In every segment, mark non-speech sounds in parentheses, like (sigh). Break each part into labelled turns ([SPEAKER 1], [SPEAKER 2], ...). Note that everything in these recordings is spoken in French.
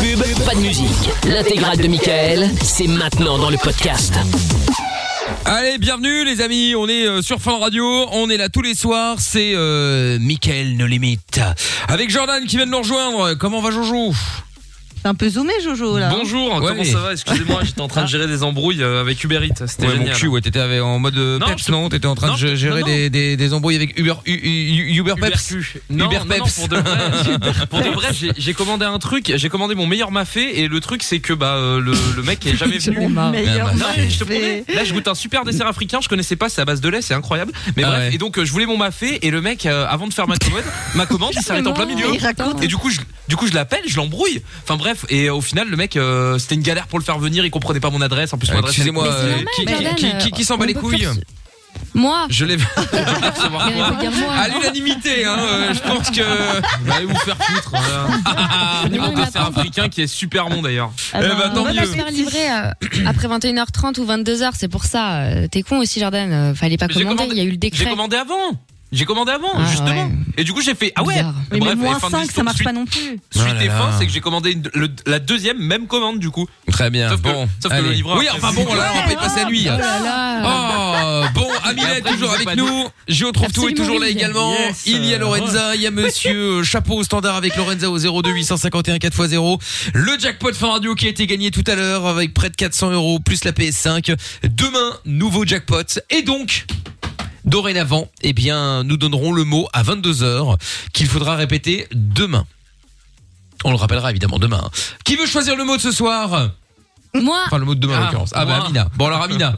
[SPEAKER 1] pub, pas de musique. L'intégrale de Michael, c'est maintenant dans le podcast.
[SPEAKER 2] Allez, bienvenue les amis, on est euh, sur Fin Radio, on est là tous les soirs, c'est euh, Mickaël No Limite. Avec Jordan qui vient de nous rejoindre, comment va Jojo
[SPEAKER 3] T'es un peu zoomé, Jojo, là.
[SPEAKER 4] Hein Bonjour, comment ça va Excusez-moi, j'étais en train de gérer des embrouilles euh, avec Uber Eats, c'était
[SPEAKER 2] Ouais, mon
[SPEAKER 4] génial. hein.
[SPEAKER 2] cul, ouais, t'étais avec- en mode euh,
[SPEAKER 4] Non,
[SPEAKER 2] peps,
[SPEAKER 4] je-
[SPEAKER 2] non T'étais en train
[SPEAKER 4] non,
[SPEAKER 2] de gé-
[SPEAKER 4] je-
[SPEAKER 2] gérer
[SPEAKER 4] non,
[SPEAKER 2] Des, des, des embrouilles avec Uber, U- U- Uber Peps
[SPEAKER 4] Ubercu. Non,
[SPEAKER 2] Uber
[SPEAKER 4] non, non,
[SPEAKER 2] Peps.
[SPEAKER 4] pour
[SPEAKER 2] (laughs)
[SPEAKER 4] de vrai, pour de vrai, j'ai- j'ai commandé un truc, j'ai commandé mon meilleur mafé et le truc c'est que bah euh, le, le mec est
[SPEAKER 3] (laughs)
[SPEAKER 4] jamais
[SPEAKER 3] J'en ai
[SPEAKER 2] Ah,
[SPEAKER 4] venu.
[SPEAKER 3] marre.
[SPEAKER 2] Meilleur
[SPEAKER 4] bah, Non, mais je te
[SPEAKER 3] mafé.
[SPEAKER 4] promets, là je goûte un super dessert africain, je connaissais pas, c'est à base de lait, c'est incroyable. Mais
[SPEAKER 2] Ah
[SPEAKER 4] bref,
[SPEAKER 2] ouais.
[SPEAKER 4] et donc euh, je voulais mon mafé et le mec euh, avant de faire
[SPEAKER 3] (laughs)
[SPEAKER 4] ma commande, ma commande, il s'arrête en plein milieu.
[SPEAKER 3] Il raconte.
[SPEAKER 4] Et du coup, je, du coup, je l'appelle, je l'embrouille. Enfin bref, et euh, au final, le mec, euh, c'était une galère pour le faire venir. Il comprenait pas mon adresse. En plus, mon
[SPEAKER 2] Euh,
[SPEAKER 4] adresse. elle est
[SPEAKER 2] Excusez-moi,
[SPEAKER 5] Mais c'est normal,
[SPEAKER 2] euh, qui, qui-
[SPEAKER 5] Jordan,
[SPEAKER 2] qui- qui- qui s'en bat
[SPEAKER 5] on
[SPEAKER 2] les
[SPEAKER 5] peut
[SPEAKER 2] couilles
[SPEAKER 5] faire Moi
[SPEAKER 2] Je
[SPEAKER 4] (laughs)
[SPEAKER 2] l'ai
[SPEAKER 4] Ça va,
[SPEAKER 5] Il y
[SPEAKER 4] quoi.
[SPEAKER 5] avait bien moi.
[SPEAKER 2] à l'unanimité, hein, euh, je pense que...
[SPEAKER 4] Vous allez vous faire foutre. voilà. (laughs) Ah,
[SPEAKER 5] Non,
[SPEAKER 4] mon
[SPEAKER 5] il m'a
[SPEAKER 4] dessert
[SPEAKER 5] pas-
[SPEAKER 4] africain qui est super bon d'ailleurs.
[SPEAKER 3] Ah
[SPEAKER 2] Eh
[SPEAKER 3] ben,
[SPEAKER 2] ben, tant
[SPEAKER 5] On va
[SPEAKER 2] mieux.
[SPEAKER 5] pas se faire livrer euh, après 21h30 ou 22h, c'est pour ça. euh, T'es con aussi, Jordan. euh, Fallait pas
[SPEAKER 4] J'ai
[SPEAKER 5] commander,
[SPEAKER 4] commandé-
[SPEAKER 5] il y a eu le
[SPEAKER 4] J'ai
[SPEAKER 5] décret.
[SPEAKER 4] commandé avant. J'ai commandé avant,
[SPEAKER 5] Ah,
[SPEAKER 4] justement.
[SPEAKER 5] ouais.
[SPEAKER 4] Et du coup, j'ai fait ah ouais.
[SPEAKER 5] Bizarre.
[SPEAKER 3] Oui, mais
[SPEAKER 4] Bref,
[SPEAKER 3] moins
[SPEAKER 4] et fin de
[SPEAKER 3] 5, ça
[SPEAKER 4] l'histoire.
[SPEAKER 3] marche
[SPEAKER 4] Suite-
[SPEAKER 3] pas non plus.
[SPEAKER 4] Suite
[SPEAKER 2] Oh là
[SPEAKER 4] et fin,
[SPEAKER 2] là.
[SPEAKER 4] c'est que j'ai commandé une- le- la deuxième même commande du coup.
[SPEAKER 2] Très bien,
[SPEAKER 4] Sauf que-
[SPEAKER 2] bon.
[SPEAKER 4] sauf que le
[SPEAKER 2] allez.
[SPEAKER 4] livreur
[SPEAKER 2] oui,
[SPEAKER 4] après,
[SPEAKER 2] enfin bon,
[SPEAKER 4] c'est-
[SPEAKER 2] là, on va y passer la nuit. hein.
[SPEAKER 5] Oh là là.
[SPEAKER 2] Oh, bon,
[SPEAKER 4] Et
[SPEAKER 2] Amina est
[SPEAKER 4] après,
[SPEAKER 2] toujours
[SPEAKER 4] je vous ai
[SPEAKER 2] avec
[SPEAKER 4] pas
[SPEAKER 2] nous. Géo trouve tout est
[SPEAKER 5] Absolument
[SPEAKER 2] toujours là
[SPEAKER 5] oui.
[SPEAKER 2] également.
[SPEAKER 4] Yes. euh,
[SPEAKER 2] Il y a Lorenza, il y a monsieur euh, Chapeau au standard avec Lorenza au 02 851 4x0. Le jackpot fin radio qui a été gagné tout à l'heure avec près de 400 euros plus la PS5. Demain, nouveau jackpot. Et donc, dorénavant, eh bien, nous donnerons le mot à 22h qu'il faudra répéter demain. On le rappellera évidemment demain. hein. Qui veut choisir le mot de ce soir
[SPEAKER 5] Moi,
[SPEAKER 2] Enfin, le mot de demain en
[SPEAKER 4] Ah,
[SPEAKER 2] l'occurrence. Ah bah
[SPEAKER 4] moi.
[SPEAKER 2] Amina. Bon alors Amina.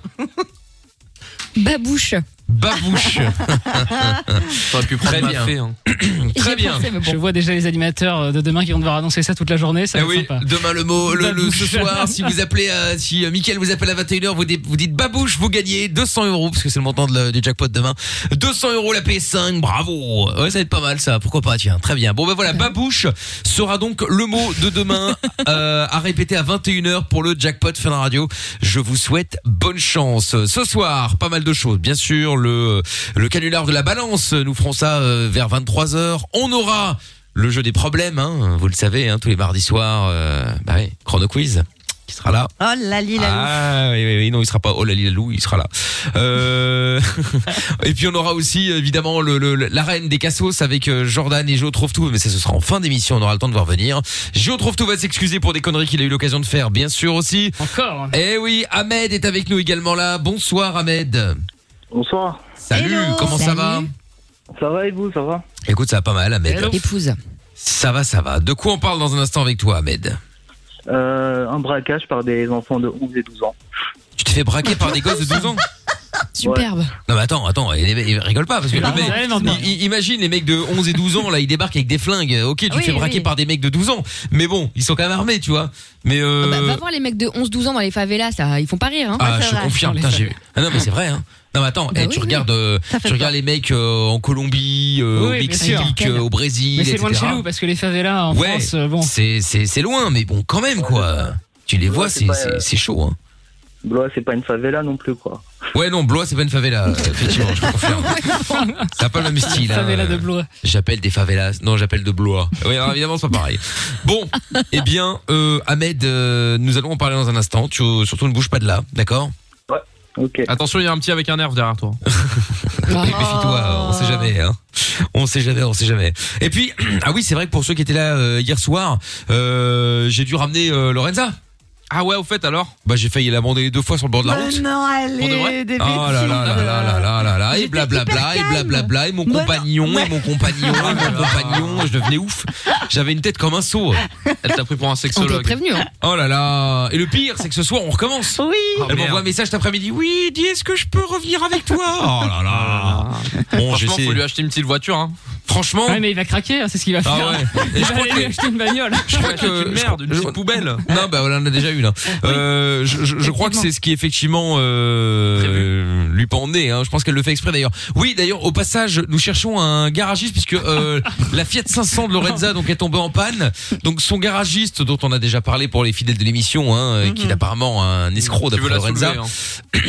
[SPEAKER 5] babouche. Ah,
[SPEAKER 2] Babouche.
[SPEAKER 4] T'aurais pu prendre
[SPEAKER 2] Très
[SPEAKER 4] ma
[SPEAKER 2] bien.
[SPEAKER 4] fée, hein.
[SPEAKER 2] (laughs) Très
[SPEAKER 5] J'ai
[SPEAKER 2] bien.
[SPEAKER 5] pensé, mais bon.
[SPEAKER 6] Je vois déjà les animateurs de demain qui vont devoir annoncer ça toute la journée, ça
[SPEAKER 2] Eh
[SPEAKER 6] va
[SPEAKER 2] oui,
[SPEAKER 6] être sympa. Bah,
[SPEAKER 2] demain le mot, le, le- ce
[SPEAKER 6] (laughs) Babouche.
[SPEAKER 2] soir, si vous appelez, à- si euh, Mickaël vous appelle à 21h, vous, dé- vous dites babouche, vous gagnez 200 euros, parce que c'est le montant de la- du jackpot demain. 200 euros la PS5, bravo Ouais, ça va être pas mal ça, pourquoi pas, tiens, très bien. Bon ben voilà, babouche sera donc le mot de demain euh, à répéter à 21h pour le jackpot Fun Radio. Je vous souhaite bonne chance. Ce soir, pas mal de choses, bien sûr, le, le canular de la balance, nous ferons ça euh, vers 23h. On aura le jeu des problèmes, hein, vous le savez, hein, tous les mardis soirs, euh, bah oui, Chrono Quiz qui sera là.
[SPEAKER 3] Oh là là là.
[SPEAKER 2] Ah oui, oui, oui, non, il sera pas oh la lalou, il sera là. Euh, et puis on aura aussi évidemment le, le- le- l'arène des cassos avec euh, Jordan et Joe trouve tout, mais ça ce sera en fin d'émission, on aura le temps de voir venir. Joe trouve tout va s'excuser pour des conneries qu'il a eu l'occasion de faire, bien sûr aussi.
[SPEAKER 6] Encore
[SPEAKER 2] Et oui, Ahmed est avec nous également là. Bonsoir Ahmed.
[SPEAKER 7] Bonsoir.
[SPEAKER 2] Salut,
[SPEAKER 3] Hello.
[SPEAKER 2] comment ça
[SPEAKER 5] Salut.
[SPEAKER 2] va
[SPEAKER 7] Ça va et vous, ça va
[SPEAKER 2] Écoute, ça va pas mal Ahmed.
[SPEAKER 6] Hello.
[SPEAKER 5] Épouse.
[SPEAKER 2] Ça va, ça va. De quoi on parle dans un instant avec toi Ahmed
[SPEAKER 7] euh, Un braquage par des enfants de 11 et 12 ans.
[SPEAKER 2] Tu t'es fait braquer par des gosses
[SPEAKER 7] (laughs)
[SPEAKER 5] (laughs)
[SPEAKER 2] de 12 ans
[SPEAKER 5] Superbe.
[SPEAKER 2] Non mais attends, attends, il, il rigole pas parce que le
[SPEAKER 6] Pardon,
[SPEAKER 2] mec-
[SPEAKER 6] ouais, non, non.
[SPEAKER 2] I- i- imagine les mecs de 11 et 12 ans là, ils débarquent avec des flingues. OK, tu te
[SPEAKER 5] Oui,
[SPEAKER 2] fais braquer
[SPEAKER 5] oui.
[SPEAKER 2] par des mecs de 12 ans, mais bon, ils sont quand même armés, tu vois. Mais euh,
[SPEAKER 5] Ah bah, va voir les mecs de 11-12 ans dans les favelas, ça, ils font pas rire. Hein.
[SPEAKER 2] ah, je
[SPEAKER 3] c'est
[SPEAKER 2] te
[SPEAKER 3] vrai.
[SPEAKER 2] confirme,
[SPEAKER 6] Dans les
[SPEAKER 2] putain, j'ai Ah non mais c'est vrai hein. Non mais attends,
[SPEAKER 5] Bah
[SPEAKER 2] eh,
[SPEAKER 5] oui,
[SPEAKER 2] tu
[SPEAKER 5] oui.
[SPEAKER 2] regardes euh,
[SPEAKER 3] Ça fait
[SPEAKER 2] tu regardes les mecs euh, en Colombie, euh,
[SPEAKER 6] Oui,
[SPEAKER 2] au
[SPEAKER 6] oui, bien sûr.
[SPEAKER 2] Mexique, euh, au Brésil,
[SPEAKER 6] Mais c'est loin de
[SPEAKER 2] etc..
[SPEAKER 6] chez nous, parce que les favelas en
[SPEAKER 2] Ouais.
[SPEAKER 6] France, euh, bon.
[SPEAKER 2] C'est c'est c'est loin mais bon quand même quoi. Tu les
[SPEAKER 7] Ouais,
[SPEAKER 2] vois,
[SPEAKER 7] c'est
[SPEAKER 2] c'est
[SPEAKER 7] pas,
[SPEAKER 2] c'est-
[SPEAKER 7] euh,
[SPEAKER 2] c'est chaud hein.
[SPEAKER 7] Blois, c'est pas une favela non plus, quoi.
[SPEAKER 2] Ouais, non, Blois, c'est pas une favela, euh, effectivement, je te confirme.
[SPEAKER 4] (laughs)
[SPEAKER 6] (laughs)
[SPEAKER 2] Ça n'a pas le même style. hein.
[SPEAKER 6] Favela de Blois.
[SPEAKER 2] J'appelle des favelas. Non, j'appelle de Blois. Oui, alors, évidemment, c'est pas pareil. Bon, eh bien, euh, Ahmed, euh, nous allons en parler dans un instant. Tu, surtout, ne bouge pas de là, d'accord
[SPEAKER 7] Ok.
[SPEAKER 4] Attention, il y a un petit avec un nerf derrière toi.
[SPEAKER 5] Ah.
[SPEAKER 2] Méfie-toi, euh, on
[SPEAKER 3] Oh.
[SPEAKER 2] sait jamais. Hein. On sait jamais, on sait jamais. Et puis, ah oui, c'est vrai que pour ceux qui étaient là euh, hier soir, euh, j'ai dû ramener euh, Lorenza.
[SPEAKER 4] Ah ouais, au fait alors.
[SPEAKER 2] Bah, j'ai failli l'abandonner deux fois sur le bord de la
[SPEAKER 3] Mais
[SPEAKER 2] route.
[SPEAKER 3] non,
[SPEAKER 4] Pour de
[SPEAKER 3] allez,
[SPEAKER 4] vrai
[SPEAKER 3] des
[SPEAKER 2] Oh là là là là là là là là et
[SPEAKER 3] J'étais
[SPEAKER 2] blablabla
[SPEAKER 3] hyper
[SPEAKER 2] et
[SPEAKER 3] calme.
[SPEAKER 2] blablabla et mon
[SPEAKER 3] Mais non,
[SPEAKER 2] compagnon et mon compagnon et mon compagnon je devenais ouf j'avais une tête comme un seau
[SPEAKER 3] (laughs)
[SPEAKER 4] Elle t'a pris pour un
[SPEAKER 5] On t'avait
[SPEAKER 4] sexologue.
[SPEAKER 5] prévenu. hein.
[SPEAKER 2] oh là là et le pire c'est que ce soir on recommence
[SPEAKER 3] Oui.
[SPEAKER 4] Oh,
[SPEAKER 2] elle
[SPEAKER 4] merde.
[SPEAKER 2] m'envoie un message cet après-midi oui dis est-ce que je peux revenir avec toi oh là là bon
[SPEAKER 4] Franchement,
[SPEAKER 2] j'essaie
[SPEAKER 4] faut lui acheter une petite voiture. Hein.
[SPEAKER 2] franchement
[SPEAKER 6] Ouais, mais il va craquer, hein, c'est ce qu'il va faire.
[SPEAKER 2] ah ouais Et
[SPEAKER 6] Il
[SPEAKER 2] je
[SPEAKER 6] va
[SPEAKER 2] crois
[SPEAKER 6] aller lui
[SPEAKER 2] que
[SPEAKER 6] acheter une bagnole.
[SPEAKER 2] je
[SPEAKER 6] (laughs)
[SPEAKER 2] crois que
[SPEAKER 4] une
[SPEAKER 2] je-
[SPEAKER 4] merde, une
[SPEAKER 2] je-
[SPEAKER 4] petite (laughs) poubelle.
[SPEAKER 2] non bah voilà on en a déjà eu là euh, je, je- je crois que c'est ce qui effectivement euh, lui pendait hein. je pense qu'elle le fait exprès d'ailleurs oui d'ailleurs au passage nous cherchons un garagiste puisque
[SPEAKER 4] (laughs)
[SPEAKER 2] euh, la Fiat 500 de Lorenza donc est tombée en panne donc son garagiste dont on a déjà parlé pour les fidèles de l'émission hein, et qui est apparemment un escroc
[SPEAKER 4] Mhm. Tu veux
[SPEAKER 2] d'après
[SPEAKER 4] la
[SPEAKER 2] Lorenza
[SPEAKER 4] soulever,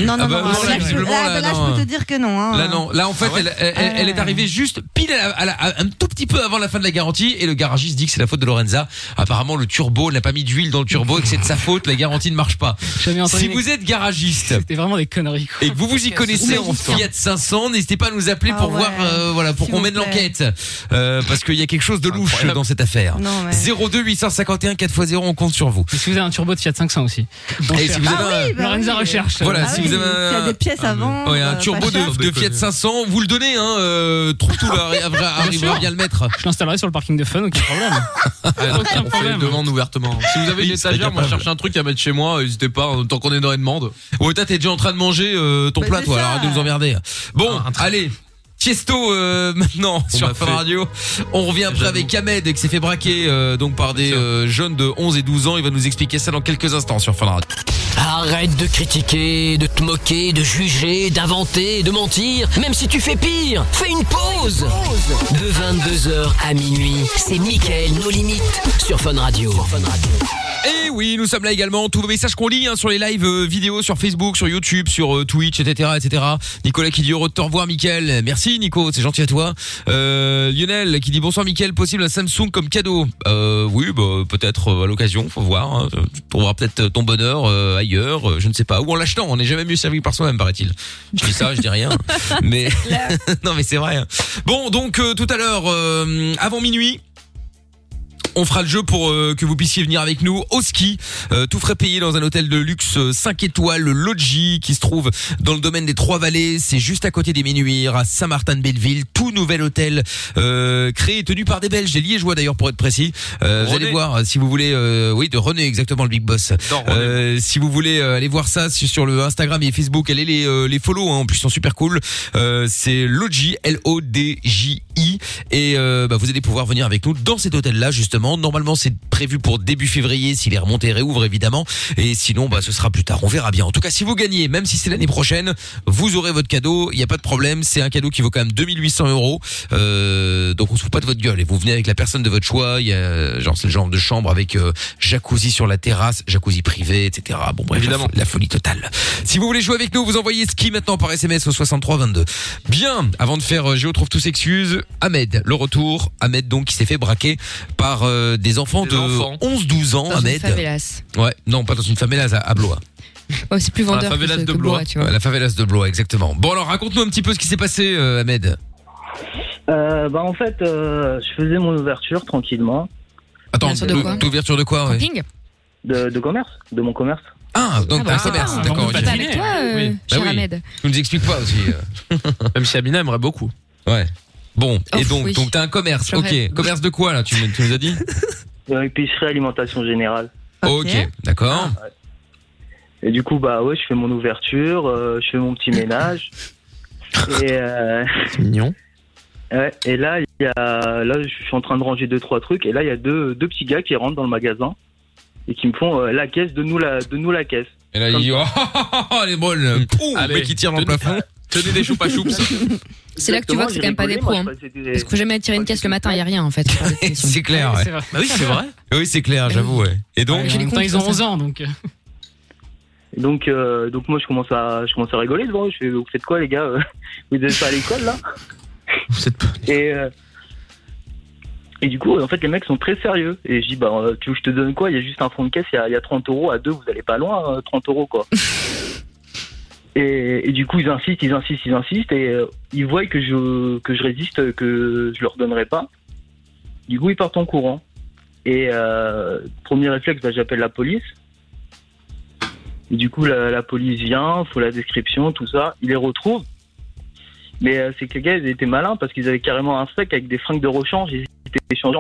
[SPEAKER 4] hein.
[SPEAKER 3] Non,
[SPEAKER 2] Ah
[SPEAKER 3] non,
[SPEAKER 2] bah
[SPEAKER 3] non.
[SPEAKER 2] non,
[SPEAKER 3] Là,
[SPEAKER 2] là,
[SPEAKER 3] je-
[SPEAKER 2] visiblement,
[SPEAKER 3] là,
[SPEAKER 2] là,
[SPEAKER 3] là,
[SPEAKER 2] non.
[SPEAKER 3] je peux te dire que non. hein.
[SPEAKER 2] Là non, là en fait
[SPEAKER 4] Ah ouais
[SPEAKER 2] elle, elle- elle est arrivée juste pile à la, à à la- à- un tout petit peu avant la fin de la garantie et le garagiste dit que c'est la faute de Lorenza. Apparemment, le turbo n'a pas mis d'huile dans le turbo et que c'est de sa faute, la garantie ne marche pas.
[SPEAKER 6] Jamais entendu
[SPEAKER 2] Si
[SPEAKER 6] une-
[SPEAKER 2] vous êtes garagiste
[SPEAKER 6] C'était vraiment des conneries. quoi.
[SPEAKER 2] et que vous vous y connaissez en Fiat 500, n'hésitez pas à nous appeler
[SPEAKER 3] Ah
[SPEAKER 2] pour
[SPEAKER 3] ouais,
[SPEAKER 2] voir, euh, voilà, pour
[SPEAKER 3] s'il
[SPEAKER 2] qu'on
[SPEAKER 3] vous
[SPEAKER 2] mène
[SPEAKER 3] plaît.
[SPEAKER 2] l'enquête. Euh, parce qu'il y a quelque chose de louche dans cette affaire.
[SPEAKER 3] Non, mais-
[SPEAKER 2] 02 851 4x0, on compte sur vous.
[SPEAKER 6] Et si vous avez un turbo de Fiat 500 aussi. Donc,
[SPEAKER 2] Et si vous avez un-
[SPEAKER 3] oui, bah
[SPEAKER 6] Lorenza
[SPEAKER 3] oui.
[SPEAKER 6] recherche.
[SPEAKER 2] Voilà,
[SPEAKER 3] Ah
[SPEAKER 2] si
[SPEAKER 3] oui,
[SPEAKER 2] vous avez
[SPEAKER 3] s'il y a
[SPEAKER 2] un-
[SPEAKER 3] des pièces à vendre,
[SPEAKER 2] ah, Ouais,
[SPEAKER 3] euh,
[SPEAKER 2] un
[SPEAKER 3] pas
[SPEAKER 2] turbo
[SPEAKER 3] cher.
[SPEAKER 2] de, de Fiat 500, vous le donnez, hein, euh, Trouve-tout
[SPEAKER 3] (laughs)
[SPEAKER 2] arri- arrivera, arrivera
[SPEAKER 6] sûr.
[SPEAKER 2] bien le mettre.
[SPEAKER 6] Je l'installerai sur le parking de fun, aucun problème.
[SPEAKER 2] Ah,
[SPEAKER 6] Aucun
[SPEAKER 4] on fait
[SPEAKER 6] problème.
[SPEAKER 4] une demande ouvertement. Si vous avez une
[SPEAKER 2] Il serait
[SPEAKER 4] étagère, moi je
[SPEAKER 2] capable.
[SPEAKER 4] cherche un truc à mettre chez moi, n'hésitez pas, euh, tant qu'on est dans les demandes.
[SPEAKER 2] Ouais, toi, t'es déjà en train de manger euh, ton
[SPEAKER 3] Bah,
[SPEAKER 2] plat,
[SPEAKER 3] c'est
[SPEAKER 2] toi,
[SPEAKER 3] ça.
[SPEAKER 2] alors arrête de nous emmerder. Bon,
[SPEAKER 4] Ah, un truc.
[SPEAKER 2] allez. Tiesto euh, (laughs) maintenant sur
[SPEAKER 4] m'a
[SPEAKER 2] Fun
[SPEAKER 4] fait.
[SPEAKER 2] Radio. On revient après
[SPEAKER 4] J'avoue.
[SPEAKER 2] avec Ahmed qui s'est fait braquer euh, donc par des euh, jeunes de 11 et 12 ans. Il va nous expliquer ça dans quelques instants sur Fun Radio.
[SPEAKER 1] Arrête de critiquer, de te moquer, de juger, d'inventer, de mentir. Même si tu fais pire, fais une pause. De 22h à minuit, c'est Mickaël, nos limites, sur Fun Radio.
[SPEAKER 2] Et oui, nous sommes là également. Tous vos messages qu'on lit hein, sur les lives euh, vidéo, sur Facebook, sur YouTube, sur euh, Twitch, etc., etc. Nicolas qui dit heureux de te revoir, Mickaël. Merci, Nico, c'est gentil à toi. Euh, Lionel qui dit bonsoir, Mickaël. Possible un Samsung comme cadeau euh, Oui, bah, peut-être euh, à l'occasion, faut voir. hein. Tu trouveras peut-être euh, ton bonheur euh, ailleurs, euh, je ne sais pas. Ou en l'achetant, on n'est jamais mieux servi que par soi-même, paraît-il. Je dis ça, je dis
[SPEAKER 4] (laughs)
[SPEAKER 2] rien, (laughs) mais (laughs) non, mais c'est vrai. hein. Bon, donc euh, tout à l'heure, euh, avant minuit. On fera le jeu pour euh, que vous puissiez venir avec nous au ski, euh, tout frais payé dans un hôtel de luxe 5 étoiles, le Lodgy, qui se trouve dans le domaine des Trois Vallées. C'est juste à côté des Menuires, à Saint-Martin-de-Belleville, tout nouvel hôtel euh, créé et tenu par des Belges, des Liégeois d'ailleurs pour être précis. Euh, vous
[SPEAKER 4] René.
[SPEAKER 2] allez voir, euh, si vous voulez, euh, oui, de René exactement le big boss.
[SPEAKER 4] Non, René.
[SPEAKER 2] Euh, si vous voulez euh, aller voir ça c'est sur le Instagram et Facebook, allez les euh, les follow, hein, en plus ils sont super cool. Euh, c'est Lodji, L-O-D-J-I, et euh, bah, vous allez pouvoir venir avec nous dans cet hôtel-là justement. Normalement c'est prévu pour début février si les remontées réouvrent évidemment, et sinon bah ce sera plus tard, on verra bien. En tout cas si vous gagnez, même si c'est l'année prochaine, vous aurez votre cadeau, il n'y a pas de problème, c'est un cadeau qui vaut quand même 2800 euros, Euh, donc on se fout pas de votre gueule et vous venez avec la personne de votre choix. Il y a genre c'est le genre de chambre avec euh, jacuzzi sur la terrasse, jacuzzi privé, etc. Bon bref,
[SPEAKER 4] Évidemment.
[SPEAKER 2] la fo- la folie totale. Si vous voulez jouer avec nous, vous envoyez ski maintenant par SMS au 6322. Bien, avant de faire euh, Géo trouve tous excuses, Ahmed, le retour, Ahmed donc qui s'est fait braquer par euh, des enfants
[SPEAKER 4] Des
[SPEAKER 2] de
[SPEAKER 4] enfants.
[SPEAKER 2] 11-12 ans,
[SPEAKER 5] Dans une
[SPEAKER 2] Ahmed.
[SPEAKER 5] favelas.
[SPEAKER 2] Ouais, non, pas dans une favelas à, à Blois.
[SPEAKER 5] Ouais, Oh, c'est plus
[SPEAKER 4] Dans la
[SPEAKER 5] vendeur que,
[SPEAKER 4] favelas de
[SPEAKER 5] que
[SPEAKER 4] Blois.
[SPEAKER 5] Blois, tu vois.
[SPEAKER 2] Ouais, La favelas de Blois, exactement. Bon alors raconte-nous un petit peu ce qui s'est passé euh, Ahmed.
[SPEAKER 7] Euh, bah, en fait, euh, je faisais mon ouverture tranquillement
[SPEAKER 2] Attends,
[SPEAKER 5] Ouverture de
[SPEAKER 2] d'ou-
[SPEAKER 5] quoi
[SPEAKER 2] d'ouverture de quoi ouais.
[SPEAKER 5] Camping
[SPEAKER 7] de, de commerce, de mon commerce.
[SPEAKER 2] Ah, donc
[SPEAKER 5] bah,
[SPEAKER 2] un commerce,
[SPEAKER 5] ah,
[SPEAKER 2] d'accord.
[SPEAKER 6] on
[SPEAKER 2] ok.
[SPEAKER 6] peut
[SPEAKER 5] T'es
[SPEAKER 6] Bah,
[SPEAKER 5] avec
[SPEAKER 6] oui.
[SPEAKER 5] toi, euh,
[SPEAKER 6] Oui.
[SPEAKER 5] cher
[SPEAKER 2] Bah oui.
[SPEAKER 5] Ahmed
[SPEAKER 2] Tu nous expliques pas aussi. euh.
[SPEAKER 4] Même si Amina aimerait beaucoup.
[SPEAKER 2] Ouais. Bon,
[SPEAKER 5] Oh,
[SPEAKER 2] et donc,
[SPEAKER 5] oui.
[SPEAKER 2] donc t'as un commerce,
[SPEAKER 5] Je
[SPEAKER 2] ok.
[SPEAKER 5] rêve.
[SPEAKER 2] Commerce de quoi là tu, me- tu nous as dit
[SPEAKER 7] Euh, épicerie, alimentation générale.
[SPEAKER 2] Ok, d'accord.
[SPEAKER 7] Et du coup, bah ouais, je fais mon ouverture, euh, je fais mon petit
[SPEAKER 2] (laughs)
[SPEAKER 7] ménage. Et, euh,
[SPEAKER 4] C'est mignon.
[SPEAKER 7] ouais, et là, il y a, là, je suis en train de ranger deux trois trucs. Et là, il y a deux, deux petits gars qui rentrent dans le magasin et qui me font euh, la caisse, de nous la, de nous la caisse.
[SPEAKER 2] Et là il dit oh, elle est bonne. Pouh,
[SPEAKER 4] Allez,
[SPEAKER 2] mec qui tire dans le
[SPEAKER 4] tenez-
[SPEAKER 2] plafond.
[SPEAKER 4] Tenez des choupa choups.
[SPEAKER 5] C'est là que tu vois que c'est quand même pas des pros. hein. Parce que faut jamais tirer une caisse le matin, il n'y a rien en fait.
[SPEAKER 2] (laughs) C'est clair.
[SPEAKER 6] Ouais,
[SPEAKER 2] Ouais.
[SPEAKER 6] c'est vrai.
[SPEAKER 4] bah oui, c'est vrai.
[SPEAKER 2] (laughs) Oui c'est clair, j'avoue. Ouais. Et donc
[SPEAKER 6] Ouais,
[SPEAKER 5] j'ai
[SPEAKER 6] en
[SPEAKER 5] des
[SPEAKER 6] même temps,
[SPEAKER 5] comptes
[SPEAKER 6] ils ont
[SPEAKER 5] comme
[SPEAKER 6] 11
[SPEAKER 5] ça.
[SPEAKER 6] ans,
[SPEAKER 5] (laughs)
[SPEAKER 6] donc. euh,
[SPEAKER 7] Et Donc, euh, donc moi, je commence à, je commence à rigoler devant eux. Je fais, vous faites quoi, les gars euh (laughs) Vous êtes pas à l'école là
[SPEAKER 4] Vous êtes pas-
[SPEAKER 7] Et euh, et du coup, en fait, les mecs sont très sérieux. Et je dis, bah, euh, tu veux que je te donne quoi Il y a juste un fond de caisse, il y a, il y a 30 euros à deux, vous allez pas loin, euh, 30 euros
[SPEAKER 4] (laughs)
[SPEAKER 7] quoi. et, et du coup, ils insistent, ils insistent, ils insistent, et euh, ils voient que je que je résiste, que je leur donnerai pas. Du coup, ils partent en courant. Et euh, premier réflexe, bah, j'appelle la police. Et du coup, la, la police vient, faut la description, tout ça. Ils les retrouvent. Mais euh, c'est que les gars, ils étaient malins parce qu'ils avaient carrément un sac avec des fringues de rechange. Ils étaient
[SPEAKER 6] (coughs)
[SPEAKER 7] échangés.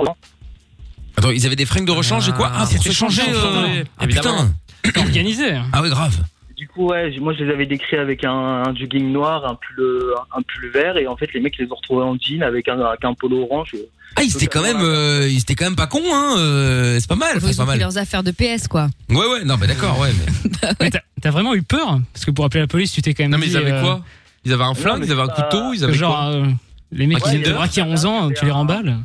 [SPEAKER 2] attends, ils avaient des fringues de rechange et quoi Ah, pour
[SPEAKER 6] c'était
[SPEAKER 2] se changer.
[SPEAKER 6] changé,
[SPEAKER 2] euh,
[SPEAKER 6] changé,
[SPEAKER 2] ah, putain.
[SPEAKER 6] c'est organisé.
[SPEAKER 2] Ah oui grave.
[SPEAKER 7] Du coup, ouais, j- moi, je les avais décrits avec un, un jogging noir, un pull, euh, un pull vert. Et en fait, les mecs, ils les ont retrouvés en jean avec un, avec un polo orange.
[SPEAKER 2] Ah ils étaient quand même, euh, ils étaient quand même pas cons hein. euh, c'est pas mal, enfin, c'est
[SPEAKER 5] Ils
[SPEAKER 2] pas
[SPEAKER 5] ont pris
[SPEAKER 2] mal.
[SPEAKER 5] leurs affaires de PS quoi.
[SPEAKER 2] Ouais ouais, non mais d'accord, ouais. Mais...
[SPEAKER 5] Bah
[SPEAKER 6] Mais t'as- T'as vraiment eu peur hein, Parce que pour appeler la police, tu t'es quand même.
[SPEAKER 4] Non, mais ils
[SPEAKER 6] dit,
[SPEAKER 4] avaient
[SPEAKER 6] euh,
[SPEAKER 4] quoi Ils avaient un flingue,
[SPEAKER 7] mais
[SPEAKER 4] ils avaient un
[SPEAKER 7] c'est pas-
[SPEAKER 4] couteau, ils
[SPEAKER 6] que
[SPEAKER 4] avaient
[SPEAKER 6] Genre,
[SPEAKER 4] quoi
[SPEAKER 6] euh, les mecs
[SPEAKER 4] Un
[SPEAKER 6] qui viennent de
[SPEAKER 4] Kinder (laughs)
[SPEAKER 6] braquer à 11 ans, tu les remballes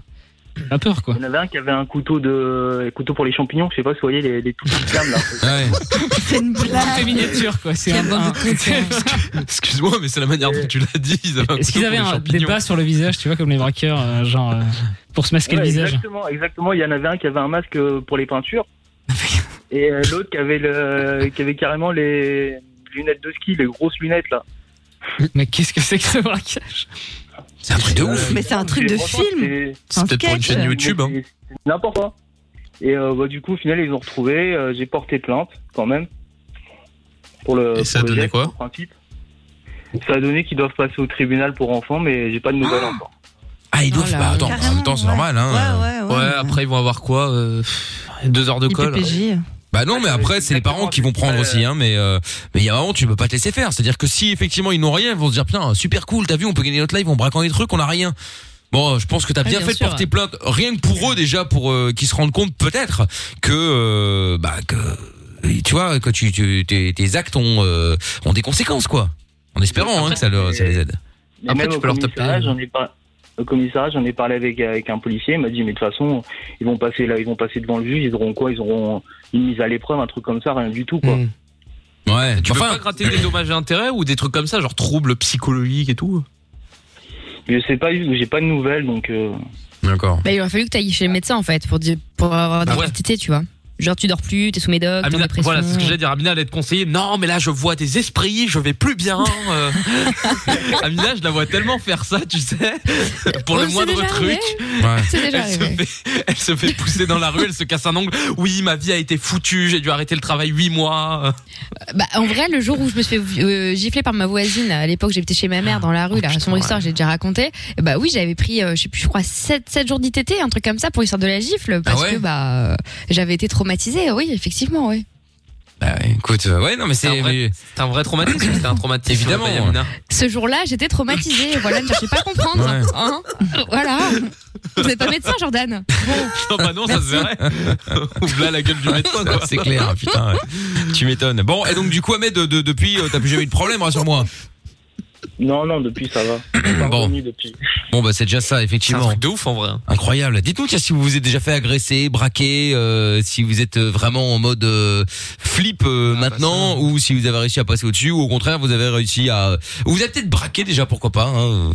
[SPEAKER 6] T'as peur, quoi.
[SPEAKER 7] Il y en avait un qui avait un couteau de un couteau pour les champignons, je sais pas si vous voyez les, les tout petites
[SPEAKER 2] (laughs)
[SPEAKER 7] flammes là.
[SPEAKER 3] C'est une
[SPEAKER 6] C'est
[SPEAKER 3] blague.
[SPEAKER 6] miniature, quoi. C'est
[SPEAKER 5] Quel
[SPEAKER 6] un-
[SPEAKER 5] bon
[SPEAKER 6] un-
[SPEAKER 5] truc, hein.
[SPEAKER 2] (laughs) Excuse-moi, mais c'est la manière dont tu l'as dit. ils avaient un
[SPEAKER 6] Est-ce qu'ils
[SPEAKER 2] couteau
[SPEAKER 6] avaient
[SPEAKER 2] pour les
[SPEAKER 6] un
[SPEAKER 2] champignons.
[SPEAKER 6] débat sur le visage, tu vois, comme les braqueurs, euh, genre, euh, pour se masquer
[SPEAKER 7] Ouais,
[SPEAKER 6] le visage
[SPEAKER 7] Exactement, exactement. Il y en avait un qui avait un masque euh, pour les
[SPEAKER 2] (laughs)
[SPEAKER 7] peintures et euh, l'autre qui avait le qui avait carrément les lunettes de ski, les grosses lunettes là.
[SPEAKER 6] Mais qu'est-ce que c'est que ce braquage
[SPEAKER 2] C'est un truc de ouf.
[SPEAKER 3] Mais c'est un truc de
[SPEAKER 7] Franchement,
[SPEAKER 3] film.
[SPEAKER 7] c'est-
[SPEAKER 2] C'est
[SPEAKER 3] Un
[SPEAKER 2] peut-être pour une
[SPEAKER 3] sketch.
[SPEAKER 2] chaîne YouTube. hein.
[SPEAKER 7] c'est- c'est N'importe quoi. Et euh, bah, du coup, au final, ils ont retrouvé. euh, J'ai porté plainte quand même pour
[SPEAKER 8] Euh,
[SPEAKER 7] le.
[SPEAKER 2] Et ça a
[SPEAKER 7] pour le
[SPEAKER 2] donné
[SPEAKER 7] geste,
[SPEAKER 2] quoi
[SPEAKER 7] en principe. Ça a donné qu'ils doivent passer au tribunal pour enfants, mais j'ai pas de nouvelles encore.
[SPEAKER 2] Ah, ils doivent.
[SPEAKER 5] Voilà.
[SPEAKER 2] Bah, attends, en même temps, c'est
[SPEAKER 3] Carrément,
[SPEAKER 2] normal. Hein.
[SPEAKER 3] Ouais, ouais, ouais.
[SPEAKER 2] après, ils vont avoir quoi euh, pff, Deux heures de colle.
[SPEAKER 3] IPPJ.
[SPEAKER 2] Bah non, mais après, c'est les parents qui vont prendre aussi, hein. Mais euh, mais il y a un moment, tu peux pas te laisser faire. C'est-à-dire que si effectivement ils n'ont rien, ils vont se dire putain, super cool, t'as vu, on peut gagner notre live, on braquant des trucs, on a rien. Bon, je pense que t'as
[SPEAKER 5] Ouais,
[SPEAKER 2] bien,
[SPEAKER 5] bien
[SPEAKER 2] fait de
[SPEAKER 5] sûr,
[SPEAKER 2] porter plainte, rien que pour eux déjà, pour euh, qu'ils se rendent compte peut-être que euh, bah que tu vois que tu, tu- tes, tes actes ont euh, ont des conséquences quoi. En espérant hein, que ça, leur- ça les aide.
[SPEAKER 7] Mais
[SPEAKER 2] Après,
[SPEAKER 7] même
[SPEAKER 2] tu
[SPEAKER 7] au
[SPEAKER 2] peux leur taper.
[SPEAKER 7] commissariat, J'en ai pas. Au commissariat, j'en ai parlé avec, avec un policier, il m'a dit, mais de toute façon, ils vont passer là, ils vont passer devant le juge, ils auront quoi Ils auront une mise à l'épreuve, un truc comme ça, rien du tout, quoi.
[SPEAKER 2] Ouais.
[SPEAKER 4] Tu peux
[SPEAKER 2] enfin,
[SPEAKER 4] pas gratter des dommages et intérêts ou des trucs comme ça, genre troubles psychologiques et tout
[SPEAKER 7] Je sais pas, j'ai pas de nouvelles, donc, euh,
[SPEAKER 2] d'accord.
[SPEAKER 5] Bah, il aurait fallu que tu ailles chez le médecin en fait pour, dire- pour avoir des
[SPEAKER 4] Bah ouais.
[SPEAKER 5] identités, tu vois. Genre tu dors plus, t'es sous médoc, t'es en
[SPEAKER 4] Amina,
[SPEAKER 5] dépression.
[SPEAKER 4] voilà, c'est ce que j'allais dire. Amina allait te conseiller. Non, mais là, je vois des esprits, je vais plus bien. euh. (laughs) Amina, je la vois tellement faire ça, tu sais, pour
[SPEAKER 5] Oh,
[SPEAKER 4] le
[SPEAKER 5] c'est
[SPEAKER 4] moindre
[SPEAKER 5] déjà
[SPEAKER 4] truc.
[SPEAKER 5] arrivé. C'est déjà
[SPEAKER 4] Elle se,
[SPEAKER 5] arrivé.
[SPEAKER 4] fait, elle se fait pousser dans la rue, elle se casse un ongle. Oui, ma vie a été foutue, j'ai dû arrêter le travail 8 mois.
[SPEAKER 5] Bah, en vrai, le jour où je me suis fait euh, gifler par ma voisine, à l'époque j'étais chez ma mère dans la rue, là, son histoire j'ai déjà raconté. Et bah oui, j'avais pris, euh, je sais plus, je crois 7, 7 jours d'ITT, un truc comme ça pour l'histoire de la gifle,
[SPEAKER 4] Ah
[SPEAKER 5] parce
[SPEAKER 2] ouais
[SPEAKER 5] que bah euh, j'avais été traumatisée, oui, effectivement, oui.
[SPEAKER 2] Bah écoute, euh, ouais non mais
[SPEAKER 4] C'est
[SPEAKER 2] c'est
[SPEAKER 4] un vrai-
[SPEAKER 2] mais-
[SPEAKER 4] C'est un vrai traumatisme, c'était un traumatisme.
[SPEAKER 2] Évidemment. (laughs)
[SPEAKER 4] Bah, Amina.
[SPEAKER 5] Ce jour-là, j'étais
[SPEAKER 4] (laughs)
[SPEAKER 5] traumatisée, voilà, ne cherchez pas à comprendre.
[SPEAKER 2] Ouais.
[SPEAKER 5] hein. voilà. Vous n'êtes pas médecin, Jordan
[SPEAKER 4] Non, bah non, ça se
[SPEAKER 2] (laughs)
[SPEAKER 4] verrait. Ouvre là la gueule du médecin, quoi.
[SPEAKER 2] c'est clair, hein, putain. ouais. Tu m'étonnes. Bon, et donc du coup Ahmed, de- de- depuis, euh, t'as plus jamais eu de problème, rassure-moi.
[SPEAKER 7] non, non, depuis, ça va. C'est pas
[SPEAKER 2] Bon.
[SPEAKER 7] revenu depuis.
[SPEAKER 2] Bon bah c'est déjà ça
[SPEAKER 4] C'est un
[SPEAKER 2] effectivement.
[SPEAKER 4] truc de ouf en vrai.
[SPEAKER 2] Hein. Incroyable. Dites-nous tiens, si vous vous êtes déjà fait agresser, braquer, euh, si vous êtes vraiment en mode euh, flip euh,
[SPEAKER 4] Ah, bah,
[SPEAKER 2] maintenant ou si vous avez réussi à passer au-dessus ou au contraire vous avez réussi à ou vous avez peut-être braqué déjà pourquoi pas. hein.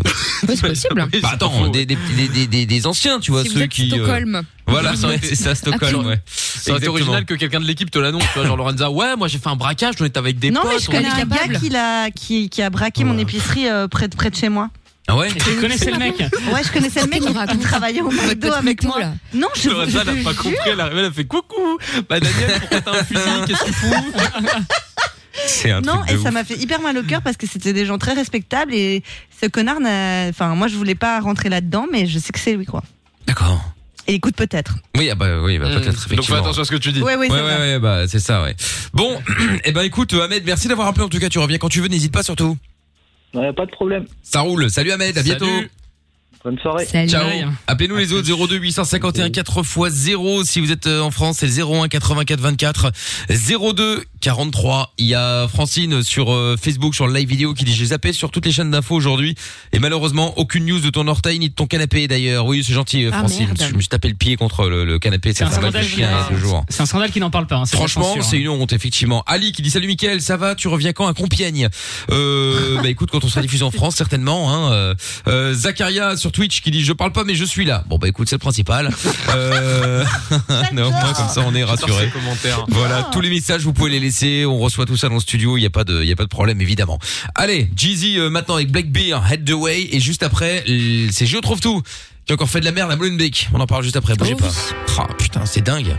[SPEAKER 5] Oui, c'est possible.
[SPEAKER 2] (laughs) Bah, attends, des, des, des, des, des- des anciens tu vois
[SPEAKER 5] si vous
[SPEAKER 2] ceux
[SPEAKER 5] êtes
[SPEAKER 2] qui euh,
[SPEAKER 5] Stockholm.
[SPEAKER 2] voilà ça aurait été ça Stockholm
[SPEAKER 5] Ah,
[SPEAKER 2] ouais.
[SPEAKER 4] C'est original que quelqu'un de l'équipe te l'annonce, tu vois, genre Lorenza, ouais, moi j'ai fait un braquage, on était avec des
[SPEAKER 3] Non,
[SPEAKER 4] potes.
[SPEAKER 3] mais je
[SPEAKER 4] on Oh
[SPEAKER 3] connais
[SPEAKER 5] est
[SPEAKER 3] un
[SPEAKER 5] capable.
[SPEAKER 3] gars qui, l'a- qui, qui a braqué mon épicerie euh, près, de, près de chez moi.
[SPEAKER 2] Ah ouais.
[SPEAKER 6] Et Tu connaissais le mec
[SPEAKER 3] Ouais, je connaissais le mec
[SPEAKER 5] Il nous
[SPEAKER 3] qui
[SPEAKER 5] raconte.
[SPEAKER 3] travaillait au McDo avec moi.
[SPEAKER 5] là.
[SPEAKER 3] Non, je, je,
[SPEAKER 4] Lorenza, elle a pas
[SPEAKER 3] je-
[SPEAKER 4] compris, elle arrive, elle a fait coucou. Bah Daniel, pourquoi t'as un fusil Qu'est-ce que tu fous
[SPEAKER 2] C'est un
[SPEAKER 3] Non,
[SPEAKER 2] truc
[SPEAKER 3] et
[SPEAKER 2] de
[SPEAKER 3] ça
[SPEAKER 2] ouf.
[SPEAKER 3] m'a fait hyper mal au cœur parce que c'était des gens très respectables et ce connard n'a. Enfin, moi je voulais pas rentrer là-dedans, mais je sais que c'est lui quoi.
[SPEAKER 2] D'accord.
[SPEAKER 3] Et il écoute peut-être.
[SPEAKER 2] Oui, ah bah oui, bah peut-être effectivement.
[SPEAKER 4] Hmm. Donc fais attention à ce que tu dis.
[SPEAKER 3] Ouais, ouais,
[SPEAKER 2] Ouais,
[SPEAKER 3] c'est
[SPEAKER 2] ouais,
[SPEAKER 3] vrai.
[SPEAKER 2] ouais, bah, c'est ça, ouais. Bon, (clears throat) eh ben, écoute, euh, Ahmed, merci d'avoir appelé. En tout cas, tu reviens quand tu veux, n'hésite pas surtout.
[SPEAKER 7] Ouais, pas de problème.
[SPEAKER 2] Ça roule. Salut, Ahmed, à
[SPEAKER 4] Salut.
[SPEAKER 2] bientôt.
[SPEAKER 7] Bonne soirée.
[SPEAKER 5] Salut.
[SPEAKER 2] Ciao.
[SPEAKER 6] Bye.
[SPEAKER 2] Appelez-nous les autres 02 851 4 x 0 si vous êtes euh, en France, c'est le 01 84 24 02 43. Il y a Francine sur euh, Facebook sur le live vidéo qui dit j'ai zappé sur toutes les chaînes d'infos aujourd'hui et malheureusement aucune news de ton orteil ni de ton canapé d'ailleurs. Oui, c'est gentil euh,
[SPEAKER 5] Ah,
[SPEAKER 2] Francine,
[SPEAKER 5] merde.
[SPEAKER 2] je me suis tapé le pied contre le, le canapé, c'est
[SPEAKER 6] un
[SPEAKER 2] un mal de
[SPEAKER 6] scandale
[SPEAKER 2] chien hein,
[SPEAKER 6] général.
[SPEAKER 2] ce jour.
[SPEAKER 6] C'est un scandale qui n'en parle pas. hein, c'est
[SPEAKER 2] Franchement,
[SPEAKER 6] la censure,
[SPEAKER 2] c'est
[SPEAKER 6] hein.
[SPEAKER 2] une honte, effectivement. Ali qui dit salut Mickaël, ça va, tu reviens quand à Compiègne euh, Bah écoute, quand on sera diffusé en France, certainement. Hein, euh, euh, Zakaria sur Twitch qui dit je parle pas mais je suis là. Bon bah écoute, c'est le principal. Euh, (laughs) non, moi, comme ça on est
[SPEAKER 4] Sur ces
[SPEAKER 2] rassuré.
[SPEAKER 4] commentaires.
[SPEAKER 2] Voilà, tous les messages vous pouvez les laisser, on reçoit tout ça dans le studio, il y a pas de il y a pas de problème évidemment. Allez, Jeezy euh, maintenant avec Black Bear, Head the Way et juste après l- c'est Je trouve tout qui a encore fait de la merde à Molenbeek. On en parle juste après, bougez
[SPEAKER 5] Oh
[SPEAKER 2] pas. Ah putain, c'est dingue.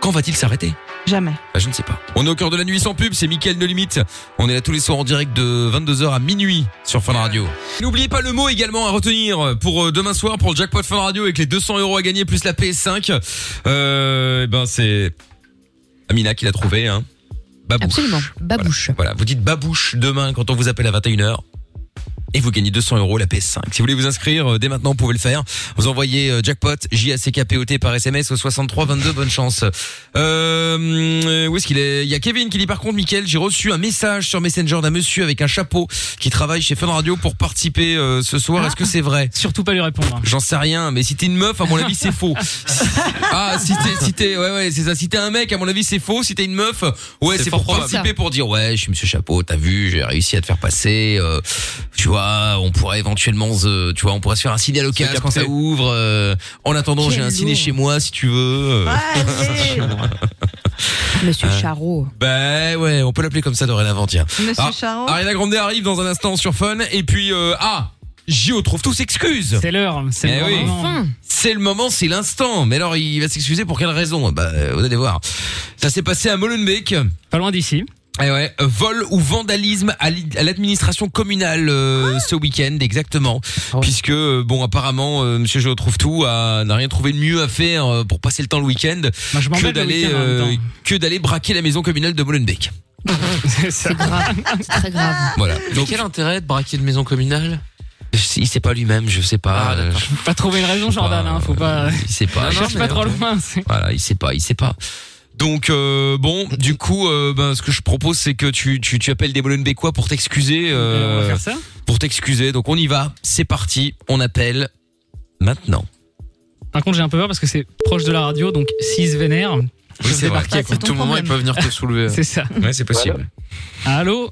[SPEAKER 2] Quand va-t-il s'arrêter
[SPEAKER 3] Jamais.
[SPEAKER 2] bah, je ne sais pas. On est au cœur de la nuit sans pub, c'est Mickaël No Limite. On est là tous les soirs en direct de 22h à minuit sur Fun Radio. N'oubliez pas le mot également à retenir pour euh, demain soir pour le jackpot Fun Radio avec les 200 euros à gagner plus la PS5. Euh, eh ben c'est Amina qui l'a trouvé. Hein. Babouche.
[SPEAKER 5] Absolument. Babouche.
[SPEAKER 2] Voilà, vous dites babouche demain quand on vous appelle à 21h. et vous gagnez 200 euros la PS5. Si vous voulez vous inscrire euh, dès maintenant, vous pouvez le faire. Vous envoyez euh, jackpot J A C K P O T par SMS au 63 22. Bonne chance. Euh, où est-ce qu'il est Il y a Kevin qui dit par contre, Mickaël, j'ai reçu un message sur Messenger d'un monsieur avec un chapeau qui travaille chez Fun Radio pour participer euh, ce soir. Est-ce que c'est vrai
[SPEAKER 6] Ah. Surtout pas lui répondre. hein.
[SPEAKER 2] J'en sais rien, mais si t'es une meuf, à mon avis,
[SPEAKER 6] (laughs)
[SPEAKER 2] c'est faux. Ah, si t'es, si t'es, ouais, ouais, c'est ça. Si t'es un mec, à mon avis, c'est faux. Si t'es une meuf, ouais,
[SPEAKER 4] C'est
[SPEAKER 2] c'est
[SPEAKER 4] fort
[SPEAKER 2] pour
[SPEAKER 4] probable.
[SPEAKER 2] participer, pour dire, ouais, je suis Monsieur Chapeau, t'as vu, j'ai réussi à te faire passer. euh, tu vois, on pourrait éventuellement, se- tu vois, on pourrait se faire un ciné à l'occasion
[SPEAKER 4] capter.
[SPEAKER 2] quand ça ouvre. euh, en attendant,
[SPEAKER 5] Quel
[SPEAKER 2] j'ai un ciné
[SPEAKER 5] lourd.
[SPEAKER 2] chez moi, si tu veux. euh.
[SPEAKER 3] Allez
[SPEAKER 2] (laughs)
[SPEAKER 5] Monsieur
[SPEAKER 4] Euh.
[SPEAKER 5] Charot.
[SPEAKER 2] Bah ouais, on peut l'appeler comme ça dorénavant, tiens.
[SPEAKER 3] Monsieur
[SPEAKER 2] (laughs) Ah,
[SPEAKER 3] Charon.
[SPEAKER 2] Ariana Grande arrive dans un instant sur Fun, et puis, euh, ah, J.O. trouve tous excuses.
[SPEAKER 6] C'est l'heure, c'est
[SPEAKER 2] Eh
[SPEAKER 6] le
[SPEAKER 2] oui.
[SPEAKER 6] moment.
[SPEAKER 5] Enfin.
[SPEAKER 2] C'est le moment, c'est l'instant. Mais alors, il va s'excuser pour quelle raison Bah, euh, vous allez voir. Ça s'est passé à Molenbeek.
[SPEAKER 6] Pas loin d'ici.
[SPEAKER 2] Eh ouais, euh, vol ou vandalisme à l'i- à l'administration communale euh, ce week-end, exactement.
[SPEAKER 6] Ah
[SPEAKER 4] ouais.
[SPEAKER 2] Puisque, euh, bon, apparemment, euh, Monsieur Je trouve tout a- n'a rien trouvé de mieux à faire euh, pour passer le temps le week-end
[SPEAKER 6] Moi, je
[SPEAKER 2] que
[SPEAKER 6] m'embête le
[SPEAKER 2] d'aller
[SPEAKER 6] week-end en
[SPEAKER 2] euh,
[SPEAKER 6] même temps.
[SPEAKER 2] que d'aller braquer la maison communale de Molenbeek.
[SPEAKER 6] C'est ça.
[SPEAKER 5] C'est grave, c'est très grave.
[SPEAKER 2] Voilà. Donc,
[SPEAKER 4] Quel intérêt de braquer une maison communale
[SPEAKER 2] il sait pas lui-même, je sais pas.
[SPEAKER 4] Ah,
[SPEAKER 2] euh,
[SPEAKER 4] d'accord.
[SPEAKER 6] Faut Pas trouver une raison,
[SPEAKER 2] Je sais
[SPEAKER 6] Jordan.
[SPEAKER 2] pas,
[SPEAKER 6] hein, Faut pas.
[SPEAKER 2] je- il sait pas.
[SPEAKER 4] Non, non,
[SPEAKER 6] Cherche
[SPEAKER 4] mais
[SPEAKER 6] pas trop
[SPEAKER 4] ok.
[SPEAKER 6] loin. c'est-
[SPEAKER 2] Voilà, il sait pas, il sait pas. Donc euh, bon, du coup, euh, ben, ce que je propose, c'est que tu, tu, tu appelles des Molenbeekois pour t'excuser,
[SPEAKER 6] On va
[SPEAKER 2] euh,
[SPEAKER 6] faire ça.
[SPEAKER 2] pour t'excuser. Donc on y va, c'est parti, on appelle maintenant.
[SPEAKER 6] Par contre, j'ai un peu peur parce que c'est proche de la radio, donc s'ils se vénèrent,
[SPEAKER 2] Oui, c'est vrai.
[SPEAKER 3] Ah, c'est ton
[SPEAKER 4] tout moment,
[SPEAKER 3] problème.
[SPEAKER 4] ils peuvent venir te soulever.
[SPEAKER 6] c'est ça.
[SPEAKER 2] Ouais, c'est possible.
[SPEAKER 6] Allô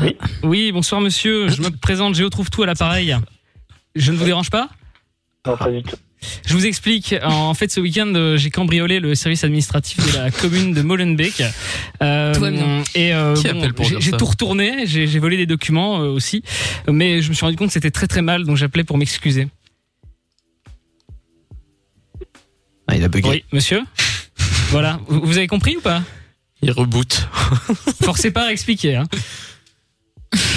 [SPEAKER 7] Oui.
[SPEAKER 6] Oui, bonsoir monsieur, je me présente, Géo trouve tout à l'appareil. Je ne vous dérange pas
[SPEAKER 7] Non, pas du tout.
[SPEAKER 6] Je vous explique. En fait, ce week-end, euh, j'ai cambriolé le service administratif de la commune de Molenbeek. Euh,
[SPEAKER 5] Tout va bien.
[SPEAKER 6] Et euh,
[SPEAKER 4] Qui
[SPEAKER 6] bon,
[SPEAKER 4] appelle pour
[SPEAKER 6] j'ai-
[SPEAKER 4] dire
[SPEAKER 6] j'ai
[SPEAKER 4] ça
[SPEAKER 6] tout retourné, j'ai j'ai volé des documents euh, aussi, mais je me suis rendu compte que c'était très très mal, donc j'appelais pour m'excuser.
[SPEAKER 4] Ah, il a bugué.
[SPEAKER 6] Oui, monsieur. voilà, vous, vous avez compris ou pas
[SPEAKER 4] Il reboot.
[SPEAKER 6] Forcez pas à expliquer. hein.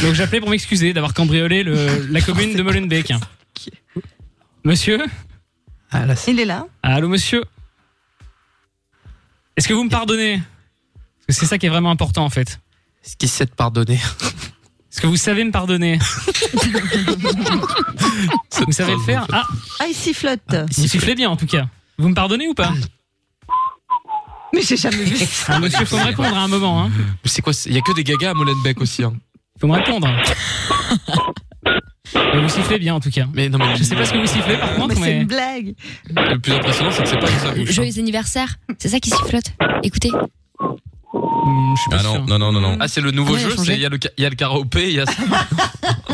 [SPEAKER 6] Donc j'appelais pour m'excuser d'avoir cambriolé le- la commune de Molenbeek. Monsieur.
[SPEAKER 4] Ah, là, c'est-
[SPEAKER 3] Il est là.
[SPEAKER 6] Allô, monsieur Est-ce que vous me pardonnez Parce que c'est ça qui est vraiment important, en fait.
[SPEAKER 4] Est-ce qu'il sait te pardonner
[SPEAKER 6] Est-ce que vous savez me pardonner Vous savez le faire Ah,
[SPEAKER 3] Ah, il sifflote.
[SPEAKER 6] vous sifflez bien, en tout cas. Vous me pardonnez ou pas
[SPEAKER 3] Mais j'ai jamais vu ça.
[SPEAKER 6] Ah, Monsieur, faut me répondre à un moment. Hein.
[SPEAKER 4] Mais c'est quoi c'est- Il y a que des gagas à Molenbeek aussi. Hein.
[SPEAKER 6] Faut me
[SPEAKER 4] (laughs)
[SPEAKER 6] répondre. Mais vous sifflez bien, en tout cas.
[SPEAKER 4] Mais non, mais
[SPEAKER 6] Je sais pas ce que vous sifflez, par
[SPEAKER 3] Mais
[SPEAKER 6] contre,
[SPEAKER 3] c'est
[SPEAKER 6] mais...
[SPEAKER 3] une blague.
[SPEAKER 4] Le plus impressionnant, c'est que c'est pas que ça.
[SPEAKER 5] Joyeux anniversaire, c'est ça qui sifflote. Écoutez,
[SPEAKER 6] Hmm, je suis pas
[SPEAKER 2] Ah non,
[SPEAKER 6] sûr.
[SPEAKER 2] non, non, non, non.
[SPEAKER 4] Ah, c'est le nouveau
[SPEAKER 5] Ouais,
[SPEAKER 4] jeu,
[SPEAKER 5] changer.
[SPEAKER 4] c'est- il y, a le ca- il y a le karaopé, Ah, il y a ça.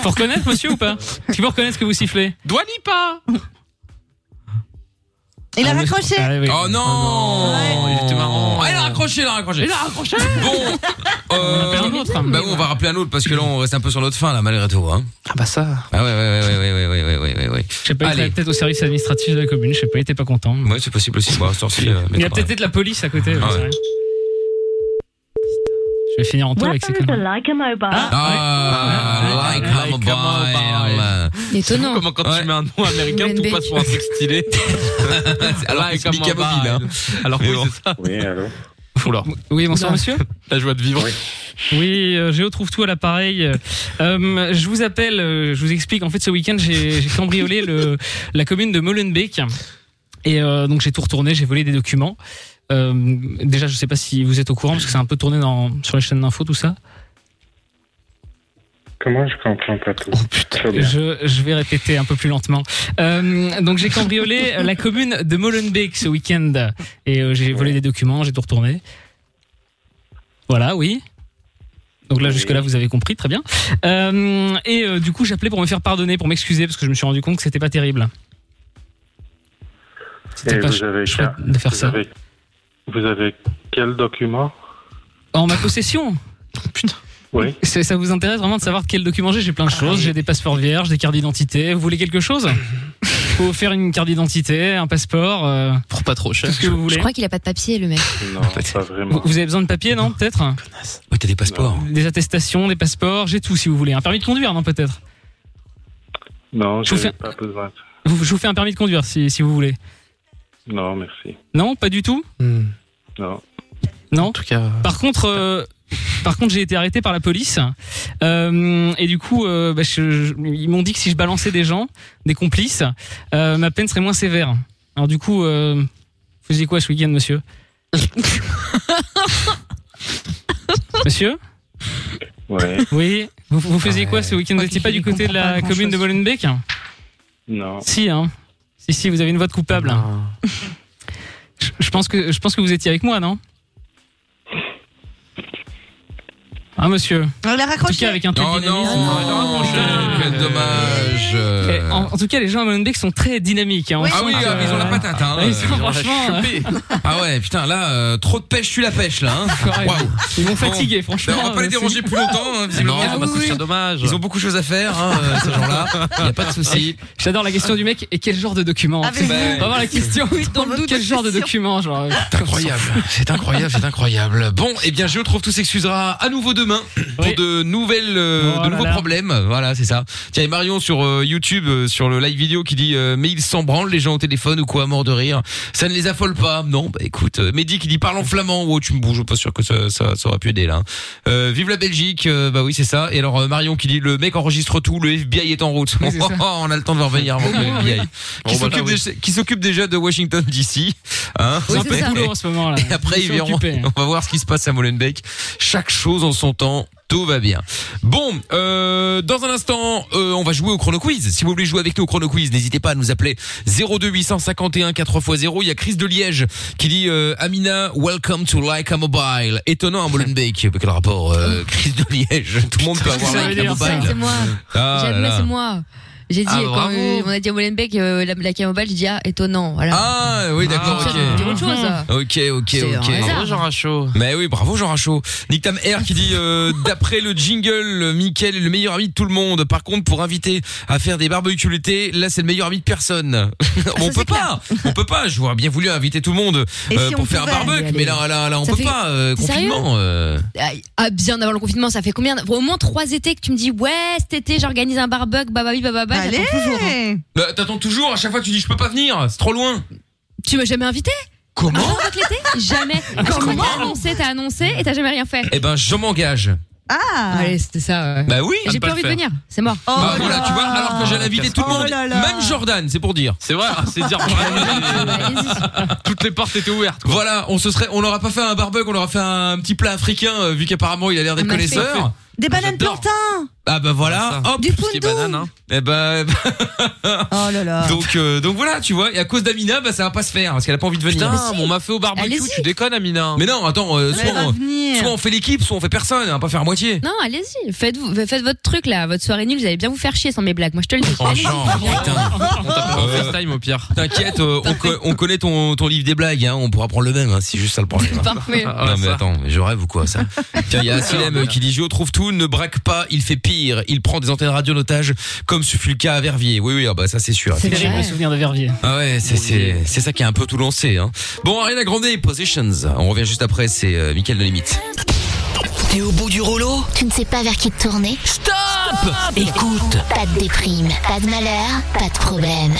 [SPEAKER 6] Faut reconnaître, monsieur, ou pas Est-ce que vous reconnaissez ce que vous sifflez
[SPEAKER 4] Doualipa
[SPEAKER 3] Il a
[SPEAKER 6] Ah, monsieur-
[SPEAKER 3] raccroché.
[SPEAKER 6] Ah, oui.
[SPEAKER 2] Oh non
[SPEAKER 4] Ouais. Il était marrant.
[SPEAKER 2] Ah, il a raccroché, il a raccroché. Il a raccroché Bon,
[SPEAKER 6] On appelle un
[SPEAKER 2] euh,
[SPEAKER 6] autre. hein.
[SPEAKER 2] bah oui, on va rappeler un autre parce que là, on reste un peu sur notre fin, là, malgré tout. Hein.
[SPEAKER 4] Ah bah ça.
[SPEAKER 2] Ah ouais, ouais, ouais, ouais, ouais, ouais, ouais, ouais, ouais, ouais.
[SPEAKER 6] Je sais pas, il
[SPEAKER 2] Allez.
[SPEAKER 6] était peut-être au service administratif de la commune, je sais pas, il était pas content.
[SPEAKER 2] Ouais, c'est possible aussi. Bon, sorti, euh, mais
[SPEAKER 6] Il y a
[SPEAKER 2] pas
[SPEAKER 6] peut-être de la police à côté.
[SPEAKER 2] Ah
[SPEAKER 6] j'en sais
[SPEAKER 2] ouais.
[SPEAKER 6] rien. Je vais finir en tôle avec ces
[SPEAKER 9] Welcome to
[SPEAKER 6] conneries.
[SPEAKER 9] Leica Mobile.
[SPEAKER 2] Ah,
[SPEAKER 4] Ouais.
[SPEAKER 2] like
[SPEAKER 4] Like
[SPEAKER 2] a
[SPEAKER 4] a
[SPEAKER 2] mobile.
[SPEAKER 5] étonnant.
[SPEAKER 4] Comment quand
[SPEAKER 2] Ouais.
[SPEAKER 4] tu mets un nom américain, tout
[SPEAKER 5] Molenbeek.
[SPEAKER 4] passe pour un truc stylé.
[SPEAKER 2] (laughs) Alors,
[SPEAKER 4] Like
[SPEAKER 2] c'est
[SPEAKER 4] a
[SPEAKER 2] Mika
[SPEAKER 4] mobile.
[SPEAKER 2] mobile,
[SPEAKER 4] Alors que
[SPEAKER 2] Mais
[SPEAKER 4] oui,
[SPEAKER 2] bon.
[SPEAKER 4] c'est ça.
[SPEAKER 8] Oui, allô
[SPEAKER 4] Oula,
[SPEAKER 6] Oui, bonsoir
[SPEAKER 5] Oula.
[SPEAKER 6] monsieur.
[SPEAKER 4] la joie de vivre.
[SPEAKER 6] Oui, euh, Géo trouve tout à l'appareil. Euh, euh, je vous appelle, euh, je vous explique. En fait, ce week-end, j'ai j'ai cambriolé le, la commune de Molenbeek. Et euh, donc, j'ai tout retourné, j'ai volé des documents. Euh, déjà, je sais pas si vous êtes au courant, parce que c'est un peu tourné dans, sur les chaînes d'infos, tout ça.
[SPEAKER 8] Comment je comprends pas
[SPEAKER 2] Oh,
[SPEAKER 8] tout Très bien.
[SPEAKER 6] Je, je vais répéter un peu plus lentement. Euh, donc j'ai cambriolé la commune de Molenbeek ce week-end et euh, j'ai volé des documents, j'ai tout retourné. Voilà, oui. Donc là,
[SPEAKER 8] Oui.
[SPEAKER 6] jusque-là, vous avez compris, très bien. Euh, et euh, du coup, j'appelais pour me faire pardonner, pour m'excuser, parce que je me suis rendu compte que c'était pas terrible. C'était
[SPEAKER 8] Et
[SPEAKER 6] pas
[SPEAKER 8] vous avez,
[SPEAKER 6] ch-
[SPEAKER 8] quel-
[SPEAKER 6] chouette de faire
[SPEAKER 8] vous
[SPEAKER 6] ça.
[SPEAKER 8] avez- vous avez quel document
[SPEAKER 6] En ma
[SPEAKER 4] (laughs)
[SPEAKER 6] possession,
[SPEAKER 8] Oui.
[SPEAKER 6] C'est- ça vous intéresse vraiment de savoir de quel document j'ai J'ai
[SPEAKER 4] Ah,
[SPEAKER 6] plein de choses, j'ai des passeports vierges, des cartes d'identité. Vous voulez quelque
[SPEAKER 4] (laughs)
[SPEAKER 6] chose Faut faire une carte d'identité, un passeport, euh,
[SPEAKER 4] Pour pas trop cher.
[SPEAKER 6] tout ce que vous
[SPEAKER 5] Je
[SPEAKER 6] voulez.
[SPEAKER 5] crois qu'il a pas de papier, le mec.
[SPEAKER 8] Non,
[SPEAKER 4] fait,
[SPEAKER 8] pas
[SPEAKER 6] Vous
[SPEAKER 8] vraiment.
[SPEAKER 6] vous avez besoin de papier, non Peut-être
[SPEAKER 2] Ouais, t'as des passeports.
[SPEAKER 6] Des attestations, des passeports, j'ai tout si vous voulez. Un permis de conduire, non Peut-être
[SPEAKER 8] Non,
[SPEAKER 6] Je
[SPEAKER 8] je
[SPEAKER 6] vous
[SPEAKER 8] n'ai
[SPEAKER 6] fais-
[SPEAKER 8] pas besoin.
[SPEAKER 6] Vous- Je vous fais un permis de conduire si, si vous voulez.
[SPEAKER 8] Non, merci.
[SPEAKER 6] Non, pas du tout
[SPEAKER 4] Hmm.
[SPEAKER 8] Non.
[SPEAKER 6] Non
[SPEAKER 4] En tout cas.
[SPEAKER 6] Par contre, euh, Par contre, j'ai été arrêté par la police. Euh, et du coup, euh, bah, je- je- ils m'ont dit que si je balançais des gens, des complices, euh, ma peine serait moins sévère. Alors du coup, euh, vous faisiez quoi ce week-end, monsieur Monsieur
[SPEAKER 8] Ouais.
[SPEAKER 6] Oui. Vous, vous faisiez Ah quoi ce week-end Vous
[SPEAKER 3] Ouais,
[SPEAKER 6] n'étiez pas du
[SPEAKER 3] il
[SPEAKER 6] côté de
[SPEAKER 3] comprend pas
[SPEAKER 6] la
[SPEAKER 3] grand-chose.
[SPEAKER 6] commune de Molenbeek
[SPEAKER 8] Non.
[SPEAKER 6] Si, hein. Si, si, vous avez une voix de coupable.
[SPEAKER 3] Ah.
[SPEAKER 6] (laughs) Je, je pense que, je pense que vous étiez avec moi, non Hein, monsieur
[SPEAKER 3] On l'a
[SPEAKER 6] En tout
[SPEAKER 3] raccroché.
[SPEAKER 6] cas, avec un tel
[SPEAKER 2] Non,
[SPEAKER 6] dynamisme.
[SPEAKER 2] non, Oh,
[SPEAKER 4] Euh,
[SPEAKER 2] quel dommage.
[SPEAKER 6] Eh,
[SPEAKER 2] euh.
[SPEAKER 6] En, en tout cas, les gens à Molenbeek sont très dynamiques. hein, on
[SPEAKER 3] Oui. euh,
[SPEAKER 6] sent
[SPEAKER 2] Ah oui,
[SPEAKER 6] que-
[SPEAKER 2] ah, mais ils ont la patate, hein.
[SPEAKER 6] Ouais, ils sont
[SPEAKER 2] Euh,
[SPEAKER 6] franchement,
[SPEAKER 2] Ah ouais, putain, là, euh, trop de pêche, tu la pêche, là. hein.
[SPEAKER 6] Correct.
[SPEAKER 2] Waouh.
[SPEAKER 6] ils m'ont fatigué,
[SPEAKER 2] Ben,
[SPEAKER 6] franchement.
[SPEAKER 2] On va pas les
[SPEAKER 6] euh,
[SPEAKER 2] déranger plus longtemps, hein, visiblement.
[SPEAKER 4] Non, ça va
[SPEAKER 2] Ils ont-
[SPEAKER 4] se faire dommage.
[SPEAKER 2] Ils ont beaucoup de choses à faire, hein, euh, ces gens-là. (laughs) Y a pas de souci.
[SPEAKER 6] c'est- J'adore la question du mec. Et quel genre de document
[SPEAKER 3] Avec
[SPEAKER 2] Bah,
[SPEAKER 6] On va voir la question.
[SPEAKER 3] dans le doute,
[SPEAKER 6] quel genre de
[SPEAKER 3] question.
[SPEAKER 6] document genre, euh,
[SPEAKER 2] C'est incroyable, c'est incroyable, c'est
[SPEAKER 4] (laughs)
[SPEAKER 2] incroyable. Bon, eh bien, je trouve tout s'excusera à nouveau demain pour
[SPEAKER 6] Oui.
[SPEAKER 2] de nouvelles, euh,
[SPEAKER 6] Oh
[SPEAKER 2] de
[SPEAKER 6] là
[SPEAKER 2] nouveaux
[SPEAKER 6] là.
[SPEAKER 2] problèmes. Voilà, c'est ça. Tiens, et Marion sur euh, YouTube, euh, sur le live vidéo, qui dit euh, mais ils s'en branlent les gens au téléphone ou quoi, mort de rire. Ça ne les affole pas. Non, bah écoute, euh, Mehdi qui dit parle en flamand. Oh, tu me bouges, je suis pas sûr que ça, ça, ça aurait pu aider là. hein. Euh, vive la Belgique, euh, bah oui, c'est ça. Et alors euh, Marion qui dit le mec enregistre tout, le FBI est en route.
[SPEAKER 6] Oui, c'est ça.
[SPEAKER 2] (laughs) on a le temps de
[SPEAKER 6] (laughs)
[SPEAKER 2] revenir avant que le FBI. Qui
[SPEAKER 4] Oh, bah là,
[SPEAKER 2] s'occupe
[SPEAKER 4] oui.
[SPEAKER 2] dé- qui s'occupe déjà de Washington DC. Hein
[SPEAKER 5] Oui,
[SPEAKER 6] ils ont
[SPEAKER 5] c'est
[SPEAKER 6] un peu de
[SPEAKER 5] ça.
[SPEAKER 6] boulot en ce moment là.
[SPEAKER 2] et après,
[SPEAKER 6] Ils
[SPEAKER 2] ils
[SPEAKER 6] sont
[SPEAKER 2] verront.
[SPEAKER 6] occupés.
[SPEAKER 2] On va voir ce qui se passe à Molenbeek. Chaque chose en son temps. Tout va bien. Bon, euh, dans un instant, euh, on va jouer au chrono quiz. Si vous voulez jouer avec nous au chrono quiz, n'hésitez pas à nous appeler 02 851 4x0. Il y a Chris de Liège qui dit euh, Amina, welcome to Leica Mobile.
[SPEAKER 6] (laughs)
[SPEAKER 2] Étonnant à Molenbeek. Quel rapport euh, Chris de Liège. Tout le monde peut avoir
[SPEAKER 6] Ah. ça veut
[SPEAKER 2] Leica
[SPEAKER 6] dire ça.
[SPEAKER 2] Mobile.
[SPEAKER 5] C'est moi.
[SPEAKER 2] Ah là
[SPEAKER 5] J'avoue,
[SPEAKER 2] là.
[SPEAKER 5] c'est moi. J'ai dit,
[SPEAKER 2] Ah,
[SPEAKER 5] quand
[SPEAKER 2] bravo.
[SPEAKER 5] euh, on a dit à Molenbeek, euh, la, la camobale, j'ai dit, ah, étonnant. Voilà.
[SPEAKER 2] Ah oui, d'accord,
[SPEAKER 5] Ça veut dire
[SPEAKER 2] ok.
[SPEAKER 5] autre chose.
[SPEAKER 2] Ok, ok,
[SPEAKER 5] C'est un
[SPEAKER 2] ok.
[SPEAKER 5] hasard.
[SPEAKER 4] Bravo, Jean Rachaud.
[SPEAKER 2] Mais oui, bravo Jean Rachaud. Nick Tam R qui dit
[SPEAKER 5] (laughs)
[SPEAKER 2] euh, d'après le jingle, euh, Mickaël est le meilleur ami de tout le monde. Par contre, pour inviter à faire des barbecues l'été, là c'est le meilleur ami de personne. (laughs) on
[SPEAKER 5] Ah, c'est
[SPEAKER 2] peut pas, on peut pas. J'aurais bien voulu inviter tout le monde
[SPEAKER 3] Et
[SPEAKER 2] euh,
[SPEAKER 3] si
[SPEAKER 2] pour
[SPEAKER 3] on
[SPEAKER 2] faire un
[SPEAKER 3] pouvait
[SPEAKER 2] barbecue,
[SPEAKER 5] Allez, allez.
[SPEAKER 2] mais là là là on
[SPEAKER 5] Ça
[SPEAKER 2] peut
[SPEAKER 5] fait-
[SPEAKER 2] pas. euh,
[SPEAKER 5] T'es sérieux
[SPEAKER 2] confinement. euh.
[SPEAKER 5] Ah, Ah, bien avant le confinement, ça fait combien Au moins trois étés que tu me dis, ouais, cet été, j'organise un barbecue, bah, bababi, bababa.
[SPEAKER 3] Allez.
[SPEAKER 5] j'attends toujours. hein.
[SPEAKER 2] Bah, T'attends toujours. À chaque fois tu dis je peux pas venir, c'est trop loin.
[SPEAKER 5] Tu m'as jamais invité
[SPEAKER 2] Comment
[SPEAKER 5] Avant que l'été
[SPEAKER 2] (laughs)
[SPEAKER 5] Jamais. À chaque fois, t'as annoncé, t'as annoncé et t'as jamais rien fait.
[SPEAKER 2] Eh ben je m'engage.
[SPEAKER 3] Ah.
[SPEAKER 5] Allez, c'était ça. ouais.
[SPEAKER 2] Bah oui.
[SPEAKER 5] J'ai plus envie de venir, c'est mort.
[SPEAKER 3] Oh
[SPEAKER 2] Bah voilà,
[SPEAKER 3] là
[SPEAKER 2] tu vois. Alors que j'allais
[SPEAKER 3] là.
[SPEAKER 2] inviter tout le
[SPEAKER 3] Oh
[SPEAKER 2] monde,
[SPEAKER 3] là là.
[SPEAKER 2] même Jordan, c'est pour dire.
[SPEAKER 4] C'est vrai, ah, c'est dire.
[SPEAKER 2] (laughs)
[SPEAKER 4] (laughs) Toutes les portes étaient ouvertes. quoi.
[SPEAKER 2] Voilà, on se serait, on n'aura pas fait un barbecue, on aura fait un petit plat africain, euh, vu qu'apparemment il a l'air d'être
[SPEAKER 5] Un muffin.
[SPEAKER 2] connaisseur.
[SPEAKER 3] Des bananes
[SPEAKER 4] J'adore.
[SPEAKER 3] plantains.
[SPEAKER 2] Ah bah voilà, hop,
[SPEAKER 5] Du
[SPEAKER 4] Tout ce qui est banane, hein.
[SPEAKER 2] et bah,
[SPEAKER 3] Oh là là.
[SPEAKER 2] donc euh, donc voilà, tu vois, et à cause d'Amina, bah ça va pas se faire parce qu'elle a pas envie de venir.
[SPEAKER 4] Putain, on m'a fait au barbecue,
[SPEAKER 5] Allez-y.
[SPEAKER 4] tu déconnes, Amina.
[SPEAKER 2] Mais non, attends, euh,
[SPEAKER 3] Elle
[SPEAKER 2] soit,
[SPEAKER 3] va
[SPEAKER 2] on, soit
[SPEAKER 3] venir.
[SPEAKER 2] on fait l'équipe, soit on fait personne, hein, pas faire moitié.
[SPEAKER 5] Non, allez-y, faites, vous- faites votre truc là, votre soirée nulle, vous allez bien vous faire chier sans mes blagues, moi je te le dis.
[SPEAKER 2] Oh genre, putain,
[SPEAKER 4] On t'appelle en
[SPEAKER 2] Euh.
[SPEAKER 4] FaceTime au pire.
[SPEAKER 2] t'inquiète, euh, on, co- on connaît ton, ton livre des blagues, hein, on pourra prendre le même, hein, c'est juste ça le problème. hein.
[SPEAKER 5] Parfait.
[SPEAKER 4] Ah,
[SPEAKER 2] non mais
[SPEAKER 4] ça.
[SPEAKER 2] attends, mais je rêve ou
[SPEAKER 9] (laughs)
[SPEAKER 2] quoi ça Tiens, il y a Asilem euh, qui dit Gio trouve tout, ne braque pas, il fait pire, il prend des antennes radio en otage comme ce fut le cas à Verviers. Oui oui, ah bah ça c'est sûr.
[SPEAKER 5] C'est
[SPEAKER 6] Terrible
[SPEAKER 5] vrai.
[SPEAKER 6] souvenir de Verviers.
[SPEAKER 2] Ah ouais, c'est c'est c'est ça qui a un peu tout lancé. Hein. Bon, Ariana Grande, Positions. On revient juste après. C'est euh, Michael de limite.
[SPEAKER 1] T'es au bout du rouleau
[SPEAKER 9] Tu ne sais pas vers qui te tourner
[SPEAKER 1] Stop Écoute,
[SPEAKER 9] Pas de déprime, pas de malheur, pas de problème.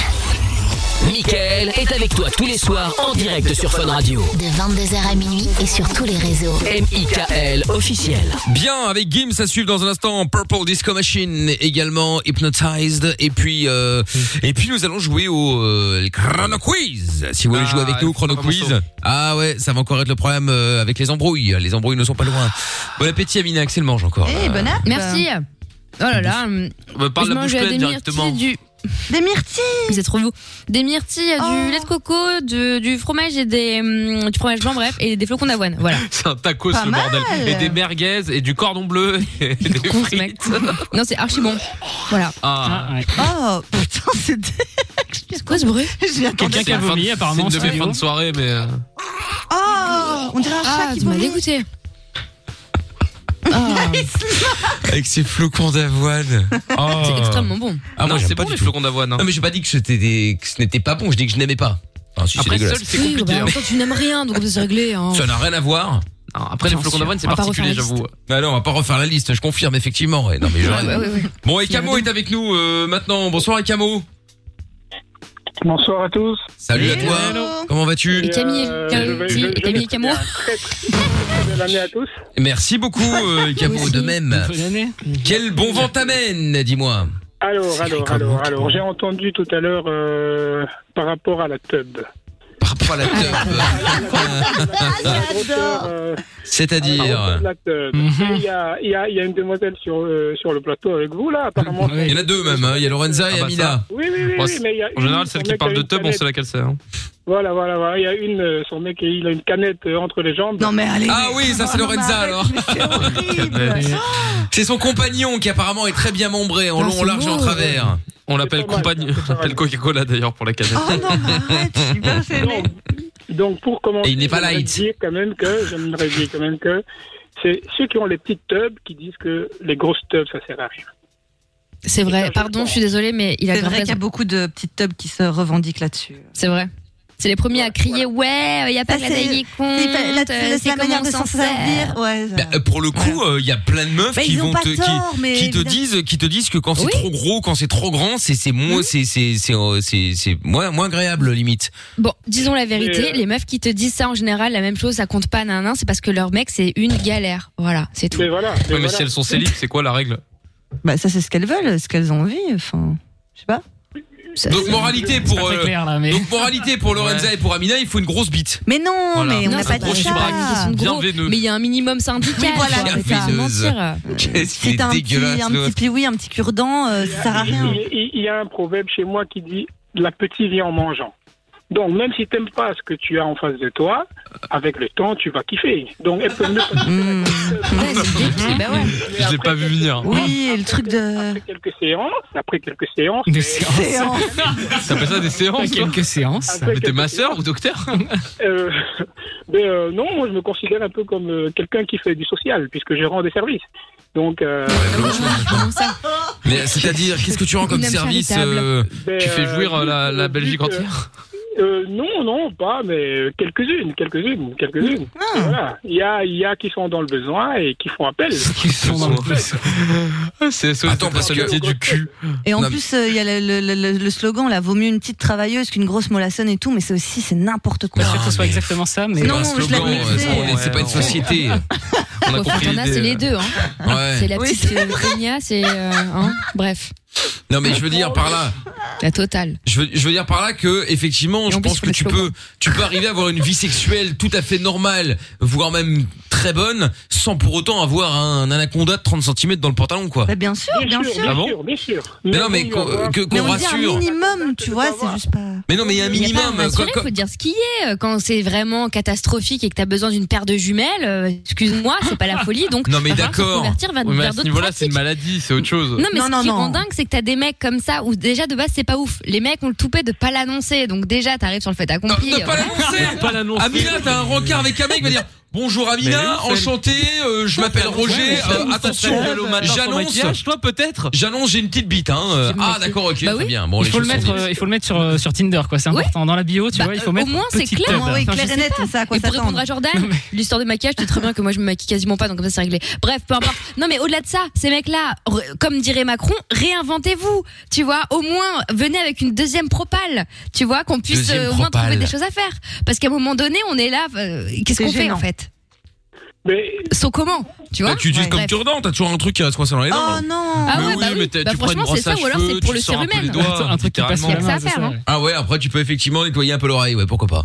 [SPEAKER 1] Mickaël est avec toi tous les soirs en direct sur Fun Radio.
[SPEAKER 9] De 22h à minuit et sur tous les réseaux.
[SPEAKER 1] M.I.K.L. officiel.
[SPEAKER 2] Bien, avec Gims, ça suit dans un instant. Purple Disco Machine, également Hypnotized. Et puis, euh, et puis nous allons jouer au euh, Chrono Quiz. Si vous voulez
[SPEAKER 4] Ah,
[SPEAKER 2] jouer avec nous, au Chrono
[SPEAKER 4] faut commencer.
[SPEAKER 2] Quiz. Ah ouais, ça va encore être le problème euh, avec les embrouilles. Les embrouilles ne sont pas loin. Bon appétit, Amina. Axel mange encore.
[SPEAKER 3] Eh,
[SPEAKER 5] ben,
[SPEAKER 2] là.
[SPEAKER 3] bon app.
[SPEAKER 5] Merci. Oh là là, hum,
[SPEAKER 4] Bah, Parle
[SPEAKER 5] je
[SPEAKER 4] la
[SPEAKER 5] mange
[SPEAKER 4] bouche
[SPEAKER 5] des
[SPEAKER 4] pleine
[SPEAKER 5] myrtilles
[SPEAKER 4] directement.
[SPEAKER 5] du...
[SPEAKER 3] Des myrtilles.
[SPEAKER 5] Vous êtes trop beau. Des myrtilles,
[SPEAKER 3] Oh.
[SPEAKER 5] du lait de coco, de- du fromage et des... hum, du fromage blanc, bref, et des flocons d'avoine, voilà.
[SPEAKER 4] (laughs) C'est un tacos
[SPEAKER 3] Pas
[SPEAKER 4] le
[SPEAKER 3] mal.
[SPEAKER 4] bordel. Et des merguez et du cordon bleu et des
[SPEAKER 5] con, ce
[SPEAKER 4] frites.
[SPEAKER 5] mec. Non, c'est archi bon. Voilà.
[SPEAKER 4] Ah.
[SPEAKER 6] Ah, ouais.
[SPEAKER 3] Oh putain, c'est. (laughs)
[SPEAKER 5] C'est quoi ce bruit
[SPEAKER 3] Je m'y attendais.
[SPEAKER 6] Quelqu'un qui a
[SPEAKER 4] C'est la fin de-
[SPEAKER 6] vomi, apparemment.
[SPEAKER 4] C'est une de mes
[SPEAKER 6] c'est-
[SPEAKER 4] fins de soirée, mais. euh,
[SPEAKER 3] Oh, on dirait un chat
[SPEAKER 5] Ah,
[SPEAKER 3] qui
[SPEAKER 5] tu m'as
[SPEAKER 3] vomit. (laughs)
[SPEAKER 5] dégoûté. Ah,
[SPEAKER 2] (laughs) (laughs) Avec ses flocons d'avoine. Oh.
[SPEAKER 5] (laughs) c'est extrêmement bon.
[SPEAKER 2] Ah, moi,
[SPEAKER 4] non,
[SPEAKER 2] j'aime
[SPEAKER 4] c'est
[SPEAKER 2] pas
[SPEAKER 4] pas
[SPEAKER 2] du
[SPEAKER 4] des
[SPEAKER 2] tout.
[SPEAKER 4] flocons d'avoine. hein.
[SPEAKER 2] Non, mais j'ai pas dit que c'était des- que ce n'était pas bon. Je dis que je n'aimais pas. Ah, si, c'est
[SPEAKER 4] Après,
[SPEAKER 2] dégueulasse.
[SPEAKER 4] seul, c'est
[SPEAKER 5] Oui, bah,
[SPEAKER 4] compliqué.
[SPEAKER 5] en
[SPEAKER 4] hein.
[SPEAKER 5] même temps, tu n'aimes rien, donc c'est réglé. Hein.
[SPEAKER 2] Ça n'a rien à voir.
[SPEAKER 4] Non, Après, les
[SPEAKER 5] Bien
[SPEAKER 4] flocons
[SPEAKER 5] sûr.
[SPEAKER 4] d'avoine, c'est
[SPEAKER 5] On va pas
[SPEAKER 4] particulier,
[SPEAKER 5] refaire la Ah
[SPEAKER 4] j'avoue.
[SPEAKER 2] Ah non, on va pas refaire la liste, je confirme effectivement. Ouais, non, mais je
[SPEAKER 5] Ouais,
[SPEAKER 2] rêve.
[SPEAKER 5] ouais, ouais, ouais.
[SPEAKER 2] Bon, et
[SPEAKER 5] Tu as
[SPEAKER 2] Camo est avec nous euh, maintenant. Bonsoir, et Camo.
[SPEAKER 10] Bonsoir à tous.
[SPEAKER 2] Salut à
[SPEAKER 10] Hello.
[SPEAKER 2] toi. Comment vas-tu
[SPEAKER 5] Et Camille,
[SPEAKER 10] Euh,
[SPEAKER 5] Cam-
[SPEAKER 10] je vais-
[SPEAKER 5] qui-
[SPEAKER 10] je- je-
[SPEAKER 5] Camille Camo
[SPEAKER 10] Très belle année à tous.
[SPEAKER 2] Merci beaucoup, euh, Camo, de même. Quel bon vent t'amène, dis-moi.
[SPEAKER 10] Alors, alors, alors, alors, j'ai entendu tout à l'heure euh, par rapport à la tub.
[SPEAKER 2] Par rapport à la
[SPEAKER 10] Ah, tub.
[SPEAKER 2] (laughs) C'est-à-dire
[SPEAKER 10] La tub.
[SPEAKER 2] Mhm.
[SPEAKER 10] Il y a- il y a il y a une demoiselle sur euh, sur le plateau avec vous, là, apparemment.
[SPEAKER 2] Il y en a deux même, hein. il y a Lorenza et
[SPEAKER 4] Ah bah
[SPEAKER 2] Amina.
[SPEAKER 4] ça.
[SPEAKER 10] Oui, oui, oui,
[SPEAKER 4] Bon,
[SPEAKER 10] oui, mais il y a
[SPEAKER 4] En général,
[SPEAKER 10] une,
[SPEAKER 4] celle
[SPEAKER 10] son
[SPEAKER 4] qui
[SPEAKER 10] mec
[SPEAKER 4] parle
[SPEAKER 10] a
[SPEAKER 4] de
[SPEAKER 10] une
[SPEAKER 4] tub, on
[SPEAKER 10] canette.
[SPEAKER 4] sait laquelle c'est. hein.
[SPEAKER 10] Voilà, voilà, voilà. Il y a une, euh, son mec, il a une canette euh, entre les jambes.
[SPEAKER 3] Non mais allez.
[SPEAKER 2] Ah oui, ça c'est Lorenza alors. C'est son compagnon qui apparemment est très bien membré en
[SPEAKER 4] Bah,
[SPEAKER 3] Non,
[SPEAKER 2] long, en
[SPEAKER 3] Ah, c'est
[SPEAKER 2] large et en
[SPEAKER 3] beau.
[SPEAKER 2] travers.
[SPEAKER 4] On l'appelle compagnon, on l'appelle Coca-Cola d'ailleurs pour la canette.
[SPEAKER 3] Oh non, arrête, je suis
[SPEAKER 4] (laughs)
[SPEAKER 3] pas
[SPEAKER 10] Donc, donc pour commencer,
[SPEAKER 2] Et il n'est pas
[SPEAKER 10] j'aimerais
[SPEAKER 2] light.
[SPEAKER 10] dire quand même que j'aimerais dire quand même que c'est ceux qui ont les petites tubs qui disent que les grosses tubs ça sert à rien.
[SPEAKER 5] C'est vrai, pardon, je suis désolée, mais il a
[SPEAKER 3] C'est
[SPEAKER 5] grave
[SPEAKER 3] vrai qu'il y a
[SPEAKER 5] raison.
[SPEAKER 3] beaucoup de petites tubs qui se revendiquent là-dessus.
[SPEAKER 5] C'est vrai. C'est les premiers à crier ouais, il y a pas
[SPEAKER 3] Ça,
[SPEAKER 5] que la
[SPEAKER 3] Ah, c'est-
[SPEAKER 5] taille qui
[SPEAKER 3] C'est
[SPEAKER 5] compte.
[SPEAKER 3] pas- la-
[SPEAKER 5] euh,
[SPEAKER 3] c'est la
[SPEAKER 5] comment
[SPEAKER 3] manière
[SPEAKER 5] on
[SPEAKER 3] de s'en servir. Ouais, ça-
[SPEAKER 2] Bah, euh, pour le coup, euh, il y a plein de meufs
[SPEAKER 3] Mais
[SPEAKER 2] qui
[SPEAKER 3] Bah, ils ont
[SPEAKER 2] vont
[SPEAKER 3] pas
[SPEAKER 2] te, qui-
[SPEAKER 3] tort, mais
[SPEAKER 2] qui te
[SPEAKER 3] évidemment.
[SPEAKER 2] disent qui te disent que quand c'est
[SPEAKER 5] Oui.
[SPEAKER 2] trop gros, quand c'est trop grand, c'est c'est moins c'est c'est c'est euh, c'est c'est moins moins agréable limite.
[SPEAKER 5] Bon, disons la vérité,
[SPEAKER 10] Mais, euh,
[SPEAKER 5] les meufs qui te disent ça en général, la même chose, ça compte pas nanan, c'est parce que leur mec c'est une galère. Voilà, c'est tout.
[SPEAKER 10] Mais voilà. Mais
[SPEAKER 4] Ouais, mais
[SPEAKER 10] voilà.
[SPEAKER 4] si elles sont célibes, c'est quoi la règle
[SPEAKER 3] Bah ça c'est ce qu'elles veulent, ce qu'elles ont envie. Enfin, je sais pas.
[SPEAKER 5] Ça-
[SPEAKER 2] Donc
[SPEAKER 5] ça-
[SPEAKER 2] moralité pour
[SPEAKER 6] Très
[SPEAKER 2] euh,
[SPEAKER 6] clair là, mais.
[SPEAKER 2] donc moralité pour Lorenza et pour Amina, il faut une grosse bite.
[SPEAKER 3] Mais non,
[SPEAKER 4] Voilà.
[SPEAKER 3] mais on
[SPEAKER 5] Non,
[SPEAKER 3] n'a
[SPEAKER 5] c'est
[SPEAKER 3] pas
[SPEAKER 5] gros
[SPEAKER 3] dit ça.
[SPEAKER 5] chibrac. Gros,
[SPEAKER 4] Bienvenue.
[SPEAKER 5] Mais il y a un minimum syndical.
[SPEAKER 3] Oui, voilà,
[SPEAKER 5] quoi,
[SPEAKER 2] c'est
[SPEAKER 5] faut pas mentir.
[SPEAKER 2] ça. Qu'est-ce qu'il
[SPEAKER 3] C'est
[SPEAKER 2] est
[SPEAKER 3] un petit,
[SPEAKER 2] dégueulasse
[SPEAKER 3] un petit
[SPEAKER 2] l'autre.
[SPEAKER 3] pioui, un petit cure-dent, euh, ça sert à rien.
[SPEAKER 10] Il, il- il y a un proverbe chez moi qui dit la petite vient en mangeant. Donc même si t'aimes pas ce que tu as en face de toi, avec le temps tu vas kiffer. Donc elle peut mieux passer
[SPEAKER 3] Hmm.
[SPEAKER 5] Ouais, c'est
[SPEAKER 2] (laughs)
[SPEAKER 5] débile, bah ouais.
[SPEAKER 10] Mais
[SPEAKER 4] Je l'ai
[SPEAKER 10] après
[SPEAKER 4] pas vu venir.
[SPEAKER 3] Oui, et le truc de.
[SPEAKER 10] après quelques séances, après quelques séances,
[SPEAKER 6] Des séances.
[SPEAKER 4] T'appelles ça des séances toi
[SPEAKER 6] Quelques séances.
[SPEAKER 10] après
[SPEAKER 4] Mais t'es
[SPEAKER 10] quelques
[SPEAKER 4] ma sœur
[SPEAKER 3] (laughs)
[SPEAKER 4] ou docteur
[SPEAKER 10] Euh, (laughs) ben, euh, non, moi je me considère un peu comme euh, quelqu'un qui fait du social, puisque je rends des services. Donc, euh,
[SPEAKER 5] Comment ça
[SPEAKER 2] Mais c'est-à-dire qu'est-ce que tu rends comme
[SPEAKER 5] Une âme
[SPEAKER 2] service
[SPEAKER 5] charitable.
[SPEAKER 2] euh,
[SPEAKER 10] ben,
[SPEAKER 4] Tu fais
[SPEAKER 10] euh,
[SPEAKER 4] jouir euh, la,
[SPEAKER 10] vu-
[SPEAKER 4] la
[SPEAKER 10] vu
[SPEAKER 4] Belgique
[SPEAKER 10] que-
[SPEAKER 4] entière
[SPEAKER 10] euh, Non, non, pas, mais euh, quelques-unes, quelques-unes, quelques-unes.
[SPEAKER 3] Ah.
[SPEAKER 10] Voilà. Il y a, il y a qui sont dans le besoin et qui font
[SPEAKER 2] (laughs)
[SPEAKER 10] appel.
[SPEAKER 6] Qui sont dans le plus.
[SPEAKER 4] C'est SOS
[SPEAKER 2] Attends,
[SPEAKER 4] Attends,
[SPEAKER 2] parce
[SPEAKER 4] parce
[SPEAKER 2] que-
[SPEAKER 4] du cul.
[SPEAKER 3] Et en
[SPEAKER 2] Non,
[SPEAKER 3] plus, euh, il y a le, le- le- le slogan là, vaut mieux une petite travailleuse qu'une grosse molassonne et tout, mais c'est aussi, c'est n'importe quoi.
[SPEAKER 6] Pas sûr que ce soit
[SPEAKER 2] Ah, mais-
[SPEAKER 6] exactement ça, mais.
[SPEAKER 2] c'est
[SPEAKER 3] Non,
[SPEAKER 2] pas un
[SPEAKER 3] je
[SPEAKER 2] slogan,
[SPEAKER 3] l'avais
[SPEAKER 2] euh,
[SPEAKER 3] fait.
[SPEAKER 2] on est- c'est pas une
[SPEAKER 4] Ouais,
[SPEAKER 2] société.
[SPEAKER 4] On a
[SPEAKER 5] Faut faire
[SPEAKER 4] compris
[SPEAKER 5] ton as, c'est les
[SPEAKER 4] l'idée.
[SPEAKER 5] deux. Hein. C'est
[SPEAKER 2] Ouais.
[SPEAKER 5] la petite euh, Kenya, c'est. euh, hein, bref,
[SPEAKER 2] Non mais je veux dire par là,
[SPEAKER 5] la totale.
[SPEAKER 2] Je veux, je veux dire par là que effectivement,
[SPEAKER 5] Et
[SPEAKER 2] je
[SPEAKER 5] en plus,
[SPEAKER 2] pense
[SPEAKER 5] faut
[SPEAKER 2] que
[SPEAKER 5] le
[SPEAKER 2] tu
[SPEAKER 5] slogan.
[SPEAKER 2] peux, tu peux arriver à avoir une vie sexuelle tout à fait normale, voire même très bonne, sans pour autant avoir un anaconda de 30 cm dans le pantalon, quoi.
[SPEAKER 3] Bah, bien sûr, bien sûr.
[SPEAKER 4] Ah bon
[SPEAKER 10] bien sûr, bien sûr.
[SPEAKER 2] Mais non, mais
[SPEAKER 10] oui,
[SPEAKER 2] qu'on
[SPEAKER 10] on va-
[SPEAKER 2] que-
[SPEAKER 3] Mais
[SPEAKER 2] qu'on
[SPEAKER 3] on dit un
[SPEAKER 2] rassure.
[SPEAKER 3] minimum, tu vois, c'est juste pas.
[SPEAKER 2] Mais non, mais il y a un
[SPEAKER 5] Il y a pas à
[SPEAKER 2] minimum. euh,
[SPEAKER 5] rassurer,
[SPEAKER 2] quoi,
[SPEAKER 5] faut dire ce qui est. Euh, Quand c'est vraiment catastrophique et que t'as besoin d'une paire de jumelles, euh, excuse-moi, c'est pas la folie. Donc,
[SPEAKER 2] Non, mais
[SPEAKER 5] va falloir se
[SPEAKER 2] d'accord.
[SPEAKER 5] convertir vers-
[SPEAKER 4] Oui, mais à
[SPEAKER 5] vers
[SPEAKER 4] ce
[SPEAKER 5] d'autres
[SPEAKER 4] niveau-là, c'est
[SPEAKER 5] pratiques.
[SPEAKER 4] une maladie, c'est autre chose.
[SPEAKER 5] Non, mais
[SPEAKER 3] Non,
[SPEAKER 5] ce
[SPEAKER 3] non,
[SPEAKER 5] qui
[SPEAKER 3] non.
[SPEAKER 5] rend dingue, c'est que t'as des mecs comme ça où déjà de base, c'est pas ouf. Les mecs ont le toupet de pas l'annoncer. Donc, déjà, t'arrives sur le fait
[SPEAKER 2] Non,
[SPEAKER 5] accompli.
[SPEAKER 2] ne pas l'annoncer
[SPEAKER 4] Pas l'annoncer.
[SPEAKER 2] Amina, t'as un rencard avec un mec, il va dire Bonjour
[SPEAKER 4] Mais
[SPEAKER 2] Amina,
[SPEAKER 4] oui, c'est-
[SPEAKER 2] enchanté, euh, je m'appelle Roger, euh, attention, j'annonce,
[SPEAKER 4] toi peut-être.
[SPEAKER 2] j'annonce, j'ai une petite bite, hein. euh, (laughs) Ah, d'accord, ok,
[SPEAKER 5] Bah
[SPEAKER 2] très
[SPEAKER 5] oui.
[SPEAKER 2] bien. Bon,
[SPEAKER 6] Il
[SPEAKER 2] les
[SPEAKER 6] faut, le
[SPEAKER 2] choses sont
[SPEAKER 6] mettre,
[SPEAKER 2] dites.
[SPEAKER 6] euh, il faut le mettre sur, euh, sur Tinder, quoi. C'est
[SPEAKER 5] Ouais.
[SPEAKER 6] important. Dans la bio, tu
[SPEAKER 5] Bah,
[SPEAKER 6] vois, il
[SPEAKER 5] euh,
[SPEAKER 6] faut mettre.
[SPEAKER 5] au moins, c'est
[SPEAKER 6] petite
[SPEAKER 5] clair.
[SPEAKER 6] tête.
[SPEAKER 5] Au moins,
[SPEAKER 3] oui,
[SPEAKER 6] Enfin, je
[SPEAKER 3] clair et net, c'est à quoi
[SPEAKER 5] Et pour
[SPEAKER 3] s'attendre.
[SPEAKER 5] répondre à Jordan, l'histoire de maquillage, tu sais très bien que moi je me maquille quasiment pas, donc comme ça c'est réglé. Bref, peu importe. Non mais au-delà de ça, ces mecs-là, re- comme dirait Macron, réinventez-vous. Tu vois, au moins venez avec une deuxième propale. Tu vois, qu'on puisse
[SPEAKER 2] Deuxième
[SPEAKER 5] euh, au moins
[SPEAKER 2] propale.
[SPEAKER 5] trouver des choses à faire. Parce qu'à un moment donné, on est là. euh, Qu'est-ce
[SPEAKER 3] C'est
[SPEAKER 5] qu'on fait
[SPEAKER 3] gênant.
[SPEAKER 5] en fait
[SPEAKER 10] Mais
[SPEAKER 5] Sauf comment Tu vois
[SPEAKER 2] Bah, tu
[SPEAKER 3] Ouais.
[SPEAKER 2] dis comme
[SPEAKER 5] Bref.
[SPEAKER 2] Turdan, t'as toujours un truc qui reste coincé dans les dents. hein.
[SPEAKER 3] Oh non
[SPEAKER 5] Ah
[SPEAKER 4] mais
[SPEAKER 5] ouais,
[SPEAKER 4] oui,
[SPEAKER 5] bah oui.
[SPEAKER 4] mais t'as-
[SPEAKER 5] Bah
[SPEAKER 4] tu prends une
[SPEAKER 5] franchevement,
[SPEAKER 4] brosse
[SPEAKER 5] c'est ça,
[SPEAKER 4] à
[SPEAKER 5] ou alors c'est
[SPEAKER 4] cheveux,
[SPEAKER 5] pour
[SPEAKER 4] tu
[SPEAKER 5] le
[SPEAKER 4] sers un peu les
[SPEAKER 5] cérumen.
[SPEAKER 4] doigts,
[SPEAKER 6] Un truc qui passe sur
[SPEAKER 4] littéralement.
[SPEAKER 6] la
[SPEAKER 5] Il y a que
[SPEAKER 6] main,
[SPEAKER 5] ça à
[SPEAKER 6] c'est
[SPEAKER 5] faire, hein.
[SPEAKER 2] Ah ouais, après tu peux effectivement nettoyer un peu l'oreille, ouais, pourquoi pas.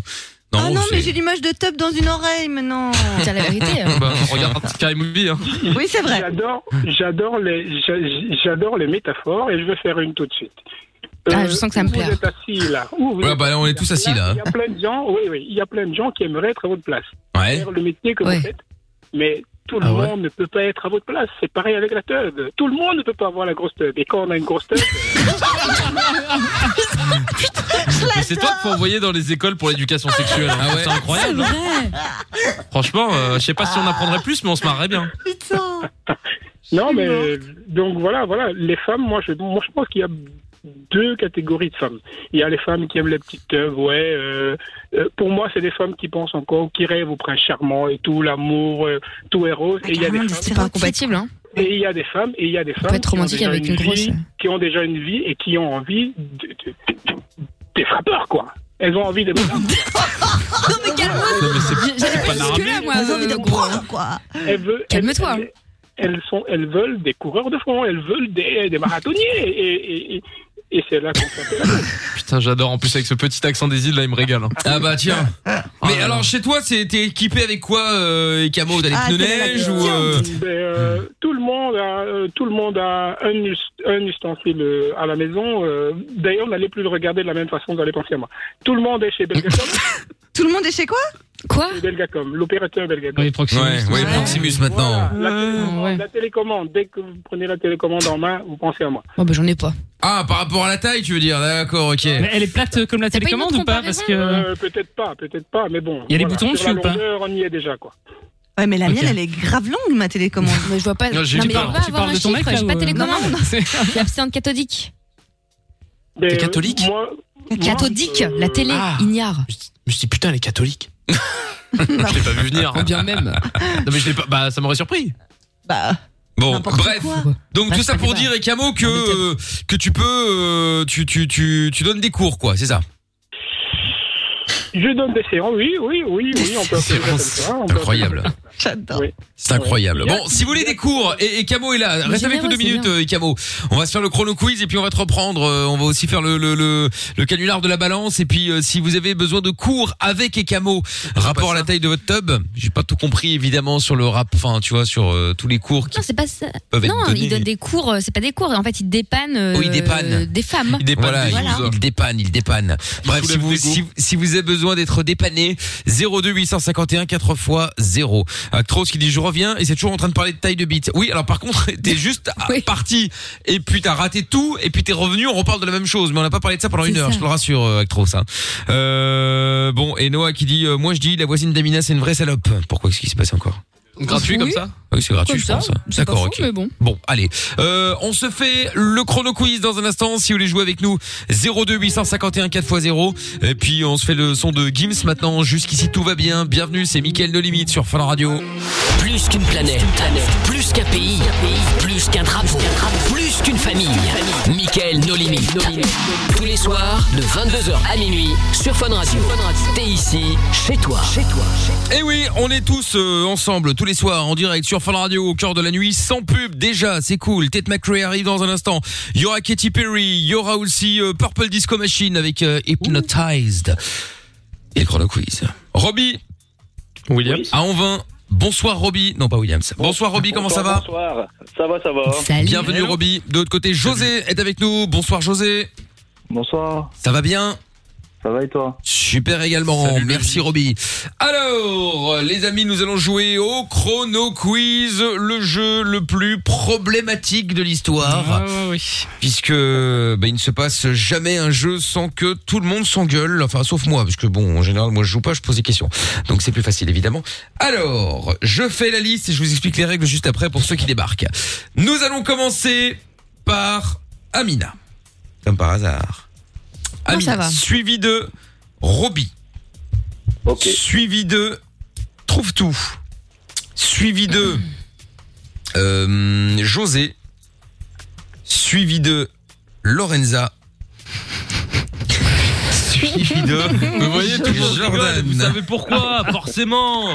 [SPEAKER 2] Non,
[SPEAKER 3] Ah non,
[SPEAKER 2] c'est-
[SPEAKER 3] mais j'ai l'image de top dans une oreille maintenant.
[SPEAKER 5] Tiens, la vérité. euh,
[SPEAKER 2] (laughs)
[SPEAKER 4] Bah, regarde Sky Movie, hein.
[SPEAKER 3] Oui, c'est vrai.
[SPEAKER 10] j'adore, j'adore les, j'a- j'adore les métaphores et je vais faire une tout de suite.
[SPEAKER 5] Ah, je sens que ça me
[SPEAKER 10] où
[SPEAKER 5] plaira.
[SPEAKER 10] Vous êtes assis là. où vous
[SPEAKER 2] Ouais,
[SPEAKER 10] êtes
[SPEAKER 2] bah là, on est tous assis là.
[SPEAKER 10] Il y a plein de gens, oui, oui, il y a plein de gens qui aimeraient être à votre place,
[SPEAKER 2] hein. Ouais.
[SPEAKER 10] faire le métier que
[SPEAKER 5] Ouais.
[SPEAKER 10] vous faites, mais tout le
[SPEAKER 4] Ah ouais.
[SPEAKER 10] monde ne peut pas être à votre place. C'est pareil avec la tub. Tout le monde ne peut pas avoir la grosse tub. Et quand on a une grosse tub,
[SPEAKER 4] Mais c'est toi qu'il faut envoyer dans les écoles pour l'éducation sexuelle. hein.
[SPEAKER 2] Ah ouais.
[SPEAKER 4] C'est incroyable. hein. Franchement, euh, je sais pas
[SPEAKER 2] Ah.
[SPEAKER 4] si on apprendrait plus, mais on se marrerait bien.
[SPEAKER 3] Putain
[SPEAKER 10] non, mais donc voilà, voilà, les femmes, moi, je, moi, je pense qu'il y a deux catégories de femmes. Il y a les femmes qui aiment les petites tubs, ouais. euh, euh, pour moi, c'est des femmes qui pensent encore, qui rêvent au prince charmant et tout, l'amour, euh, tout est rose.
[SPEAKER 3] Ah,
[SPEAKER 10] et il y a des
[SPEAKER 3] carrément,
[SPEAKER 10] femmes
[SPEAKER 5] C'est pas incompatible, hein.
[SPEAKER 10] Et il y a des femmes, et il y a des femmes
[SPEAKER 5] peut être
[SPEAKER 10] qui ont
[SPEAKER 5] romantique
[SPEAKER 10] déjà
[SPEAKER 5] avec une grosse.
[SPEAKER 10] vie, qui ont déjà une vie et qui ont envie de, de- des frappeurs, quoi. Elles ont envie
[SPEAKER 5] (laughs)
[SPEAKER 10] de.
[SPEAKER 5] Non, mais calme-toi J'allais
[SPEAKER 10] pas
[SPEAKER 5] pas jusque-là,
[SPEAKER 10] normal.
[SPEAKER 5] moi.
[SPEAKER 10] Elles ont
[SPEAKER 5] euh,
[SPEAKER 10] envie de
[SPEAKER 5] gros.
[SPEAKER 3] quoi.
[SPEAKER 10] Elles veulent- elles-
[SPEAKER 5] Calme-toi.
[SPEAKER 10] Elles, elles sont, elles veulent des coureurs de fond, elles veulent des, des marathonniers. Et, et, et, et c'est là qu'on s'appelle.
[SPEAKER 4] Putain, j'adore. En plus, avec ce petit accent des îles, là, il me régale. hein.
[SPEAKER 2] Ah bah tiens. Mais
[SPEAKER 4] Ah,
[SPEAKER 2] alors chez toi, c'est- t'es équipé avec quoi, euh, Camo T'as des
[SPEAKER 3] Ah,
[SPEAKER 2] pneus
[SPEAKER 3] quelle est la
[SPEAKER 2] neige ou
[SPEAKER 3] question
[SPEAKER 2] euh,
[SPEAKER 10] Mais, euh, tout le monde a, euh, tout le monde a un, us- un ustensile euh, à la maison. euh, D'ailleurs, n'allez plus le regarder de la même façon, vous allez penser à moi. Tout le monde est chez Belgacom,
[SPEAKER 3] (laughs) Tout le monde est chez quoi
[SPEAKER 5] Quoi
[SPEAKER 10] chez Belgacom, l'opérateur Belgacom.
[SPEAKER 6] Oui, Proximus.
[SPEAKER 2] Ouais, ouais,
[SPEAKER 3] Ouais.
[SPEAKER 2] Proximus maintenant.
[SPEAKER 10] Voilà, la,
[SPEAKER 3] Ah,
[SPEAKER 10] télécommande,
[SPEAKER 6] ouais.
[SPEAKER 10] la télécommande, dès que vous prenez la télécommande en main, vous pensez à moi.
[SPEAKER 5] Oh, bah, j'en ai pas.
[SPEAKER 2] Ah, par rapport à la taille, tu veux dire D'accord, ok.
[SPEAKER 6] Mais elle est plate euh, comme la
[SPEAKER 5] C'est pas une
[SPEAKER 6] télécommande
[SPEAKER 5] autre
[SPEAKER 6] ou pas Parce que.
[SPEAKER 10] Euh, peut-être pas, peut-être pas, mais bon.
[SPEAKER 6] Il y a des boutons
[SPEAKER 10] Sur la
[SPEAKER 6] dessus ou pas
[SPEAKER 10] longueur, On y est déjà, quoi.
[SPEAKER 3] Ouais, mais la
[SPEAKER 6] Ok.
[SPEAKER 3] mienne, elle est grave longue, ma télécommande.
[SPEAKER 5] Mais je vois pas.
[SPEAKER 4] Non, j'ai
[SPEAKER 5] non,
[SPEAKER 4] dit
[SPEAKER 6] tu
[SPEAKER 5] mais je
[SPEAKER 6] parles,
[SPEAKER 5] vois pas
[SPEAKER 6] tu
[SPEAKER 5] avoir
[SPEAKER 6] parles
[SPEAKER 5] un
[SPEAKER 6] de ton
[SPEAKER 5] chiffre,
[SPEAKER 6] mec
[SPEAKER 5] je
[SPEAKER 6] là
[SPEAKER 5] suis pas
[SPEAKER 6] ou- Non,
[SPEAKER 5] télécommande.
[SPEAKER 6] non,
[SPEAKER 5] (laughs)
[SPEAKER 6] c'est-
[SPEAKER 5] Je suis abstinente cathodique.
[SPEAKER 10] Mais,
[SPEAKER 2] T'es
[SPEAKER 10] euh,
[SPEAKER 2] catholique
[SPEAKER 10] moi-
[SPEAKER 5] Cathodique,
[SPEAKER 10] euh,
[SPEAKER 5] la télé,
[SPEAKER 4] ah.
[SPEAKER 5] ignare.
[SPEAKER 4] Je me suis dit, putain, elle est catholique.
[SPEAKER 6] Ah.
[SPEAKER 4] (laughs) je l'ai pas vu venir.
[SPEAKER 2] bien même.
[SPEAKER 4] (laughs) Non, mais je l'ai pas. Bah, ça m'aurait surpris.
[SPEAKER 3] Bah,
[SPEAKER 2] Bon,
[SPEAKER 3] n'importe
[SPEAKER 2] bref.
[SPEAKER 3] quoi.
[SPEAKER 2] Donc
[SPEAKER 3] Bah,
[SPEAKER 2] tout
[SPEAKER 3] je
[SPEAKER 2] ça pour
[SPEAKER 3] savais
[SPEAKER 2] dire, Camo, que
[SPEAKER 3] Non, mais t'as-
[SPEAKER 2] euh, que tu peux, euh, tu tu tu tu donnes des cours, quoi, c'est ça
[SPEAKER 10] Je donne des séances, oui, oui, oui, oui, on peut
[SPEAKER 2] C'est
[SPEAKER 10] appeler ça
[SPEAKER 2] bon,
[SPEAKER 10] comme
[SPEAKER 2] c'est
[SPEAKER 10] ça. on peut
[SPEAKER 3] (laughs)
[SPEAKER 2] Incroyable.
[SPEAKER 10] appeler ça comme
[SPEAKER 3] J'adore.
[SPEAKER 10] Oui.
[SPEAKER 2] C'est incroyable. Bon, si vous voulez des cours, et, et Camo est là. Reste
[SPEAKER 5] c'est
[SPEAKER 2] avec
[SPEAKER 5] bien,
[SPEAKER 2] nous deux
[SPEAKER 5] ouais, c'est
[SPEAKER 2] minutes,
[SPEAKER 5] bien.
[SPEAKER 2] euh, et Camo. On va se faire le chrono quiz et puis on va te reprendre. Euh, on va aussi faire le, le, le, le canular de la balance. Et puis, euh, si vous avez besoin de cours avec et Camo, rapport à la taille de votre tub, j'ai pas tout compris évidemment sur le rap. Enfin, tu vois, sur euh, tous les cours qui
[SPEAKER 5] Non, c'est pas ça.
[SPEAKER 2] peuvent être
[SPEAKER 5] Non,
[SPEAKER 2] donnés.
[SPEAKER 5] il donne des cours, euh, c'est pas des cours, en fait, il dépanne euh,
[SPEAKER 2] Oh, il dépanne.
[SPEAKER 5] des femmes.
[SPEAKER 4] Il dépanne
[SPEAKER 2] Voilà,
[SPEAKER 4] des
[SPEAKER 5] Voilà.
[SPEAKER 4] users.
[SPEAKER 2] il dépanne, il dépanne. Bref, si
[SPEAKER 4] soulève
[SPEAKER 2] vous,
[SPEAKER 4] des goûts.
[SPEAKER 2] si, si vous avez besoin d'être dépanné, 02 851 4 x 0. Actros qui dit je reviens et c'est toujours en train de parler de taille de bite. Oui, alors par contre, (laughs) t'es juste à-
[SPEAKER 5] Oui.
[SPEAKER 2] parti et puis t'as raté tout et puis t'es revenu, on reparle de la même chose, mais on n'a pas parlé de ça pendant
[SPEAKER 5] C'est
[SPEAKER 2] une heure,
[SPEAKER 5] ça.
[SPEAKER 2] je te le rassure, euh, Actros. hein. Euh, bon, et Noah qui dit euh, moi je dis la voisine d'Amina c'est une vraie salope. Pourquoi qu'est-ce qui se passe encore
[SPEAKER 4] Gratuit
[SPEAKER 5] Oui.
[SPEAKER 4] comme ça
[SPEAKER 2] Ah Oui, c'est gratuit,
[SPEAKER 5] Comme
[SPEAKER 2] je
[SPEAKER 5] ça,
[SPEAKER 2] pense.
[SPEAKER 5] c'est pas
[SPEAKER 2] D'accord,
[SPEAKER 5] fou,
[SPEAKER 2] ok.
[SPEAKER 5] mais bon.
[SPEAKER 2] Bon, allez, euh, on se fait le chrono quiz dans un instant. Si vous voulez jouer avec nous, 02 851 4x0. Et puis on se fait le son de Gims maintenant. Jusqu'ici tout va bien. Bienvenue, c'est Mickaël No Limite sur Fun Radio.
[SPEAKER 1] Plus qu'une planète, plus qu'un pays, plus qu'un drapeau, plus qu'une famille. Michael No Limit. Tous les soirs de 22h à minuit sur Fun Radio. T'es ici, chez toi. Chez toi.
[SPEAKER 2] Et Eh oui, on est tous euh, ensemble tous les soirs en direct sur Fun Radio au cœur de la nuit, sans pub déjà, c'est cool. Ted McRae arrive dans un instant. Il y aura Katy Perry, il y aura aussi euh, Purple Disco Machine avec euh, Hypnotized. Et le chrono quiz.
[SPEAKER 5] (laughs)
[SPEAKER 2] Robbie,
[SPEAKER 4] William
[SPEAKER 2] à Envin. Bonsoir Robbie. Non, pas Williams. Bonsoir Robbie, comment ça va
[SPEAKER 8] Bonsoir, ça va, ça va.
[SPEAKER 5] Salut.
[SPEAKER 2] Bienvenue Roby. De l'autre côté, José est avec nous. Bonsoir José.
[SPEAKER 8] Bonsoir,
[SPEAKER 2] Ça va bien
[SPEAKER 8] ça va et toi
[SPEAKER 2] Super également.
[SPEAKER 4] Salut,
[SPEAKER 2] Merci Roby. Alors, les amis, nous allons jouer au Chrono Quiz, le jeu le plus problématique de l'histoire,
[SPEAKER 6] Ah, ouais, oui.
[SPEAKER 2] puisque bah, il ne se passe jamais un jeu sans que tout le monde s'engueule. Enfin, sauf moi, parce que bon, en général, moi je joue pas, je pose des questions, donc c'est plus facile évidemment. Alors, je fais la liste et je vous explique les règles juste après pour ceux qui débarquent. Nous allons commencer par Amina. Comme par hasard.
[SPEAKER 5] Non,
[SPEAKER 2] Amina,
[SPEAKER 5] ça va.
[SPEAKER 2] suivi de Roby,
[SPEAKER 8] Ok,
[SPEAKER 2] suivi de Trouve tout, suivi de euh, José, suivi de Lorenza, suivi de
[SPEAKER 4] Vous voyez, tout le monde rigole,
[SPEAKER 2] Jordan.
[SPEAKER 4] Vous savez pourquoi (laughs) Forcément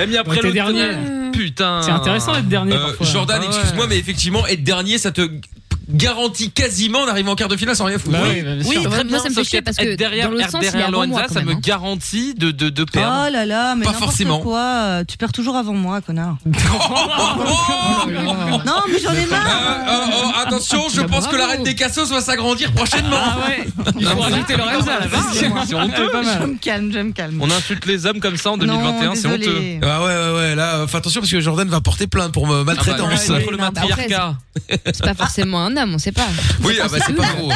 [SPEAKER 4] Eh, mais après
[SPEAKER 6] Ouais, t'es
[SPEAKER 4] le
[SPEAKER 6] dernier.
[SPEAKER 4] tour, Putain
[SPEAKER 6] C'est intéressant d'être dernier.
[SPEAKER 2] Euh,
[SPEAKER 6] parfois.
[SPEAKER 2] Jordan,
[SPEAKER 4] Ah ouais.
[SPEAKER 2] excuse-moi, mais effectivement, être dernier, ça te garantit quasiment d'arriver en quart de finale sans rien foutre.
[SPEAKER 6] Bah oui, bah, bien
[SPEAKER 4] Oui,
[SPEAKER 6] sûr.
[SPEAKER 5] Moi,
[SPEAKER 4] très
[SPEAKER 5] ça
[SPEAKER 4] bien,
[SPEAKER 5] me fait
[SPEAKER 4] sauf
[SPEAKER 5] chier
[SPEAKER 4] qu'être-
[SPEAKER 5] parce que
[SPEAKER 4] être derrière,
[SPEAKER 5] dans le
[SPEAKER 4] être
[SPEAKER 5] sens, il est
[SPEAKER 4] derrière
[SPEAKER 5] avant moi,
[SPEAKER 4] Lorenza,
[SPEAKER 5] quand
[SPEAKER 4] ça
[SPEAKER 5] même,
[SPEAKER 4] me
[SPEAKER 5] hein.
[SPEAKER 4] garantit de, de, de
[SPEAKER 3] Oh
[SPEAKER 4] perdre.
[SPEAKER 3] là là, mais
[SPEAKER 2] Pas
[SPEAKER 3] n'importe
[SPEAKER 2] forcément.
[SPEAKER 3] quoi. euh, Tu perds toujours avant moi, connard.
[SPEAKER 5] Oh,
[SPEAKER 3] Non, mais j'en ai
[SPEAKER 2] Euh,
[SPEAKER 3] marre.
[SPEAKER 2] euh, oh, attention, je
[SPEAKER 5] Bah,
[SPEAKER 2] pense que la
[SPEAKER 5] bravo.
[SPEAKER 2] reine des cassos va s'agrandir prochainement.
[SPEAKER 6] Ah ouais, il faut rajouter Lorenza là-bas.
[SPEAKER 4] C'est honteux.
[SPEAKER 6] pas
[SPEAKER 3] (laughs) Je
[SPEAKER 6] mal.
[SPEAKER 3] me calme, je me calme.
[SPEAKER 4] On insulte les hommes comme ça en
[SPEAKER 3] Non,
[SPEAKER 4] 2021, c'est
[SPEAKER 3] désolée.
[SPEAKER 4] honteux.
[SPEAKER 2] Ah ouais, ouais, ouais, là, euh, fais attention parce que Jordan va porter plainte pour euh,
[SPEAKER 4] Ah bah,
[SPEAKER 2] maltraitance.
[SPEAKER 4] lutte contre le
[SPEAKER 5] non, bah, après,
[SPEAKER 4] matriarcat.
[SPEAKER 5] C'est (laughs) pas forcément un homme, on sait pas.
[SPEAKER 2] oui, ah bah, c'est pas faux.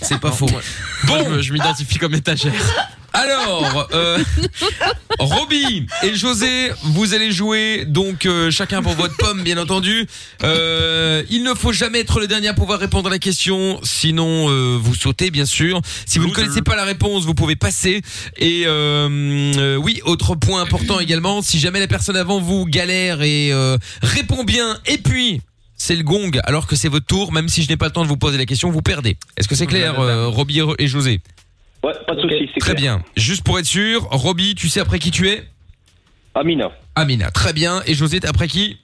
[SPEAKER 2] C'est pas faux.
[SPEAKER 4] Ah, Bon, je me- je m'identifie comme étagère.
[SPEAKER 2] Alors, euh, Roby et José, vous allez jouer donc euh, chacun pour votre pomme, bien entendu. Euh, il ne faut jamais être le dernier à pouvoir répondre à la question, sinon euh, vous sautez, bien sûr. Si vous ne
[SPEAKER 4] Loser.
[SPEAKER 2] connaissez pas la réponse, vous pouvez passer. Et euh, euh, oui, autre point important également, si jamais la personne avant vous galère et euh, répond bien, et puis c'est le gong, alors que c'est votre tour, même si je n'ai pas le temps de vous poser la question, vous perdez. Est-ce que c'est clair, euh, Roby et José
[SPEAKER 8] Ouais, pas de soucis, c'est
[SPEAKER 2] Très
[SPEAKER 8] clair.
[SPEAKER 2] bien. Juste pour être sûr, Roby, tu sais après qui tu es
[SPEAKER 8] Amina.
[SPEAKER 2] Amina, très bien. Et José, t'es après qui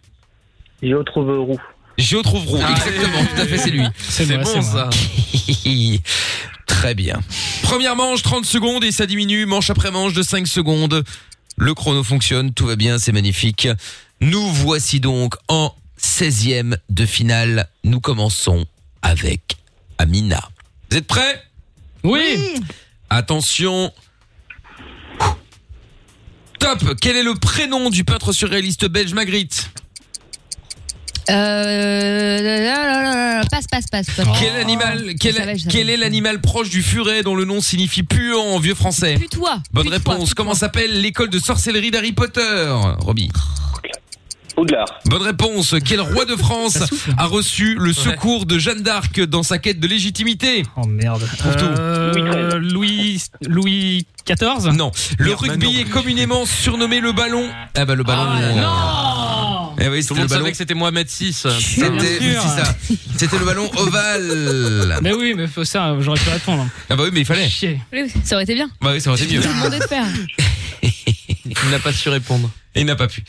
[SPEAKER 7] Géo trouve euh, roux.
[SPEAKER 2] Géo trouve roux, exactement. Tout à fait, c'est lui.
[SPEAKER 6] Ah, C'est moi,
[SPEAKER 2] bon
[SPEAKER 6] c'est moi.
[SPEAKER 2] ça. (laughs) très bien. Première manche, 30 secondes et ça diminue manche après manche de 5 secondes. Le chrono fonctionne, tout va bien, c'est magnifique. Nous voici donc en 16e de finale. Nous commençons avec Amina. Vous êtes prêts
[SPEAKER 6] Oui.
[SPEAKER 2] Attention. Top Quel est le prénom du peintre surréaliste belge Magritte
[SPEAKER 5] Euh, là, là, là, là, passe, passe, passe. passe.
[SPEAKER 2] Quel animal quel,
[SPEAKER 5] Je savais, Ah, je savais.
[SPEAKER 2] quel est l'animal proche du furet dont le nom signifie puant en vieux français
[SPEAKER 5] Putois.
[SPEAKER 2] Bonne
[SPEAKER 5] Putois,
[SPEAKER 2] réponse.
[SPEAKER 5] putois.
[SPEAKER 2] Comment s'appelle l'école de sorcellerie d'Harry Potter Roby.
[SPEAKER 8] Poudlard.
[SPEAKER 2] Bonne réponse. Quel roi de France a reçu le secours de Jeanne d'Arc dans sa quête de légitimité
[SPEAKER 6] Oh merde. Euh, Louis Louis XIV.
[SPEAKER 2] Non. Le rugby est communément surnommé le ballon. Ah bah le ballon.
[SPEAKER 6] Non.
[SPEAKER 2] Eh oui,
[SPEAKER 4] Tout
[SPEAKER 2] c'était le
[SPEAKER 4] le monde
[SPEAKER 2] ballon.
[SPEAKER 4] savait que c'était Mohamed VI.
[SPEAKER 2] C'était
[SPEAKER 6] Bien sûr.
[SPEAKER 2] c'est ça. C'était le ballon ovale.
[SPEAKER 4] Bah
[SPEAKER 6] Mais oui, mais faut ça, j'aurais pu répondre.
[SPEAKER 2] Ah bah oui, mais il fallait.
[SPEAKER 6] Chier.
[SPEAKER 5] Oui, oui, Ça aurait été bien.
[SPEAKER 2] Bah oui, ça aurait été mieux.
[SPEAKER 5] Tout le monde est de faire.
[SPEAKER 4] Il n'a pas su répondre.
[SPEAKER 2] Il n'a pas pu.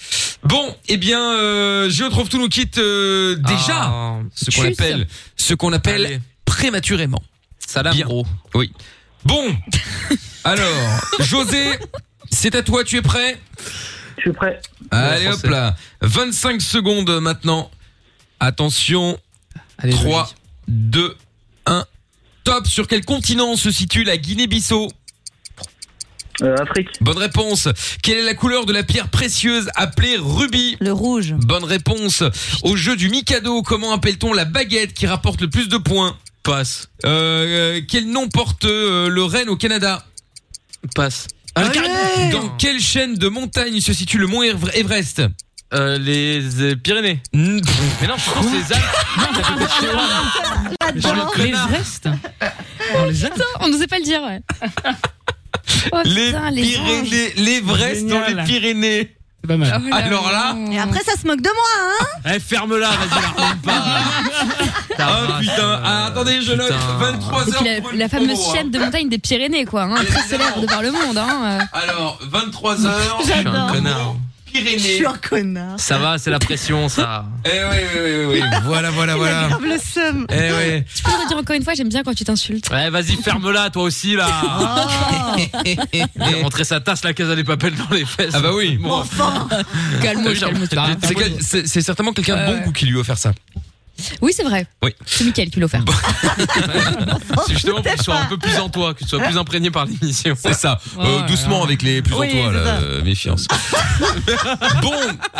[SPEAKER 2] Bon, eh bien, euh, Géo trouve tout nous quitte euh, déjà.
[SPEAKER 4] Ah,
[SPEAKER 2] ce qu'on
[SPEAKER 5] Tchuss.
[SPEAKER 2] appelle, ce qu'on appelle
[SPEAKER 4] Allez.
[SPEAKER 2] prématurément.
[SPEAKER 4] Salam,
[SPEAKER 2] Bien.
[SPEAKER 4] gros.
[SPEAKER 2] Oui. Bon. (laughs) Alors, José, c'est à toi. Tu es prêt
[SPEAKER 7] Je suis prêt.
[SPEAKER 2] Allez, hop
[SPEAKER 4] français.
[SPEAKER 2] là. 25 secondes maintenant. Attention.
[SPEAKER 4] Allez,
[SPEAKER 2] 3, 2, 1. Top. Sur quel continent se situe la Guinée-Bissau
[SPEAKER 7] Euh, Afrique.
[SPEAKER 2] Bonne réponse. Quelle est la couleur de la pierre précieuse appelée rubis
[SPEAKER 3] Le rouge.
[SPEAKER 2] Bonne réponse. Au jeu du Mikado, comment appelle-t-on la baguette qui rapporte le plus de points
[SPEAKER 4] Passe.
[SPEAKER 2] Euh, euh, quel nom porte euh, le renne au Canada
[SPEAKER 4] Passe.
[SPEAKER 2] Ah, Dans quelle chaîne de montagne se situe le mont Ev- Everest
[SPEAKER 4] Euh, les euh, Pyrénées.
[SPEAKER 2] Mm, pff,
[SPEAKER 4] Mais non, je pense que c'est les Alpes.
[SPEAKER 3] Là-dedans.
[SPEAKER 6] L'Everest. Dans les Alpes.
[SPEAKER 5] Putain, on n'osait pas le dire, ouais. Oh,
[SPEAKER 2] Les
[SPEAKER 5] putain, les anges.
[SPEAKER 2] Pyrénées, l'Everest dans les
[SPEAKER 6] Génial.
[SPEAKER 2] Pyrénées. Ah,
[SPEAKER 6] C'est pas mal.
[SPEAKER 5] Oh là
[SPEAKER 2] Alors là,
[SPEAKER 5] là.
[SPEAKER 3] Et après, ça se moque de moi, hein
[SPEAKER 4] Eh, ferme-la, vas-y, la remonte pas.
[SPEAKER 2] Ah putain, ah, attendez, je note
[SPEAKER 4] Putain.
[SPEAKER 5] Et
[SPEAKER 2] 23
[SPEAKER 5] puis
[SPEAKER 2] h
[SPEAKER 5] la, la fameuse chaîne
[SPEAKER 2] hein.
[SPEAKER 5] de montagne des Pyrénées, quoi. hein, très célèbre de par le monde. Hein. euh.
[SPEAKER 2] Alors, 23 h
[SPEAKER 4] Je suis un connard.
[SPEAKER 3] Je suis
[SPEAKER 2] Pyrénées.
[SPEAKER 3] un connard.
[SPEAKER 4] Ça va, c'est la pression, ça.
[SPEAKER 2] Eh oui, oui, oui, oui, oui. Voilà, voilà, voilà.
[SPEAKER 3] Grave le seum.
[SPEAKER 2] Ah. Eh ouais.
[SPEAKER 5] Tu peux le dire encore une fois, j'aime bien quand tu t'insultes.
[SPEAKER 4] Ouais, Eh, vas-y, ferme-la, toi aussi,
[SPEAKER 3] Oh.
[SPEAKER 4] là. Il a rentré sa tasse, la case des papels dans les fesses.
[SPEAKER 2] Ah bah oui.
[SPEAKER 4] Bon,
[SPEAKER 5] Calme-toi,
[SPEAKER 4] J'ai-
[SPEAKER 5] calme-toi.
[SPEAKER 2] C'est quel- C'est c'est certainement quelqu'un de bon goût qui lui a offert ça.
[SPEAKER 5] Oui, c'est vrai.
[SPEAKER 2] Oui.
[SPEAKER 5] C'est Mickaël qui l'a offert.
[SPEAKER 4] c'est justement pour que tu sois un peu plus en toi, que tu sois plus imprégné par l'émission.
[SPEAKER 2] C'est ça. Euh,
[SPEAKER 5] Ouais,
[SPEAKER 2] doucement avec les plus
[SPEAKER 3] Oh Oui,
[SPEAKER 2] en toi,
[SPEAKER 3] c'est
[SPEAKER 2] là,
[SPEAKER 3] ça.
[SPEAKER 2] euh,
[SPEAKER 3] (laughs)
[SPEAKER 2] méfiance. bon,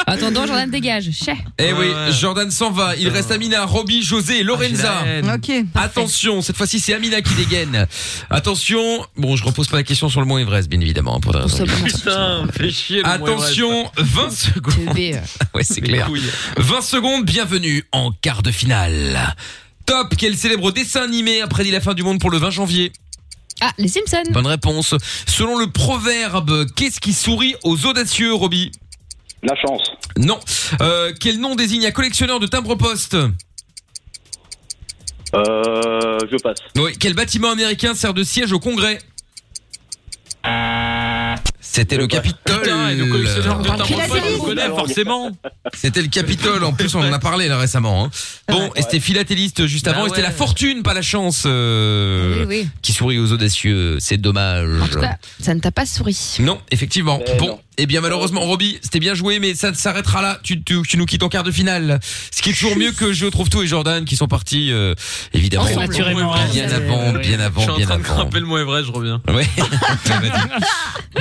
[SPEAKER 5] Attendant, Jordan dégage. Chais.
[SPEAKER 2] eh
[SPEAKER 4] Ouais,
[SPEAKER 2] oui,
[SPEAKER 4] ouais. Ah,
[SPEAKER 2] Jordan s'en va. Il reste Amina, Roby, José, et Lorenza.
[SPEAKER 3] Ok.
[SPEAKER 2] Attention, cette fois-ci c'est Amina qui dégaine. Attention, bon, je repose pas la question sur le mont Everest, bien évidemment, hein, pour des raisons
[SPEAKER 5] Pour ça,
[SPEAKER 2] évidentes.
[SPEAKER 4] Putain, fais chier. le Moyen
[SPEAKER 2] Attention, 20 secondes.
[SPEAKER 5] Bébé. euh.
[SPEAKER 2] (laughs) Ouais, c'est
[SPEAKER 4] Ouest.
[SPEAKER 2] clair.
[SPEAKER 4] Couille.
[SPEAKER 2] 20 secondes, bienvenue en quart de finale. Top, quel célèbre dessin animé a prédit la fin du monde pour le 20 janvier
[SPEAKER 5] Ah, les Simpsons.
[SPEAKER 2] Bonne réponse. Selon le proverbe, qu'est-ce qui sourit aux audacieux, Roby
[SPEAKER 8] La chance.
[SPEAKER 2] Non. Euh, quel nom désigne un collectionneur de timbres-poste
[SPEAKER 8] Euh, je passe.
[SPEAKER 2] Oui. Quel bâtiment américain sert de siège au Congrès C'était le Capitole.
[SPEAKER 4] Eh ben, Putain, et le collectionneur de
[SPEAKER 5] Parle-moi
[SPEAKER 4] timbres
[SPEAKER 3] de
[SPEAKER 4] on
[SPEAKER 3] philatélisme.
[SPEAKER 4] connaît forcément.
[SPEAKER 2] C'était le Capitole. En plus, on en a parlé là récemment. hein. Bon, et c'était philatéliste juste
[SPEAKER 4] Ah Bah
[SPEAKER 2] avant. Et c'était
[SPEAKER 4] ouais.
[SPEAKER 2] la fortune, pas la chance, euh,
[SPEAKER 5] Oui, oui.
[SPEAKER 2] qui sourit aux audacieux. euh, C'est dommage.
[SPEAKER 5] En tout cas, ça ne t'a pas souri.
[SPEAKER 2] Mm. Non, effectivement.
[SPEAKER 8] Mais
[SPEAKER 2] bon,
[SPEAKER 8] non.
[SPEAKER 2] eh bien malheureusement, Roby, c'était bien joué, mais ça ne s'arrêtera là. Tu, tu, tu nous quittes en quart de finale. Ce qui est toujours mieux que Je trouve tout et Jordan qui sont partis, euh, évidemment.
[SPEAKER 5] Ensemble.
[SPEAKER 6] Naturellement.
[SPEAKER 2] Bien
[SPEAKER 6] Ouais,
[SPEAKER 2] avant,
[SPEAKER 6] ouais.
[SPEAKER 2] bien
[SPEAKER 4] Je suis
[SPEAKER 2] avant,
[SPEAKER 4] en
[SPEAKER 2] bien
[SPEAKER 4] train de
[SPEAKER 2] avant.
[SPEAKER 4] grimper le mont Everest, je reviens.
[SPEAKER 2] Ouais. Vas-y.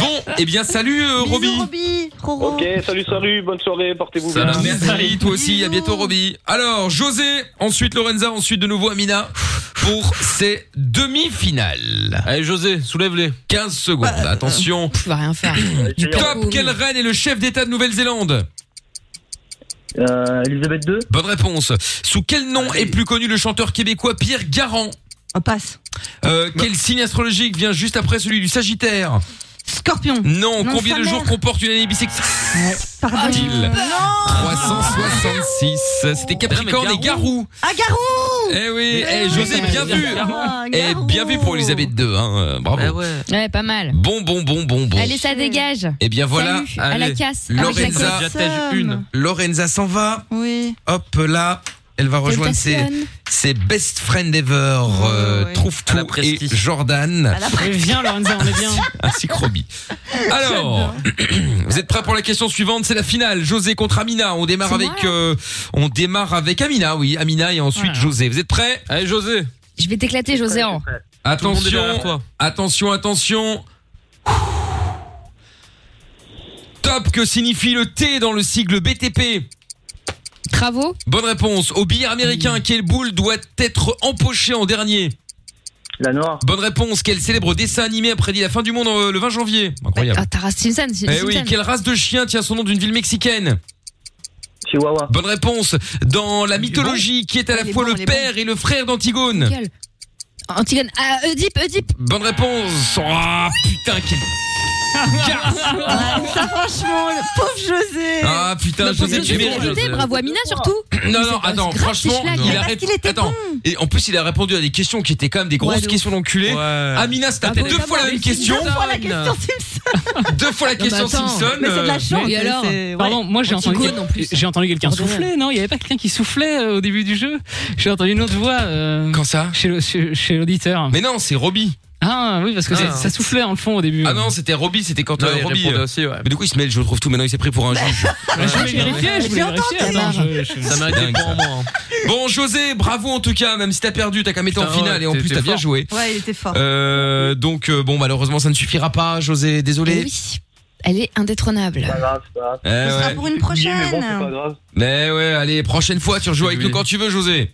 [SPEAKER 2] bon, eh bien salut euh,
[SPEAKER 3] Bisous,
[SPEAKER 2] Roby.
[SPEAKER 3] Roby. Roro.
[SPEAKER 8] Ok, salut, salut, bonne soirée, portez-vous
[SPEAKER 2] Ça
[SPEAKER 8] bien.
[SPEAKER 2] va, merci, toi aussi, à
[SPEAKER 3] Bisous.
[SPEAKER 2] bientôt Roby. Alors, José, ensuite Lorenza, ensuite de nouveau Amina pour ces demi-finales.
[SPEAKER 4] Allez, José, soulève-les.
[SPEAKER 2] 15 secondes,
[SPEAKER 3] Ah.
[SPEAKER 2] attention.
[SPEAKER 5] Tu vas rien
[SPEAKER 2] (coughs)
[SPEAKER 5] faire.
[SPEAKER 7] Je vais
[SPEAKER 2] Top, quelle reine est le chef d'État de Nouvelle-Zélande
[SPEAKER 7] Euh, Elisabeth II.
[SPEAKER 2] Bonne réponse. Sous quel nom est plus connu le chanteur québécois Pierre Garand
[SPEAKER 3] On passe.
[SPEAKER 2] Euh, Quel signe astrologique vient juste après celui du Sagittaire
[SPEAKER 3] Scorpion.
[SPEAKER 2] Non,
[SPEAKER 3] Non,
[SPEAKER 2] combien
[SPEAKER 3] sa
[SPEAKER 2] de
[SPEAKER 3] mère.
[SPEAKER 2] jours comporte une année bisextile
[SPEAKER 3] Pardon.
[SPEAKER 2] Euh, Il. 366. C'était Capricorne
[SPEAKER 4] Non, mais
[SPEAKER 2] et Garou.
[SPEAKER 3] Ah, Garou
[SPEAKER 2] Eh oui,
[SPEAKER 5] Mais
[SPEAKER 2] eh, José,
[SPEAKER 5] oui.
[SPEAKER 2] bien vu.
[SPEAKER 5] Garou.
[SPEAKER 2] Eh, bien vu pour Elisabeth II, hein, euh, bravo.
[SPEAKER 5] Ouais, pas mal.
[SPEAKER 2] Bon, bon, bon, bon, bon.
[SPEAKER 5] Allez, ça dégage.
[SPEAKER 2] Eh bien voilà,
[SPEAKER 5] Salut, à la
[SPEAKER 2] Allez.
[SPEAKER 5] casse. avec la
[SPEAKER 2] Lorenza,
[SPEAKER 5] casse.
[SPEAKER 2] Lorenza s'en va.
[SPEAKER 3] Oui.
[SPEAKER 2] Hop là, elle va rejoindre ses,
[SPEAKER 5] passionne.
[SPEAKER 2] ses best friend ever, euh, trouve tout et Jordan,
[SPEAKER 6] Viens, Lorenza, on est bien.
[SPEAKER 2] (laughs) ainsi que Roby. Alors, (clears throat) vous êtes prêts pour la question suivante C'est la finale. José contre Amina. On démarre avec, euh, on démarre avec Amina, oui, Amina et ensuite José. Vous êtes prêts Allez José.
[SPEAKER 5] Je vais t'éclater, Joséan.
[SPEAKER 2] Attention,
[SPEAKER 4] Tout le monde est derrière toi.
[SPEAKER 2] attention, attention. Top, que signifie le T dans le sigle BTP
[SPEAKER 5] Travaux
[SPEAKER 2] Bonne réponse. Au billard américain, quelle boule doit être empochée en dernier La noire. Bonne réponse. Quel célèbre dessin animé a prédit la fin du monde euh, le 20 janvier Incroyable.
[SPEAKER 5] Ah, Tara Simpson.
[SPEAKER 2] Eh oui, quelle race de chien tient son nom d'une ville mexicaine Chihuahua. Bonne réponse. Dans la mythologie, qui Ah, est à la fois le père et le frère d'Antigone
[SPEAKER 5] Quelle Antigone. Ah, Oedipe, Oedipe.
[SPEAKER 2] Bonne réponse.
[SPEAKER 5] (laughs)
[SPEAKER 2] Ah putain, quel...
[SPEAKER 5] Ah,
[SPEAKER 3] Ça, franchement, le pauvre José.
[SPEAKER 2] Ah putain, je sais
[SPEAKER 5] José,
[SPEAKER 2] tu mérites.
[SPEAKER 5] mérité, bravo Amina surtout.
[SPEAKER 2] Non, non, attends,
[SPEAKER 5] grave,
[SPEAKER 2] franchement,
[SPEAKER 5] ces schlags.
[SPEAKER 2] il
[SPEAKER 5] Mais
[SPEAKER 2] a
[SPEAKER 5] parce
[SPEAKER 2] ré- Attends, et en plus, il a répondu à des questions qui étaient quand même des grosses
[SPEAKER 5] de
[SPEAKER 2] questions d'enculé. Amina se tapait
[SPEAKER 5] Ah bon,
[SPEAKER 2] deux
[SPEAKER 5] bah,
[SPEAKER 2] fois la
[SPEAKER 5] bah,
[SPEAKER 2] même
[SPEAKER 5] c'est
[SPEAKER 2] question.
[SPEAKER 3] Deux fois la question Simpson.
[SPEAKER 2] (laughs) Deux fois la
[SPEAKER 5] mais
[SPEAKER 2] question
[SPEAKER 5] attends,
[SPEAKER 2] Simpson.
[SPEAKER 3] Mais c'est de
[SPEAKER 2] euh,
[SPEAKER 3] la chance.
[SPEAKER 5] Et alors
[SPEAKER 3] c'est- ouais.
[SPEAKER 6] Pardon, moi j'ai entendu,
[SPEAKER 5] Antigone, en plus.
[SPEAKER 6] j'ai entendu quelqu'un
[SPEAKER 5] Pardon.
[SPEAKER 6] souffler. Non, il n'y avait pas quelqu'un qui soufflait euh, au début du jeu. J'ai entendu une autre voix euh,
[SPEAKER 2] Quand ça
[SPEAKER 6] chez le- chez chez l'auditeur.
[SPEAKER 2] Mais non, c'est Roby.
[SPEAKER 6] Ah oui, parce que
[SPEAKER 2] Ah.
[SPEAKER 6] ça- ça soufflait en le fond au début.
[SPEAKER 2] Ah non, c'était Roby, c'était quand euh, Roby. euh,
[SPEAKER 4] aussi, ouais.
[SPEAKER 2] Mais du coup, il se mêle, je trouve tout. Maintenant, il s'est pris pour un juge.
[SPEAKER 6] Ouais, Ah, je voulais vérifier, je voulais
[SPEAKER 3] J'ai entendu,
[SPEAKER 6] vérifier. Attends, je- je-
[SPEAKER 4] Ça mérite
[SPEAKER 2] dingue,
[SPEAKER 4] des points
[SPEAKER 2] (laughs) ça.
[SPEAKER 4] en moins. hein.
[SPEAKER 2] Bon, José, bravo en tout cas. Même si t'as perdu, t'as quand même été en
[SPEAKER 4] Putain,
[SPEAKER 2] finale
[SPEAKER 4] ouais,
[SPEAKER 2] et en
[SPEAKER 4] t'es-
[SPEAKER 2] plus,
[SPEAKER 4] t'es
[SPEAKER 2] t'as bien
[SPEAKER 4] fort.
[SPEAKER 2] joué.
[SPEAKER 3] Ouais, il était fort.
[SPEAKER 2] Euh, donc, euh, bon, malheureusement, ça ne suffira pas, José.
[SPEAKER 5] Eh
[SPEAKER 2] Désolé.
[SPEAKER 5] oui, elle est indétrônable.
[SPEAKER 8] Pas grave, c'est pas grave.
[SPEAKER 2] Eh
[SPEAKER 3] Ce sera
[SPEAKER 2] ouais.
[SPEAKER 3] pour une
[SPEAKER 8] Oui,
[SPEAKER 3] prochaine.
[SPEAKER 8] mais bon, c'est pas grave.
[SPEAKER 2] Mais ouais, allez, prochaine fois, tu rejoues avec
[SPEAKER 4] Oui.
[SPEAKER 2] nous quand tu veux, José.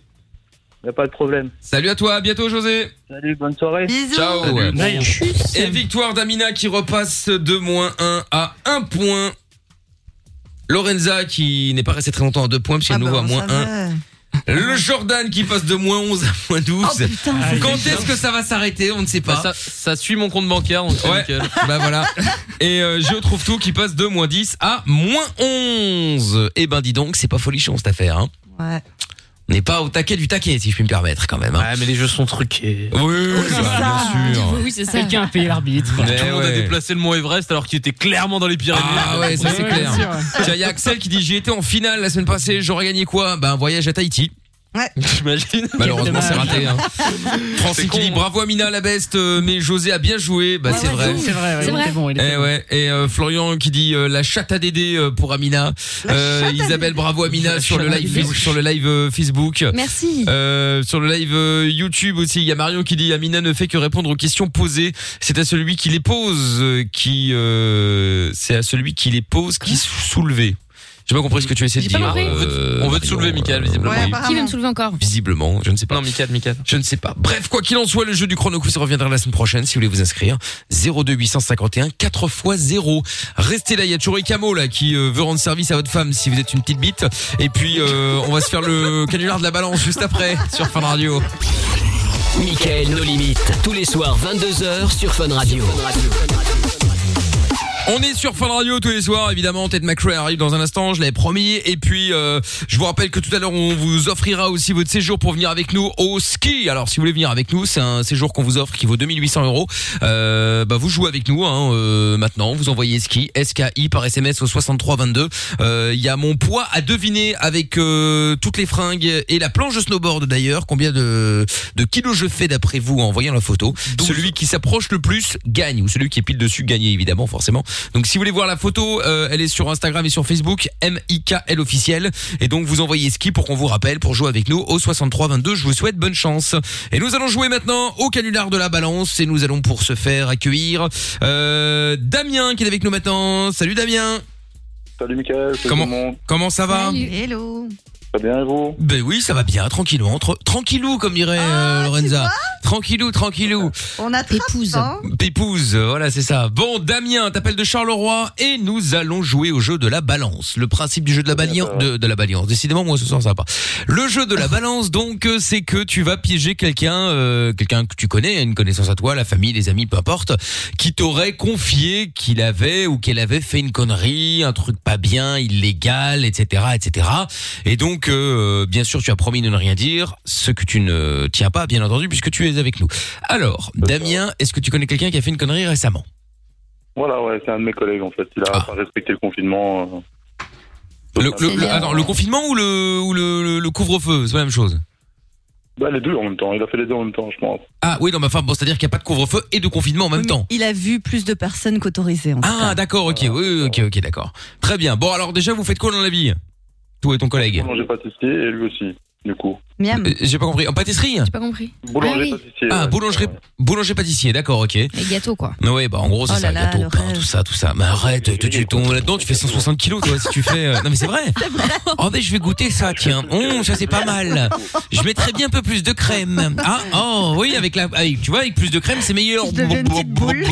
[SPEAKER 8] Y a pas de problème.
[SPEAKER 2] Salut à toi, à bientôt, José.
[SPEAKER 8] Salut, bonne soirée.
[SPEAKER 3] Bisous.
[SPEAKER 2] Ciao.
[SPEAKER 4] Salut.
[SPEAKER 6] D'ailleurs.
[SPEAKER 11] (laughs)
[SPEAKER 2] Et victoire d'Amina qui repasse de moins 1 à 1 point. Lorenza qui n'est pas restée très longtemps à 2 points puisqu'elle
[SPEAKER 3] Ah
[SPEAKER 2] nous
[SPEAKER 3] bah,
[SPEAKER 2] voit à
[SPEAKER 3] on
[SPEAKER 2] moins 1.
[SPEAKER 3] savait.
[SPEAKER 2] Le Jordan qui passe de moins 11 à moins 12.
[SPEAKER 3] Oh putain,
[SPEAKER 4] Ah,
[SPEAKER 3] c'est-
[SPEAKER 2] Quand est-ce que ça va s'arrêter On ne sait
[SPEAKER 4] Bah,
[SPEAKER 2] pas.
[SPEAKER 4] ça, ça suit mon compte bancaire, donc c'est
[SPEAKER 2] Ouais.
[SPEAKER 4] nickel.
[SPEAKER 2] (laughs) bah voilà. Et euh, je trouve tout qui passe de moins 10 à moins 11. Eh ben dis donc, c'est pas folichon cette affaire. Hein.
[SPEAKER 3] Ouais.
[SPEAKER 2] On n'est pas au taquet du taquet si je puis me permettre quand même. hein.
[SPEAKER 4] mais les jeux sont truqués.
[SPEAKER 2] Oui, oui,
[SPEAKER 3] c'est
[SPEAKER 2] bah,
[SPEAKER 4] Ah,
[SPEAKER 3] ça.
[SPEAKER 2] bien sûr.
[SPEAKER 5] Oui, c'est ça.
[SPEAKER 6] Quelqu'un a payé l'arbitre.
[SPEAKER 2] Mais
[SPEAKER 4] Tout le monde a
[SPEAKER 2] ouais.
[SPEAKER 4] déplacé le mont Everest alors qu'il était clairement dans les Pyrénées.
[SPEAKER 2] Ah ouais, ça c'est
[SPEAKER 6] Ouais,
[SPEAKER 2] clair.
[SPEAKER 6] bien sûr.
[SPEAKER 2] Tiens, il y a Axel qui dit j'y étais en finale la semaine passée, j'aurais gagné quoi Ben un voyage à Tahiti. (laughs)
[SPEAKER 4] J'imagine.
[SPEAKER 2] Malheureusement,
[SPEAKER 6] dommage.
[SPEAKER 2] c'est raté. Hein. Francis qui
[SPEAKER 4] hein.
[SPEAKER 2] dit bravo Amina à la best, euh, mais José a bien joué. Bah c'est vrai.
[SPEAKER 6] C'est vrai, ouais,
[SPEAKER 5] C'est
[SPEAKER 6] il
[SPEAKER 5] vrai.
[SPEAKER 6] était bon, il
[SPEAKER 2] Eh
[SPEAKER 6] était bon.
[SPEAKER 2] ouais, et euh, Florian qui dit euh, la chatte à Dédé euh, pour Amina. Euh, Isabelle, bravo Amina
[SPEAKER 6] La
[SPEAKER 2] sur le
[SPEAKER 6] chatte à
[SPEAKER 2] live
[SPEAKER 6] Dédé.
[SPEAKER 2] face- sur le live euh, Facebook.
[SPEAKER 5] Merci.
[SPEAKER 2] Euh, sur le live euh, YouTube aussi, il y a Marion qui dit Amina ne fait que répondre aux questions posées. C'est à celui qui les pose euh, qui euh, c'est à celui qui les pose qui sou- soulever. J'ai pas compris ce que tu essaies de
[SPEAKER 5] Hein J'ai pas
[SPEAKER 2] dire.
[SPEAKER 5] compris.
[SPEAKER 2] euh,
[SPEAKER 4] On veut te- on veut te
[SPEAKER 2] Marion,
[SPEAKER 4] soulever, Mickaël,
[SPEAKER 2] euh,
[SPEAKER 4] visiblement.
[SPEAKER 3] Ouais,
[SPEAKER 2] oui,
[SPEAKER 3] apparemment.
[SPEAKER 5] Qui veut me soulever encore
[SPEAKER 2] visiblement, je ne sais pas.
[SPEAKER 4] Non, Mickaël, Mickaël.
[SPEAKER 2] Je ne sais pas. Bref, quoi qu'il en soit, le jeu du chrono quiz reviendra la semaine prochaine si vous voulez vous inscrire. 02 851 4 x 0. Restez là, il y a toujours Icamo là qui euh, veut rendre service à votre femme si vous êtes une petite bite. Et puis euh, on va se faire le canular de la balance juste après sur Fun Radio.
[SPEAKER 1] Michael, nos limites. Tous les soirs, 22h sur Fun Radio.
[SPEAKER 2] On est sur Fun Radio tous les soirs, évidemment. Ted McRae arrive dans un instant, je l'avais promis. Et puis, euh, je vous rappelle que tout à l'heure, on vous offrira aussi votre séjour pour venir avec nous au ski. Alors, si vous voulez venir avec nous, c'est un séjour qu'on vous offre qui vaut 2800 euros. Euh, bah, vous jouez avec nous hein, euh, maintenant. Vous envoyez ski, SKI par SMS au 6322. Euh, Il y a mon poids à deviner avec euh, toutes les fringues et la planche de snowboard d'ailleurs. Combien de, de kilos je fais d'après vous en voyant la photo Celui qui s'approche le plus gagne, ou celui qui est pile dessus gagne évidemment, forcément. Donc si vous voulez voir la photo, euh, elle est sur Instagram et sur Facebook, M-I-K-L officiel. Et donc vous envoyez ski pour qu'on vous rappelle pour jouer avec nous au 63-22. Je vous souhaite bonne chance. Et nous allons jouer maintenant au canular de la balance et nous allons pour se faire accueillir euh, Damien qui est avec nous maintenant. Salut Damien,
[SPEAKER 8] Salut, Michael. Salut
[SPEAKER 2] Comment-
[SPEAKER 8] tout le monde.
[SPEAKER 2] comment ça va
[SPEAKER 5] Salut.
[SPEAKER 3] Hello.
[SPEAKER 8] Très bien, et vous
[SPEAKER 2] Ben oui, ça va bien, tranquillement, tra- tranquillou comme dirait euh, Lorenza. Tranquillou, tranquillou.
[SPEAKER 3] On attrape
[SPEAKER 5] Épouse.
[SPEAKER 3] hein.
[SPEAKER 2] Pépouse, euh, voilà, c'est ça. Bon, Damien, t'appelles de Charleroi et nous allons jouer au jeu de la balance. Le principe du jeu de la balance, de, de la balance. Décidément, moi, ce soir, ça va pas. Le jeu de la balance, donc, euh, c'est que tu vas piéger quelqu'un, euh, quelqu'un que tu connais, une connaissance à toi, la famille, les amis, peu importe, qui t'aurait confié qu'il avait ou qu'elle avait fait une connerie, un truc pas bien, illégal, etc., etc. Et donc, euh, bien sûr, tu as promis de ne rien dire, ce que tu ne tiens pas, bien entendu, puisque tu es avec nous. Alors, Damien, est-ce que tu connais quelqu'un qui a fait une connerie récemment
[SPEAKER 8] Voilà, ouais, c'est un de mes collègues en fait. Il a
[SPEAKER 2] Ah.
[SPEAKER 8] pas respecté le confinement. euh.
[SPEAKER 2] le, le- le-
[SPEAKER 5] bien.
[SPEAKER 2] attends, le confinement ou le, ou le, le- le couvre-feu C'est pas la même chose.
[SPEAKER 8] Bah, les deux en même temps. Il a fait les deux en même temps, je pense.
[SPEAKER 2] Ah oui, non, ma femme, bon, c'est-à-dire qu'il n'y a pas de couvre-feu et de confinement en même
[SPEAKER 3] Oui, mais
[SPEAKER 2] temps.
[SPEAKER 3] Il a vu plus de personnes qu'autorisées. en tout
[SPEAKER 2] Ah,
[SPEAKER 3] cas.
[SPEAKER 2] d'accord, ok, oui, oui, ok, ok, d'accord. Très bien. Bon, alors déjà, vous faites quoi dans la vie Toi et ton collègue
[SPEAKER 8] Boulanger pâtissier et lui aussi, du coup.
[SPEAKER 3] Miam.
[SPEAKER 2] Euh, J'ai pas compris. En pâtisserie
[SPEAKER 5] J'ai pas compris. Ah
[SPEAKER 8] Boulanger
[SPEAKER 5] oui.
[SPEAKER 8] pâtissier.
[SPEAKER 2] Ah, boulangerie, boulanger pâtissier, d'accord, ok.
[SPEAKER 5] Les gâteaux, quoi.
[SPEAKER 2] Mais ouais, bah en gros, c'est
[SPEAKER 3] Oh
[SPEAKER 2] ça,
[SPEAKER 3] là là,
[SPEAKER 2] gâteau,
[SPEAKER 3] le
[SPEAKER 2] pain,
[SPEAKER 3] rêve.
[SPEAKER 2] tout ça, tout ça. Mais arrête, tu, tu tombes là-dedans, tu fais 160 kilos, toi, si tu fais. euh, Non, mais
[SPEAKER 3] (laughs)
[SPEAKER 2] c'est vrai. Oh, mais je vais goûter ça, tiens. Hum, ça, c'est pas mal. Je mettrais bien un peu plus de crème. Ah, oh, oui, avec la. avec- tu vois, avec plus de crème, c'est meilleur.
[SPEAKER 3] Je deviens une petite boule.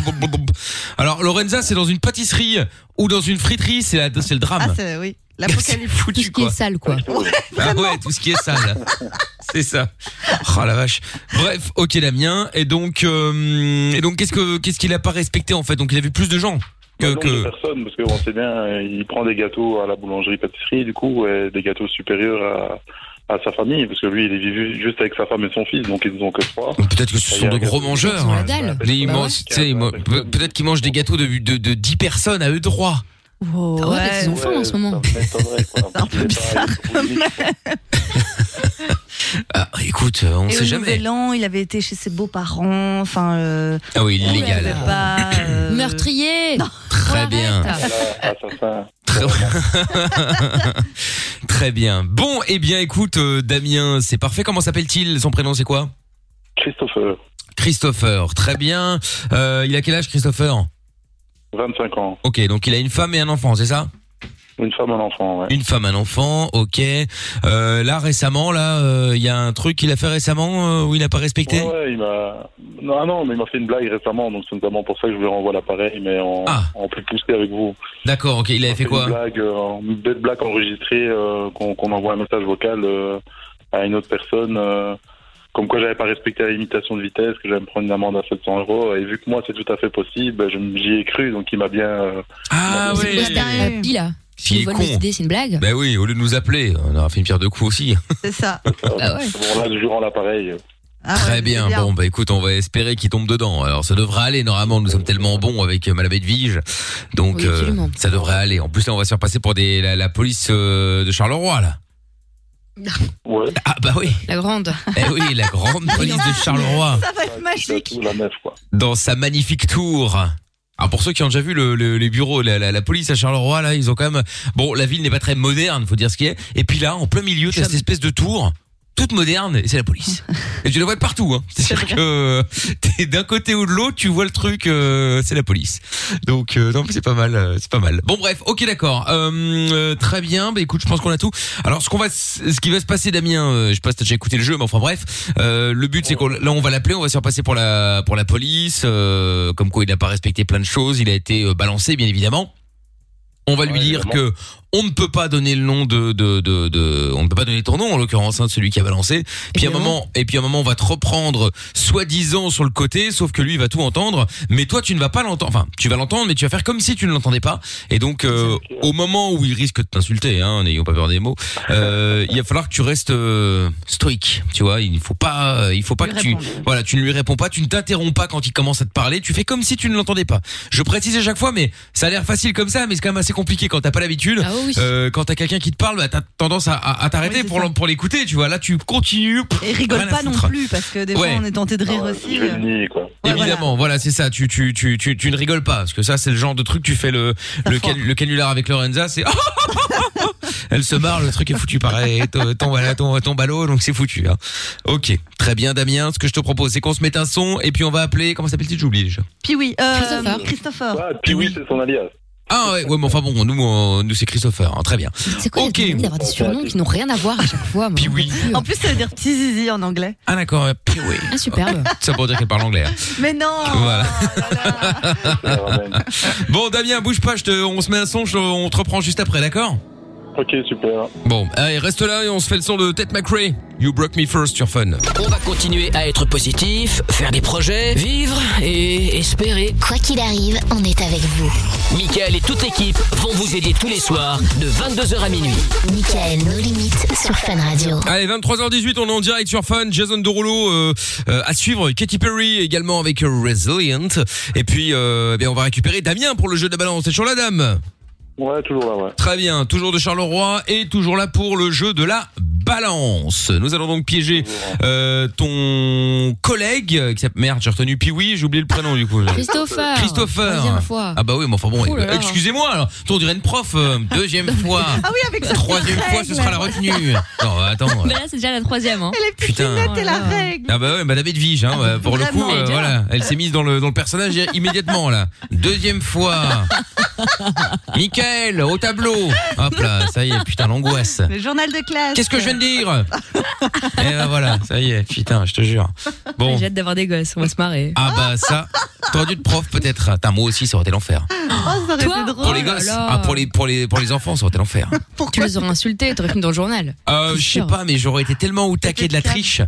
[SPEAKER 2] Alors, Lorenza, c'est dans une pâtisserie ou dans une friterie, c'est la- c'est le
[SPEAKER 3] Ah,
[SPEAKER 2] drame.
[SPEAKER 3] c'est oui.
[SPEAKER 2] c'est
[SPEAKER 3] L'apocalypse.
[SPEAKER 5] Tout ce
[SPEAKER 2] foutu,
[SPEAKER 5] qui
[SPEAKER 2] quoi.
[SPEAKER 5] est sale, quoi.
[SPEAKER 2] Ah ouais, tout ce qui est sale. C'est ça. Oh la vache. Bref, ok Damien. Et donc, euh, et donc qu'est-ce que qu'est-ce qu'il a pas respecté en fait Donc il a vu plus de gens
[SPEAKER 8] Bah,
[SPEAKER 2] que. que-
[SPEAKER 8] personne, parce qu'on sait bien, il prend des gâteaux à la boulangerie-pâtisserie, du coup, et des gâteaux supérieurs à, à sa famille, parce que lui, il vit ju- juste avec sa femme et son fils, donc ils n'ont que trois.
[SPEAKER 2] Ou Peut-être que ce sont de gros
[SPEAKER 5] Ils ont la
[SPEAKER 2] mangeurs. hein.
[SPEAKER 5] dalle.
[SPEAKER 2] Mais ils
[SPEAKER 5] Bah
[SPEAKER 2] mangent- tu sais, ils mangent- pe- peut-être qu'ils mangent des gâteaux de, de, de 10 personnes à eux droits.
[SPEAKER 3] Wow,
[SPEAKER 5] Ah ouais, parce qu'ils ont faim en ce moment.
[SPEAKER 8] C'est
[SPEAKER 3] (laughs) un peu bizarre,
[SPEAKER 2] Ah, écoute, euh, on
[SPEAKER 3] Et
[SPEAKER 2] sait
[SPEAKER 3] au
[SPEAKER 2] jamais.
[SPEAKER 3] nouvel an, il avait été chez ses beaux-parents. Enfin, euh,
[SPEAKER 2] Ah oui,
[SPEAKER 3] on lui
[SPEAKER 2] illégal.
[SPEAKER 3] avait pas, euh,
[SPEAKER 5] Meurtrier
[SPEAKER 2] Très Eh bien.
[SPEAKER 8] Ah,
[SPEAKER 2] Très, (laughs) Très bien. Bon, eh bien, écoute, euh, Damien, c'est parfait. Comment s'appelle-t-il Son prénom, c'est quoi
[SPEAKER 8] Christopher,
[SPEAKER 2] Christopher. Très bien. Euh, il a quel âge, Christopher
[SPEAKER 8] 25 ans.
[SPEAKER 2] Ok, donc il a une femme et un enfant, c'est ça
[SPEAKER 8] Une femme, un enfant, ouais.
[SPEAKER 2] Une femme, un enfant, ok. Euh, là, récemment, là, euh, il y a un truc qu'il a fait récemment euh, où il n'a pas respecté
[SPEAKER 8] Ouais, ouais, il m'a. Non, ah non, mais il m'a fait une blague récemment, donc c'est notamment pour ça que je lui renvoie l'appareil, mais en,
[SPEAKER 2] Ah.
[SPEAKER 8] en plus poussé avec vous.
[SPEAKER 2] D'accord, ok, il avait fait
[SPEAKER 8] Une
[SPEAKER 2] quoi
[SPEAKER 8] blague, euh, une bête blague enregistrée, euh, qu'on qu'on envoie un message vocal euh, à une autre personne, euh, comme quoi j'avais pas respecté la limitation de vitesse, que j'allais me prendre une amende à 700 euros. Et vu que moi c'est tout à fait possible, ben, je m- j'y ai cru, donc il m'a bien. euh,
[SPEAKER 2] Ah
[SPEAKER 5] C'est quoi
[SPEAKER 2] oui
[SPEAKER 5] cette idée, là
[SPEAKER 2] Qui
[SPEAKER 5] Tu
[SPEAKER 2] est
[SPEAKER 5] voles mes
[SPEAKER 2] con
[SPEAKER 5] idées, c'est une blague
[SPEAKER 2] Ben oui, au lieu de nous appeler, on aura fait une pierre de coups aussi.
[SPEAKER 3] C'est ça.
[SPEAKER 5] Bah ouais.
[SPEAKER 8] bon, là, je lui rends l'appareil.
[SPEAKER 3] Ah ouais,
[SPEAKER 2] Très
[SPEAKER 3] c'est
[SPEAKER 2] bien. Bon, bah écoute, on va espérer qu'il tombe dedans. Alors, ça devrait aller. Normalement, nous sommes tellement bons avec euh, Madame Edwige, donc
[SPEAKER 5] Oui,
[SPEAKER 2] euh,
[SPEAKER 5] absolument.
[SPEAKER 2] ça devrait aller. En plus, là, on va se faire passer pour des, la, la police euh, de Charleroi, là.
[SPEAKER 8] Ouais,
[SPEAKER 2] Ah bah oui,
[SPEAKER 5] La grande.
[SPEAKER 2] eh oui,
[SPEAKER 3] (laughs)
[SPEAKER 2] la grande police de Charleroi.
[SPEAKER 3] Ça va être magique.
[SPEAKER 8] tout la neuf, quoi.
[SPEAKER 2] dans sa magnifique tour. Alors pour ceux qui ont déjà vu le, le- les bureaux, la, la- la police à Charleroi, là, ils ont quand même. Bon, la ville n'est pas très moderne, faut dire ce qu'il est. Et puis là, en plein milieu, t'as cette espèce de tour. Toute moderne, et c'est la police. Et tu la vois de partout, hein. C'est-à-dire que euh, t'es d'un côté ou de l'autre, tu vois le truc, euh, c'est la police. Donc, euh, non, mais c'est pas mal, euh, c'est pas mal. Bon, bref, ok, d'accord. Euh, euh, très bien, bah écoute, je pense qu'on a tout. Alors, ce qu'on va, s- ce qui va se passer, Damien, euh, je sais pas si t'as déjà écouté le jeu, mais enfin bref, euh, le but c'est qu'on là on va l'appeler, on va se faire passer pour la pour la police, euh, comme quoi il n'a pas respecté plein de choses, il a été euh, balancé bien évidemment. On va lui
[SPEAKER 8] Ouais,
[SPEAKER 2] dire
[SPEAKER 8] évidemment.
[SPEAKER 2] que on ne peut pas donner le nom de de de, de- on ne peut pas donner ton nom en l'occurrence hein, de celui qui a balancé. Puis à un
[SPEAKER 3] Évidemment.
[SPEAKER 2] moment et puis à un moment on va te reprendre soi-disant sur le côté, sauf que lui il va tout entendre, mais toi tu ne vas pas l'entendre. Enfin tu vas l'entendre, mais tu vas faire comme si tu ne l'entendais pas. Et donc euh, au moment où il risque de t'insulter, hein, n'ayons pas peur des mots, euh, il va falloir que tu restes euh, stoïque. Tu vois, il faut pas, euh, il faut pas
[SPEAKER 3] Lui
[SPEAKER 2] que tu,
[SPEAKER 3] répondre.
[SPEAKER 2] voilà, tu ne lui réponds pas, tu ne t'interromps pas quand il commence à te parler, tu fais comme si tu ne l'entendais pas. Je précise à chaque fois, mais ça a l'air facile comme ça, mais c'est quand même assez compliqué quand t'as pas l'habitude.
[SPEAKER 5] Ah oui.
[SPEAKER 2] Euh, quand t'as quelqu'un qui te parle, bah, t'as tendance à, à- à t'arrêter
[SPEAKER 3] Oui, c'est
[SPEAKER 2] pour
[SPEAKER 3] ça.
[SPEAKER 2] l'en- pour l'écouter, tu vois. Là, tu continues.
[SPEAKER 3] Et rigole
[SPEAKER 2] Rien à
[SPEAKER 3] pas non
[SPEAKER 2] foutre.
[SPEAKER 3] plus, parce que des fois,
[SPEAKER 2] Ouais.
[SPEAKER 3] on est tenté de
[SPEAKER 8] Ah
[SPEAKER 3] rire
[SPEAKER 8] ouais,
[SPEAKER 3] aussi.
[SPEAKER 8] je vais
[SPEAKER 3] euh.
[SPEAKER 8] le nier, quoi.
[SPEAKER 3] Ouais,
[SPEAKER 2] Évidemment, voilà, c'est ça. Tu, tu, tu, tu, tu ne rigoles pas parce que ça, c'est le genre de truc tu fais le
[SPEAKER 3] Ça
[SPEAKER 2] le,
[SPEAKER 3] foire.
[SPEAKER 2] can- le canular avec Lorenza, c'est (laughs) elle se marre, le truc est foutu pareil. Ton ton- voilà, ton ton ballot, donc c'est foutu. hein. Ok, très bien, Damien. Ce que je te propose, c'est qu'on se mette un son et puis on va appeler. Comment s'appelle-t-il J'oublie déjà.
[SPEAKER 3] Puis oui, euh,
[SPEAKER 5] Christopher.
[SPEAKER 3] Christopher.
[SPEAKER 8] Ah, puis oui, c'est son alias.
[SPEAKER 2] Ah ouais, ouais, mais enfin bon, nous, on- nous c'est Christopher, hein, très bien.
[SPEAKER 5] C'est quoi
[SPEAKER 2] Ok.
[SPEAKER 5] la démanie d'avoir des surnoms qui n'ont rien à voir à chaque fois Puis oui.
[SPEAKER 3] En plus, ça veut dire petit zizi en anglais.
[SPEAKER 2] Ah d'accord, puis oui.
[SPEAKER 5] Ah, superbe.
[SPEAKER 2] Ça pour dire qu'elle parle anglais. hein.
[SPEAKER 3] (laughs) Mais non
[SPEAKER 2] Voilà. bon Damien, bouge pas, je te, on se met un son, je- on te reprend juste après, d'accord
[SPEAKER 8] Ok, super.
[SPEAKER 2] Bon, allez, reste là et on se fait le son de Ted McRae. You broke me first, your fun.
[SPEAKER 1] On va continuer à être positif, faire des projets, vivre et espérer.
[SPEAKER 9] Quoi qu'il arrive, on est avec vous.
[SPEAKER 1] Michael et toute l'équipe vont vous aider tous les soirs de 22h à minuit.
[SPEAKER 9] Michael, nos limites sur Fun Radio.
[SPEAKER 2] Allez, 23h18, on est en direct sur Fun. Jason Derulo euh, euh, à suivre, Katy Perry également avec Resilient. Et puis, euh, eh bien, on va récupérer Damien pour le jeu de la balance. T'es toujours là, dame
[SPEAKER 8] Ouais, toujours là, ouais.
[SPEAKER 2] Très bien, toujours de Charleroi et toujours là pour le jeu de la balance. Nous allons donc piéger euh, ton collègue euh, qui s'appelle merde, j'ai retenu Piwi, j'ai oublié le prénom du coup.
[SPEAKER 5] Christopher.
[SPEAKER 2] Christopher.
[SPEAKER 5] Deuxième fois.
[SPEAKER 2] Ah bah oui, mais enfin bon,
[SPEAKER 5] Ouh là là.
[SPEAKER 2] excusez-moi. Alors, Toi, on dirait une prof euh,
[SPEAKER 5] (laughs)
[SPEAKER 2] deuxième fois.
[SPEAKER 3] Ah oui, avec sa
[SPEAKER 2] Troisième
[SPEAKER 3] petite
[SPEAKER 2] fois, ce
[SPEAKER 3] règle.
[SPEAKER 2] sera la retenue. Non, bah, attends.
[SPEAKER 5] (laughs) Mais là, c'est déjà la troisième. Hein.
[SPEAKER 3] Et les petites
[SPEAKER 2] Putain.
[SPEAKER 3] lunettes et la
[SPEAKER 5] Oh là là.
[SPEAKER 3] règle.
[SPEAKER 2] Ah bah ouais, Madame Edwige, hein, ouais, pour le coup,
[SPEAKER 3] vraiment,
[SPEAKER 2] euh,
[SPEAKER 5] Edwige.
[SPEAKER 2] voilà, elle s'est mise dans le, dans le personnage i- immédiatement là.
[SPEAKER 5] (laughs)
[SPEAKER 2] Deuxième fois. Michael, au tableau. Hop là, ça y est, putain, l'angoisse.
[SPEAKER 3] Le journal de classe.
[SPEAKER 2] Qu'est-ce que je viens de dire Et ben voilà, ça y est, putain, je te jure. Bon,
[SPEAKER 5] J'ai hâte d'avoir des gosses, on va se marrer.
[SPEAKER 2] ah bah ça, t'aurais dû de prof peut-être. Attends, moi aussi, ça aurait été l'enfer.
[SPEAKER 3] Oh, ça aurait
[SPEAKER 5] Toi,
[SPEAKER 3] été
[SPEAKER 2] Pour
[SPEAKER 3] drôle.
[SPEAKER 2] les
[SPEAKER 5] Oh là
[SPEAKER 2] gosses,
[SPEAKER 5] là.
[SPEAKER 2] ah, pour, les, pour, les, pour les enfants, ça aurait été l'enfer.
[SPEAKER 3] (laughs)
[SPEAKER 5] Tu les aurais insultés, t'aurais fini dans le journal.
[SPEAKER 2] Euh, je sais
[SPEAKER 5] sûr.
[SPEAKER 2] pas, mais j'aurais été tellement au taquet de la triche.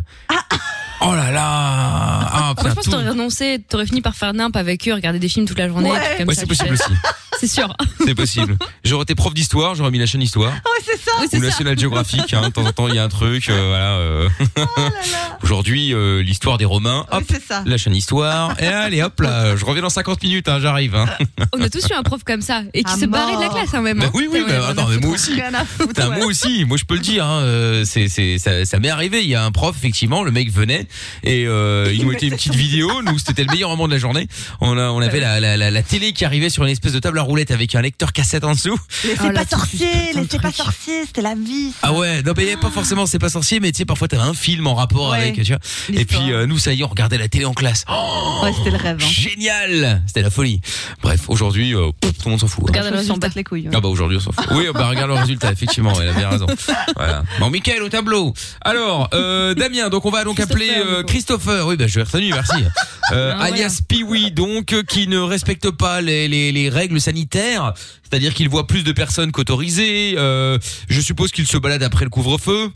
[SPEAKER 2] Oh là là Ah
[SPEAKER 5] Moi,
[SPEAKER 2] putain,
[SPEAKER 5] je pense que
[SPEAKER 2] tout.
[SPEAKER 5] t'aurais renoncé, t'aurais fini par faire nimp avec eux, regarder des films toute la journée.
[SPEAKER 3] Ouais.
[SPEAKER 5] des trucs comme
[SPEAKER 2] Ouais,
[SPEAKER 5] ça,
[SPEAKER 2] c'est
[SPEAKER 5] tu sais.
[SPEAKER 2] possible aussi.
[SPEAKER 5] C'est sûr.
[SPEAKER 2] C'est possible. J'aurais été prof d'histoire, j'aurais mis la chaîne histoire.
[SPEAKER 3] Ah ouais, c'est ça.
[SPEAKER 5] Oui,
[SPEAKER 2] Ou
[SPEAKER 5] c'est ça.
[SPEAKER 2] National Geographic, hein, de temps en temps il y a un truc, euh, voilà. euh.
[SPEAKER 3] Oh là là.
[SPEAKER 2] (laughs) Aujourd'hui, euh, l'histoire des Romains,
[SPEAKER 3] Oui,
[SPEAKER 2] hop,
[SPEAKER 3] c'est ça.
[SPEAKER 2] la chaîne histoire. Et allez, hop là, je reviens dans 50 minutes, hein, j'arrive. Hein.
[SPEAKER 5] Euh, On a tous eu un prof comme ça et qui
[SPEAKER 3] À
[SPEAKER 5] se barrait de la
[SPEAKER 3] mort.
[SPEAKER 5] classe, hein, même.
[SPEAKER 2] Bah
[SPEAKER 5] hein.
[SPEAKER 2] oui, oui,
[SPEAKER 5] Putain,
[SPEAKER 2] bah,
[SPEAKER 5] ouais,
[SPEAKER 2] attends,
[SPEAKER 5] on a
[SPEAKER 2] mais
[SPEAKER 5] foutu.
[SPEAKER 2] moi aussi.
[SPEAKER 3] Rien à foutre.
[SPEAKER 2] Putain,
[SPEAKER 3] ouais.
[SPEAKER 2] moi aussi, moi je peux le dire, hein, euh, c'est, c'est, ça, ça m'est arrivé. Il y a un prof, effectivement, le mec venait et euh, il nous mettait une petite vidéo. Nous, c'était le meilleur moment de la journée. On, a, on avait la, la, la, la télé qui arrivait sur une espèce de table à roulette avec un lecteur cassette en dessous.
[SPEAKER 3] Laissez
[SPEAKER 5] Oh là,
[SPEAKER 3] pas
[SPEAKER 5] tout de suite,
[SPEAKER 3] sorcier,
[SPEAKER 5] putain de
[SPEAKER 3] laissez pas
[SPEAKER 5] truc.
[SPEAKER 3] sorcier, c'était la vie. ça.
[SPEAKER 2] Ah ouais, non mais il y avait pas forcément c'est pas sorcier, mais tu sais parfois t'avais un film en rapport
[SPEAKER 3] Ouais.
[SPEAKER 2] avec, tu vois. Et
[SPEAKER 3] L'histoire.
[SPEAKER 2] puis euh, nous ça y est, on regardait la télé en classe. Oh,
[SPEAKER 3] Ouais, c'était le rêve. hein.
[SPEAKER 2] génial, c'était la folie. Bref, aujourd'hui euh, pff, tout
[SPEAKER 3] (laughs)
[SPEAKER 2] le monde s'en fout. hein.
[SPEAKER 5] Regarde le
[SPEAKER 3] On s'en
[SPEAKER 5] résultat.
[SPEAKER 3] bat les couilles. ouais.
[SPEAKER 2] Ah bah aujourd'hui on s'en fout. Oui, bah regarde le (laughs) résultat, effectivement, elle a bien raison. Voilà. Bon, Michael au tableau. Alors, (laughs) euh, Damien, donc on va donc appeler
[SPEAKER 5] Christopher,
[SPEAKER 2] euh,
[SPEAKER 5] du coup.
[SPEAKER 2] Christopher. Oui, bah je vais retenu, (laughs) merci. Euh,
[SPEAKER 5] Ah,
[SPEAKER 2] alias Piwi, donc euh, qui ne respecte pas les, les, les règles sanitaires, c'est-à-dire qu'il voit plus de personnes qu'autorisées. Euh, je suppose qu'il se balade après le couvre-feu.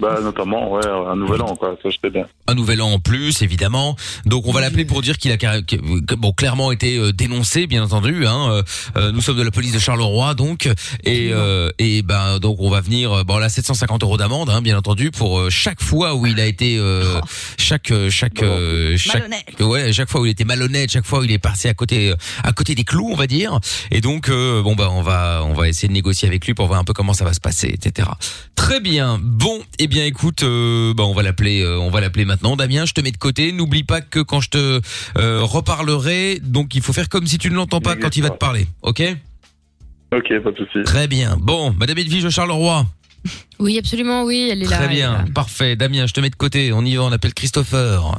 [SPEAKER 8] Bah, notamment, ouais, un nouvel an, quoi, ça je sais bien.
[SPEAKER 2] un nouvel an en plus, évidemment. Donc on va l'appeler pour dire qu'il a carré- que- que- bon, clairement été euh, dénoncé, bien entendu. Hein. Euh, euh, nous sommes de la police de Charleroi, donc et euh, et ben donc on va venir. euh, Bon là, 750 euros d'amende, hein, bien entendu, pour euh, chaque fois où il a été euh, chaque euh, chaque euh, chaque
[SPEAKER 3] Malhonnête.
[SPEAKER 2] ouais chaque fois où il était malhonnête, chaque fois où il est passé à côté euh, à côté des clous, on va dire. Et donc euh, bon bah on va on va essayer de négocier avec lui pour voir un peu comment ça va se passer, etc. Très bien. Bon, eh bien écoute, euh, bah, on va l'appeler, euh, on va l'appeler maintenant. Damien, je te mets de côté. N'oublie pas que quand je te euh, reparlerai, donc il faut faire comme si tu ne l'entends pas quand il va te parler, ok
[SPEAKER 8] Ok, pas de souci.
[SPEAKER 2] Très bien. Bon, Madame Edwige Charleroi.
[SPEAKER 5] Oui, absolument, oui, elle est là.
[SPEAKER 2] Très
[SPEAKER 5] elle est là.
[SPEAKER 2] bien, parfait. Damien, je te mets de côté. On y va. On appelle Christopher.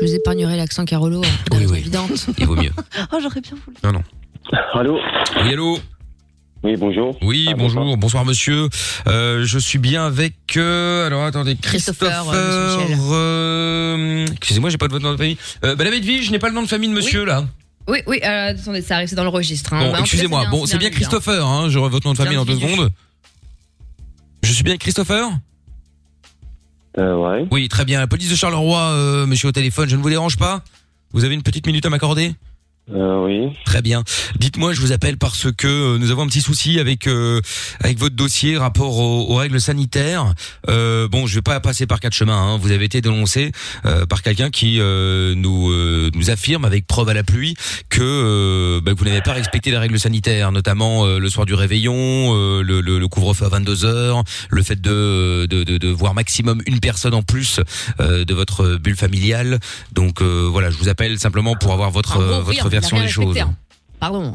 [SPEAKER 5] Je vous épargnerai l'accent Carolo. hein, pour des raisons
[SPEAKER 2] Oui, oui.
[SPEAKER 5] évidentes.
[SPEAKER 2] (laughs) Il vaut mieux.
[SPEAKER 3] Oh, j'aurais bien voulu.
[SPEAKER 8] Allô
[SPEAKER 2] Oui, allô.
[SPEAKER 8] Oui, bonjour.
[SPEAKER 2] Oui,
[SPEAKER 8] Ah,
[SPEAKER 2] bonjour.
[SPEAKER 8] bonsoir.
[SPEAKER 2] Bonsoir, monsieur. Euh, je suis bien avec. euh, alors attendez, Christopher.
[SPEAKER 5] Christopher, euh, monsieur Michel.
[SPEAKER 2] euh, Excusez-moi, j'ai pas de votre nom de famille. Euh, Madame Edwige, je n'ai pas le nom de famille de monsieur là.
[SPEAKER 5] Oui, oui, euh, attendez, ça arrive, c'est dans le registre. hein. Bah, en
[SPEAKER 2] Bon,
[SPEAKER 5] tout cas,
[SPEAKER 2] excusez-moi.
[SPEAKER 5] bien,
[SPEAKER 2] Bon, c'est bien
[SPEAKER 5] lui, hein.
[SPEAKER 2] Christopher, hein. J'aurai votre nom de
[SPEAKER 5] C'est
[SPEAKER 2] famille dans deux
[SPEAKER 5] individu.
[SPEAKER 2] secondes. Je suis bien Christopher
[SPEAKER 8] Euh, ouais.
[SPEAKER 2] Oui, très bien. La police de Charleroi, euh, monsieur au téléphone, je ne vous dérange pas Vous avez une petite minute à m'accorder
[SPEAKER 8] Euh, oui.
[SPEAKER 2] Très bien. Dites-moi, je vous appelle parce que euh, nous avons un petit souci avec euh, avec votre dossier rapport aux, aux règles sanitaires. Euh, bon, je vais pas passer par quatre chemins. hein. Vous avez été dénoncé euh, par quelqu'un qui euh, nous euh, nous affirme avec preuve à la pluie que, euh, bah, que vous n'avez pas respecté les règles sanitaires, notamment euh, le soir du réveillon, euh, le, le- le couvre-feu à 22 heures, le fait de, de de de voir maximum une personne en plus euh, de votre bulle familiale. Donc euh, voilà, je vous appelle simplement pour avoir votre
[SPEAKER 5] Enfin, bon,
[SPEAKER 2] euh,
[SPEAKER 5] rire, Ah, il
[SPEAKER 2] votre
[SPEAKER 5] a
[SPEAKER 2] version
[SPEAKER 5] rien
[SPEAKER 2] des choses.
[SPEAKER 5] respecté, hein. Pardon.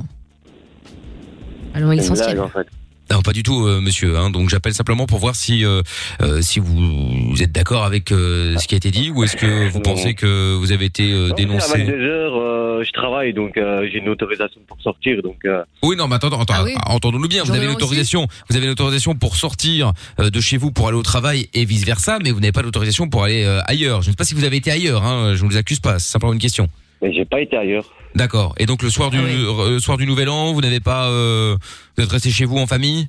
[SPEAKER 5] Allons à
[SPEAKER 8] C'est une
[SPEAKER 5] l'essentiel.
[SPEAKER 8] blague, en fait.
[SPEAKER 2] Non, pas du tout, euh, monsieur. Hein. Donc j'appelle simplement pour voir si euh, euh, si vous, vous êtes d'accord avec euh, ce qui a été dit ou est-ce que vous
[SPEAKER 8] Non.
[SPEAKER 2] pensez que vous avez été
[SPEAKER 8] Non,
[SPEAKER 2] euh,
[SPEAKER 8] mais À
[SPEAKER 2] dénoncé.
[SPEAKER 8] 22h,
[SPEAKER 11] euh, je travaille, donc euh, j'ai une autorisation pour sortir. Donc, euh,
[SPEAKER 2] Oui, non, mais attends, attends, ah,
[SPEAKER 11] oui.
[SPEAKER 2] entendons-nous bien. Vous
[SPEAKER 11] J'aurais
[SPEAKER 2] avez
[SPEAKER 11] aussi.
[SPEAKER 2] l'autorisation, vous avez l'autorisation pour sortir euh, de chez vous pour aller au travail et vice versa, mais vous n'avez pas l'autorisation pour aller euh, ailleurs. Je ne sais pas si vous avez été ailleurs. Hein, je ne vous accuse pas. C'est simplement une question.
[SPEAKER 11] mais j'ai pas été ailleurs.
[SPEAKER 2] D'accord. Et donc le soir du
[SPEAKER 11] Ah
[SPEAKER 2] euh, soir du Nouvel An, vous n'avez pas, euh, vous êtes resté chez vous en famille.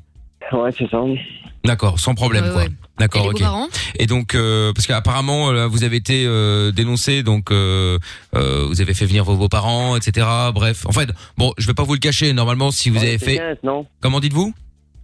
[SPEAKER 11] Ouais, c'est ça.
[SPEAKER 2] D'accord, sans problème quoi. D'accord, ok. Et donc euh, parce qu'apparemment euh, vous avez été euh, dénoncé, donc euh, euh, vous avez fait venir vos beaux-parents, etc. Bref, en fait, bon, je vais pas vous le cacher. Normalement, si vous
[SPEAKER 11] On
[SPEAKER 2] avez
[SPEAKER 11] était
[SPEAKER 2] fait,
[SPEAKER 11] 15, non
[SPEAKER 2] comment dites-vous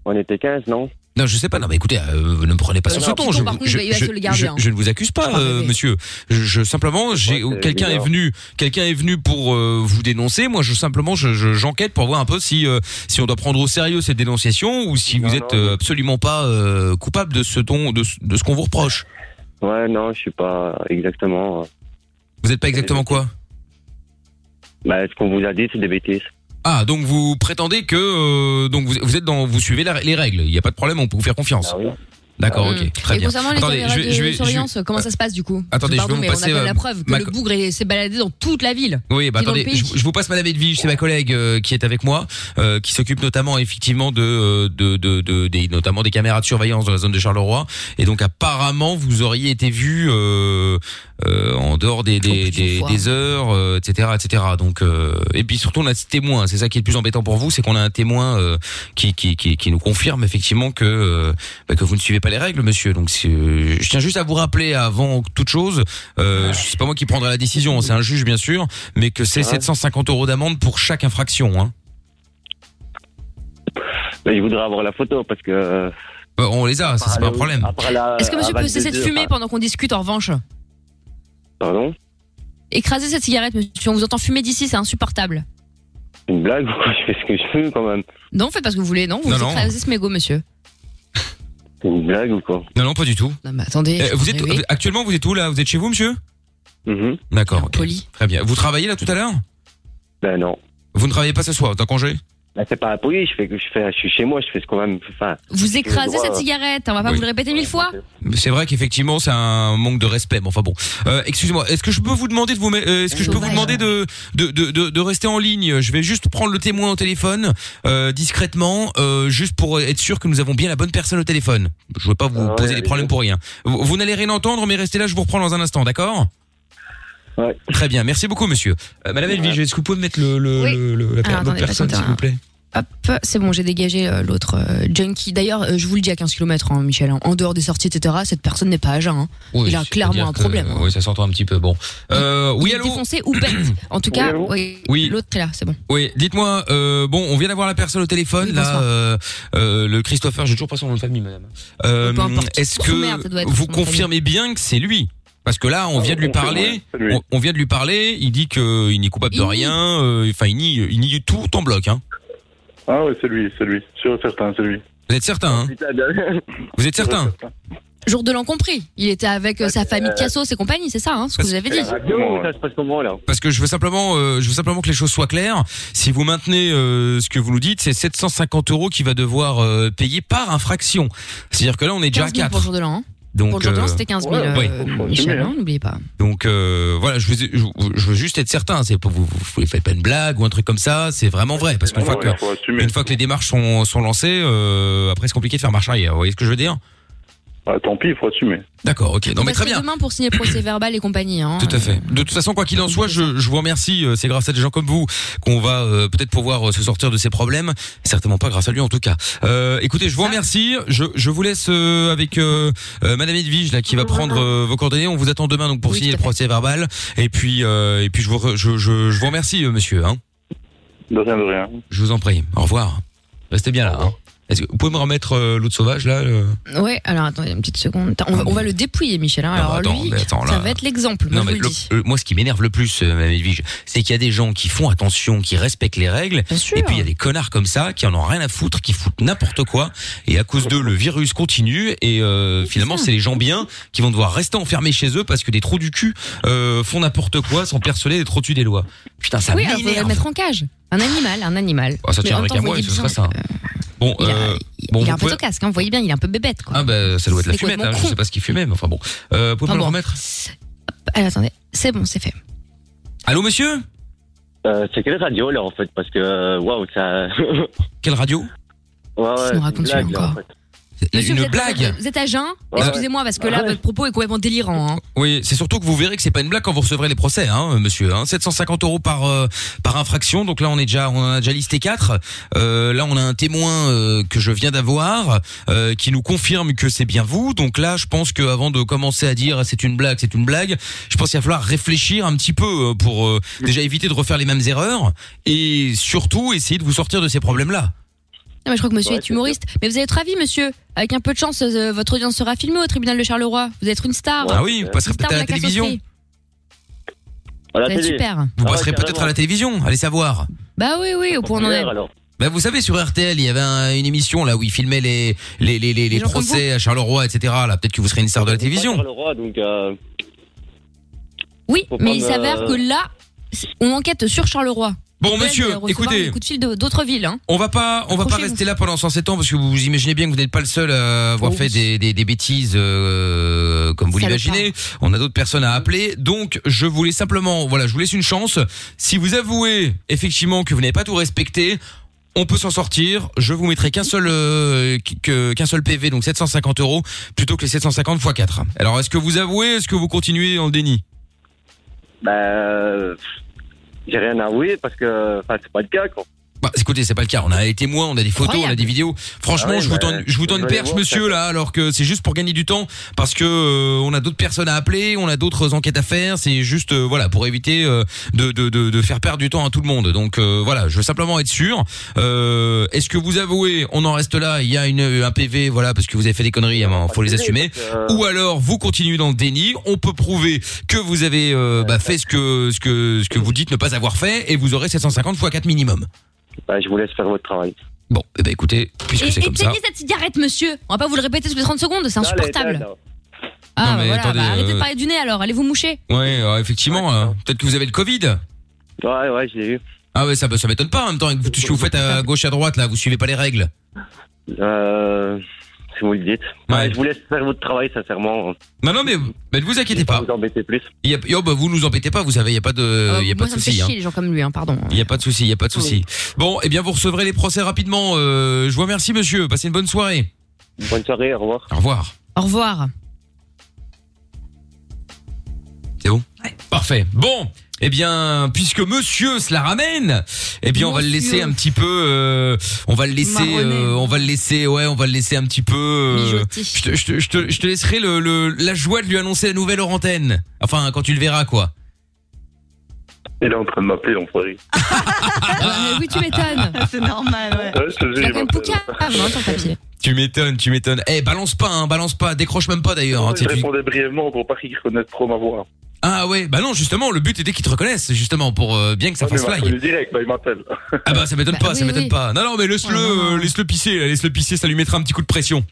[SPEAKER 11] On était 15, non
[SPEAKER 2] non, je sais pas. Non, mais écoutez, euh, ne me prenez pas
[SPEAKER 11] Non,
[SPEAKER 2] sur ce
[SPEAKER 11] non,
[SPEAKER 2] ton.
[SPEAKER 11] Piton,
[SPEAKER 2] Je,
[SPEAKER 11] par contre,
[SPEAKER 2] je-
[SPEAKER 11] il va
[SPEAKER 2] je-
[SPEAKER 11] se le garder,
[SPEAKER 2] je-
[SPEAKER 11] hein.
[SPEAKER 2] je ne vous accuse
[SPEAKER 5] Ah,
[SPEAKER 2] pas, euh, monsieur. Je, je- simplement, j'ai
[SPEAKER 11] c'est
[SPEAKER 2] quelqu'un est
[SPEAKER 11] bizarre.
[SPEAKER 2] venu, quelqu'un est venu pour euh, vous dénoncer. Moi, je simplement, je- je- j'enquête pour voir un peu si euh, si on doit prendre au sérieux cette dénonciation ou si vous êtes euh, absolument pas euh, coupable de ce ton, de, ce- de ce qu'on vous reproche.
[SPEAKER 11] Ouais, non, je suis pas exactement. euh,
[SPEAKER 2] Vous n'êtes pas exactement quoi
[SPEAKER 11] Bah, ce qu'on vous a dit, c'est des bêtises.
[SPEAKER 2] Ah, donc vous prétendez que euh, donc vous, vous êtes dans, vous suivez la- les règles. Il n'y a pas de problème, on peut vous faire confiance. D'accord, ok, très
[SPEAKER 5] Ah, Et
[SPEAKER 2] bien.
[SPEAKER 5] Mm. concernant les
[SPEAKER 2] Attendez,
[SPEAKER 5] caméras
[SPEAKER 2] je vais- je vais-
[SPEAKER 5] de
[SPEAKER 2] je vais-
[SPEAKER 5] surveillance, comment ça se passe du coup Pardon,
[SPEAKER 2] Attendez, je vais vous
[SPEAKER 5] mais on a
[SPEAKER 2] passer,
[SPEAKER 5] quand même
[SPEAKER 2] euh,
[SPEAKER 5] la preuve que
[SPEAKER 2] ma-
[SPEAKER 5] le bougre est- s'est baladé dans toute la ville.
[SPEAKER 2] Oui, bah
[SPEAKER 5] Qui est dans le
[SPEAKER 2] attendez,
[SPEAKER 5] pays.
[SPEAKER 2] je, je vous passe Madame Edwige, c'est ma collègue euh, qui est avec moi, euh, qui s'occupe notamment effectivement de, euh, de, de, de- des- notamment des caméras de surveillance dans la zone de Charleroi. Et donc apparemment vous auriez été vu euh, euh, en dehors des des, des, des heures, euh, etc., etc. Donc euh, et puis surtout on a ce témoin. C'est ça qui est le plus embêtant pour vous, c'est qu'on a un témoin euh, qui, qui qui qui nous confirme effectivement que euh, bah, que vous ne suivez pas les règles, monsieur. Donc c'est- euh, je tiens juste à vous rappeler avant toute chose, euh, c'est pas moi qui prendrai la décision, c'est un juge bien sûr, mais que c'est
[SPEAKER 11] Ouais.
[SPEAKER 2] 750 euros d'amende pour chaque infraction. Hein.
[SPEAKER 11] Mais bah, je voudrais avoir la photo parce que. euh,
[SPEAKER 2] Bah, on les a, ça, c'est pas un problème.
[SPEAKER 11] après la-
[SPEAKER 5] Est-ce que monsieur
[SPEAKER 11] à
[SPEAKER 5] peut cesser de
[SPEAKER 11] 22,
[SPEAKER 5] fumer
[SPEAKER 11] enfin,
[SPEAKER 5] pendant qu'on discute en revanche
[SPEAKER 11] Pardon
[SPEAKER 5] Écrasez cette cigarette, monsieur. On vous entend fumer d'ici, c'est insupportable.
[SPEAKER 11] C'est Une blague (laughs) Je fais ce que je veux quand même.
[SPEAKER 5] Non, faites parce que vous voulez, non Vous
[SPEAKER 11] Non, non.
[SPEAKER 5] écrasez ce mégot, monsieur.
[SPEAKER 11] C'est une blague ou quoi
[SPEAKER 2] Non, non, pas du tout.
[SPEAKER 5] Non, mais Bah, attendez.
[SPEAKER 11] Eh,
[SPEAKER 2] Euh,
[SPEAKER 5] je
[SPEAKER 2] vous
[SPEAKER 5] suis
[SPEAKER 2] êtes
[SPEAKER 5] rêvée.
[SPEAKER 2] euh, actuellement, vous êtes où là Vous êtes chez vous, monsieur
[SPEAKER 11] Mm-hmm.
[SPEAKER 2] D'accord. ok. Très bien. Vous travaillez là tout à l'heure
[SPEAKER 11] Ben non.
[SPEAKER 2] Vous ne travaillez pas ce soir, vous êtes en congé
[SPEAKER 11] Ben, c'est pas la police, je fais que je fais, je suis chez moi, je fais ce qu'on même. Enfin,
[SPEAKER 5] Vous
[SPEAKER 11] j'ai le
[SPEAKER 5] écrasez
[SPEAKER 11] droit,
[SPEAKER 5] cette
[SPEAKER 11] euh,
[SPEAKER 5] cigarette, on va pas
[SPEAKER 2] Oui.
[SPEAKER 5] vous le répéter mille fois
[SPEAKER 2] Mais C'est vrai qu'effectivement, c'est un manque de respect. Mais enfin bon, Euh, excusez-moi. Est-ce que je peux vous demander de vous, met- euh, est-ce que je peux vous demander de de, de de de rester en ligne Je vais juste prendre le témoin au téléphone euh, discrètement, euh, juste pour être sûr que nous avons bien la bonne personne au téléphone. Je veux pas vous poser des problèmes pour rien. Vous, vous n'allez rien entendre, mais restez là. Je vous reprends dans un instant, d'accord Très bien. Merci beaucoup, monsieur. Euh, Madame
[SPEAKER 6] Ah.
[SPEAKER 2] Elvige, est-ce que vous pouvez me mettre le, le,
[SPEAKER 5] Oui.
[SPEAKER 2] le- le- la
[SPEAKER 5] Alors,
[SPEAKER 2] l'autre
[SPEAKER 5] attendez,
[SPEAKER 2] personne,
[SPEAKER 5] patientez
[SPEAKER 2] s'il vous
[SPEAKER 5] un-
[SPEAKER 2] plaît
[SPEAKER 5] Hop, c'est bon, j'ai dégagé euh, l'autre euh, junkie. D'ailleurs, euh, je vous le dis à 15 km, hein, Michel. hein. En dehors des sorties, etc., cette personne n'est pas à jeun. hein.
[SPEAKER 2] Oui,
[SPEAKER 5] Il a
[SPEAKER 2] c'est
[SPEAKER 5] clairement
[SPEAKER 2] dire
[SPEAKER 5] un
[SPEAKER 2] que-
[SPEAKER 5] problème. hein.
[SPEAKER 2] Oui, ça s'entend un petit peu. Bon. Euh, oui,
[SPEAKER 5] Il est
[SPEAKER 2] allô.
[SPEAKER 5] défoncé ou bête. En tout
[SPEAKER 2] Oui,
[SPEAKER 5] cas,
[SPEAKER 2] allô
[SPEAKER 5] oui,
[SPEAKER 2] Oui.
[SPEAKER 5] l'autre est là, c'est bon.
[SPEAKER 2] Oui, dites-moi, euh, bon, on vient d'avoir la personne au téléphone, là, euh, euh, le Christopher, j'ai toujours pas son nom de famille, madame. Euh,
[SPEAKER 11] Peu importe.
[SPEAKER 2] Est-ce
[SPEAKER 11] Oh,
[SPEAKER 2] que
[SPEAKER 11] merde, ça doit être
[SPEAKER 2] vous
[SPEAKER 11] son nom de
[SPEAKER 2] confirmez bien que c'est lui Parce que là, on vient de lui
[SPEAKER 11] Ah, confirme,
[SPEAKER 2] parler,
[SPEAKER 11] ouais, c'est lui.
[SPEAKER 2] on, on vient de lui parler, il dit que il n'est coupable de
[SPEAKER 5] Il nie.
[SPEAKER 2] rien, euh, enfin, il nie, il nie tout en bloc, hein.
[SPEAKER 8] Ah ouais, c'est lui, c'est lui. Sûr et certain, c'est lui.
[SPEAKER 2] Vous êtes certain,
[SPEAKER 11] Ah,
[SPEAKER 2] hein
[SPEAKER 11] (laughs)
[SPEAKER 2] Vous êtes certain
[SPEAKER 5] Jour de l'an compris. Il était avec euh, sa famille de cassos et compagnie, c'est ça, hein, ce que vous avez dit.
[SPEAKER 11] Euh, Ça se passe comment là
[SPEAKER 2] Parce que je veux simplement, euh, je veux simplement que les choses soient claires. Si vous maintenez euh, ce que vous nous dites, c'est 750 euros qui va devoir euh, payer par infraction. C'est-à-dire que là, on est déjà à
[SPEAKER 5] 15 000 pour le
[SPEAKER 2] 4
[SPEAKER 5] jour de l'an. hein.
[SPEAKER 2] Donc,
[SPEAKER 5] pour le jour de l'an,
[SPEAKER 2] euh,
[SPEAKER 5] c'était 15 000,
[SPEAKER 2] ouais,
[SPEAKER 5] euh,
[SPEAKER 2] ouais.
[SPEAKER 5] Michel, hein, n'oubliez pas.
[SPEAKER 2] Donc euh, voilà, je veux, je, je veux juste être certain. C'est pas vous, vous, vous faites pas une blague ou un truc comme ça. C'est vraiment vrai parce
[SPEAKER 8] Ah
[SPEAKER 2] qu'une fois que une fois que les démarches sont, sont lancées, euh, après c'est compliqué de faire marche arrière. Vous voyez ce que je veux dire
[SPEAKER 8] Ah, tant pis, il faut assumer.
[SPEAKER 2] D'accord, ok. Non mais
[SPEAKER 5] Parce
[SPEAKER 2] très
[SPEAKER 5] que
[SPEAKER 2] bien.
[SPEAKER 5] demain, pour signer le procès verbal et compagnie. hein,
[SPEAKER 2] Tout à fait. De toute façon, quoi qu'il en soit, je, je vous remercie. Euh, C'est grâce à des gens comme vous qu'on va euh, peut-être pouvoir euh, se sortir de ces problèmes. Certainement pas grâce à lui, en tout cas. Euh, écoutez, je vous remercie. Je, je vous laisse euh, avec euh, euh, Madame Edwige là, qui va prendre euh, vos coordonnées. On vous attend demain donc pour signer le procès verbal. Et puis, euh, et puis je vous, re- je, je, je vous remercie, euh, monsieur. Hein.
[SPEAKER 8] De rien, de rien.
[SPEAKER 2] Je vous en prie. Au revoir. Restez bien là. Hein. Est-ce que vous pouvez me remettre euh, l'autre sauvage là le-
[SPEAKER 5] euh. Ouais, alors attendez une petite seconde. Attends, On va, on va le dépouiller, Michel. hein.
[SPEAKER 2] Non, bah,
[SPEAKER 5] Alors
[SPEAKER 2] attends,
[SPEAKER 5] lui,
[SPEAKER 2] mais attends, là.
[SPEAKER 5] ça va être l'exemple. Moi,
[SPEAKER 2] Non,
[SPEAKER 5] je
[SPEAKER 2] mais
[SPEAKER 5] vous le
[SPEAKER 2] le-
[SPEAKER 5] dis.
[SPEAKER 2] euh, moi, ce qui m'énerve le plus, euh, Madame Edwige, c'est qu'il y a des gens qui font attention, qui respectent les règles, et puis il y a des connards comme ça qui en ont rien à foutre, qui foutent n'importe quoi, et à cause d'eux, le virus continue, et euh, finalement, c'est les gens bien qui vont devoir rester enfermés chez eux parce que des trous du cul euh, font n'importe quoi, sont persuadés d'être au-dessus des lois. Putain, ça
[SPEAKER 5] oui, alors, faudrait le
[SPEAKER 2] m'énerve.
[SPEAKER 5] mettre en cage. Un animal, un animal.
[SPEAKER 2] Ah, ça
[SPEAKER 5] Mais en
[SPEAKER 2] tient avec
[SPEAKER 5] même temps,
[SPEAKER 2] un
[SPEAKER 5] vous
[SPEAKER 2] mois,
[SPEAKER 5] voyez
[SPEAKER 2] ce
[SPEAKER 5] bien
[SPEAKER 2] serait ça. Bon, euh, bon,
[SPEAKER 5] il est
[SPEAKER 2] vous
[SPEAKER 5] un peu
[SPEAKER 2] pouvez-
[SPEAKER 5] tocasque, hein, vous voyez bien, il est un peu bébête. Quoi. Ah,
[SPEAKER 2] Ah bah, ça doit être la
[SPEAKER 5] C'est
[SPEAKER 2] fumette,
[SPEAKER 5] complètement
[SPEAKER 2] hein, je sais pas ce qu'il fumait, mais enfin bon. Euh, pouvez
[SPEAKER 5] Enfin euh,
[SPEAKER 2] me le
[SPEAKER 5] bon.
[SPEAKER 2] remettre
[SPEAKER 5] Alors, attendez, c'est bon, c'est fait.
[SPEAKER 2] Allô, monsieur
[SPEAKER 11] Euh, c'est quelle radio là en fait Parce que euh, waouh, ça. (laughs)
[SPEAKER 2] Quelle radio
[SPEAKER 11] Ouais, ouais.
[SPEAKER 5] me raconte
[SPEAKER 11] blague,
[SPEAKER 5] encore
[SPEAKER 11] là, en fait.
[SPEAKER 5] Monsieur, vous
[SPEAKER 2] Une
[SPEAKER 5] êtes-
[SPEAKER 2] blague
[SPEAKER 5] Vous êtes à jeun
[SPEAKER 2] Ouais.
[SPEAKER 5] Excusez-moi, parce que là, votre propos est complètement délirant. hein.
[SPEAKER 2] Oui, c'est surtout que vous verrez que c'est pas une blague quand vous recevrez les procès, hein, monsieur. Hein. 750 euros par euh, par infraction. Donc là, on est déjà, on en a déjà listé quatre. Euh, là, on a un témoin euh, que je viens d'avoir euh, qui nous confirme que c'est bien vous. Donc là, je pense que avant de commencer à dire ah, c'est une blague, c'est une blague, je pense qu'il va falloir réfléchir un petit peu euh, pour euh, déjà éviter de refaire les mêmes erreurs et surtout essayer de vous sortir de ces problèmes-là.
[SPEAKER 5] Non, mais je crois que monsieur est humoriste. Mais vous avez votre avis, monsieur Avec un peu de chance, euh, votre audience sera filmée au tribunal de Charleroi. Vous êtes une star.
[SPEAKER 2] Ah oui, vous passerez
[SPEAKER 5] Une star
[SPEAKER 2] peut-être à la
[SPEAKER 5] de casse
[SPEAKER 2] télévision.
[SPEAKER 5] au prix.
[SPEAKER 11] À
[SPEAKER 5] Ça va être super.
[SPEAKER 2] Vous
[SPEAKER 11] Ah ouais,
[SPEAKER 2] passerez peut-être
[SPEAKER 11] carrément.
[SPEAKER 2] à la télévision, allez savoir.
[SPEAKER 5] Bah oui, oui, au point où on en est.
[SPEAKER 2] Bah vous savez sur RTL il y avait un- une émission là où ils filmaient les les les les, les
[SPEAKER 5] gens comme
[SPEAKER 2] procès à Charleroi etc là peut-être que vous serez une star de la télévision.
[SPEAKER 11] Le roi, donc. euh,
[SPEAKER 5] Oui,
[SPEAKER 11] Faut
[SPEAKER 5] mais il
[SPEAKER 11] prendre,
[SPEAKER 5] s'avère
[SPEAKER 11] euh,
[SPEAKER 5] que là, c'est- on enquête sur Charleroi.
[SPEAKER 2] Bon,
[SPEAKER 5] Vous allez
[SPEAKER 2] monsieur,
[SPEAKER 5] recevoir
[SPEAKER 2] écoutez.
[SPEAKER 5] des coups de fil de- d'autres villes. hein.
[SPEAKER 2] On va pas on va pas rester là pendant 107 ans parce que vous imaginez bien que vous n'êtes pas le seul à avoir fait des des, des bêtises euh, comme vous
[SPEAKER 12] Salopard.
[SPEAKER 2] l'imaginez. On a d'autres personnes à appeler donc je voulais simplement voilà je vous laisse une chance. Si vous avouez effectivement que vous n'avez pas tout respecté on peut s'en sortir. Je vous mettrai qu'un seul euh, qu- que- qu'un seul PV, donc 750 euros, plutôt que les 750 x 4. Alors, est-ce que vous avouez Est-ce que vous continuez en déni
[SPEAKER 11] Bah. euh, J'ai rien à avouer parce que. Enfin, c'est pas le cas, quoi.
[SPEAKER 2] Bah, écoutez, c'est pas le cas. On a des témoins, on a des photos, on a des vidéos. Franchement,
[SPEAKER 11] Ah ouais,
[SPEAKER 2] je vous
[SPEAKER 11] bah,
[SPEAKER 2] tends, je vous tends
[SPEAKER 11] je
[SPEAKER 2] une
[SPEAKER 11] vais
[SPEAKER 2] perche,
[SPEAKER 11] voir,
[SPEAKER 2] monsieur, là, alors que c'est juste pour gagner du temps, parce que euh, on a d'autres personnes à appeler, on a d'autres enquêtes à faire. C'est juste, euh, voilà, pour éviter euh, de, de, de, de faire perdre du temps à tout le monde. Donc euh, voilà, je veux simplement être sûr. Euh, Est-ce que vous avouez On en reste là. Il y a une, un PV, voilà, parce que vous avez fait des conneries. hein, faut les
[SPEAKER 11] PV,
[SPEAKER 2] assumer.
[SPEAKER 11] parce que- euh,
[SPEAKER 2] Ou alors vous continuez dans le déni. On peut prouver que vous avez euh, bah, fait ce que ce que ce que vous dites ne pas avoir fait, et vous aurez 750 x 4 minimum.
[SPEAKER 11] Bah, je vous laisse faire votre travail.
[SPEAKER 2] Bon, eh ben écoutez, puisque
[SPEAKER 5] Et
[SPEAKER 2] c'est comme ça.
[SPEAKER 5] éteignez cette cigarette, monsieur. On va pas vous le répéter toutes les 30 secondes, c'est insupportable.
[SPEAKER 2] Non,
[SPEAKER 5] Ah, bah
[SPEAKER 2] mais
[SPEAKER 5] voilà,
[SPEAKER 2] attendez,
[SPEAKER 5] bah, arrêtez
[SPEAKER 2] euh,
[SPEAKER 5] de parler du nez alors, allez vous moucher.
[SPEAKER 2] Ouais, euh, effectivement, euh, peut-être que vous avez le Covid.
[SPEAKER 11] Ouais, ouais, j'ai eu.
[SPEAKER 2] Ah ouais, ça, ça m'étonne pas en même temps. avec Tout ce que vous faites à gauche à droite là, vous suivez pas les règles.
[SPEAKER 11] Euh, si vous le dites. Bah, je vous laisse faire votre travail, sincèrement.
[SPEAKER 2] Non, non, mais, mais ne vous inquiétez pas.
[SPEAKER 11] Vous embêtez plus.
[SPEAKER 2] Il Y a, yo, bah, vous nous embêtez pas, vous savez, il y a pas de, il y a
[SPEAKER 5] Ah, Moi,
[SPEAKER 2] pas de
[SPEAKER 5] ça me fait
[SPEAKER 2] souci. hein.
[SPEAKER 5] chier, les gens comme lui, hein, pardon.
[SPEAKER 2] Il y a pas de souci, il y a pas de souci. Bon, eh bien vous recevrez les procès rapidement. euh, je vous remercie monsieur, passez une bonne soirée.
[SPEAKER 11] Bonne soirée, au revoir.
[SPEAKER 2] Au revoir.
[SPEAKER 5] Au revoir.
[SPEAKER 2] C'est bon Parfait. Bon, eh bien, puisque monsieur se la ramène, eh bien, on va le laisser un petit peu, euh, on va le laisser,
[SPEAKER 12] Marronner.
[SPEAKER 2] euh, on va le laisser, ouais, on va le laisser un petit peu. euh, je, te, je te- je te- je te laisserai le, le- la joie de lui annoncer la nouvelle hors antenne. Enfin, quand tu le verras, quoi.
[SPEAKER 8] Il est en train de m'appeler, l'enfoiré.
[SPEAKER 5] Ah,
[SPEAKER 2] Ah.
[SPEAKER 5] oui, tu
[SPEAKER 2] (laughs)
[SPEAKER 5] m'étonnes.
[SPEAKER 3] C'est normal, ouais.
[SPEAKER 8] Ouais, je te jure, il
[SPEAKER 5] Comme
[SPEAKER 8] m'appelle.
[SPEAKER 5] Pouka, ah, non, ton papier.
[SPEAKER 2] Tu m'étonnes, tu m'étonnes. Eh, balance pas, hein, balance pas, décroche même pas d'ailleurs. hein,
[SPEAKER 8] Je
[SPEAKER 2] tu- tu-
[SPEAKER 8] répondais brièvement pour pas qu'il reconnaisse trop ma voix.
[SPEAKER 2] Ah ouais, bah non, justement, le but était qu'il te reconnaisse, justement, pour euh, bien que ça
[SPEAKER 8] Ouais, Ah, mais
[SPEAKER 2] fasse
[SPEAKER 8] il m'a
[SPEAKER 2] flag.
[SPEAKER 8] reconnu direct, bah, il m'appelle.
[SPEAKER 2] Ah bah ça m'étonne
[SPEAKER 8] Bah
[SPEAKER 2] pas, ça
[SPEAKER 8] oui,
[SPEAKER 2] m'étonne
[SPEAKER 8] oui.
[SPEAKER 2] pas. Non non mais laisse-le,
[SPEAKER 8] Ouais, non,
[SPEAKER 2] euh,
[SPEAKER 8] non.
[SPEAKER 2] laisse-le pisser, là, laisse-le pisser, ça lui mettra un petit coup de pression.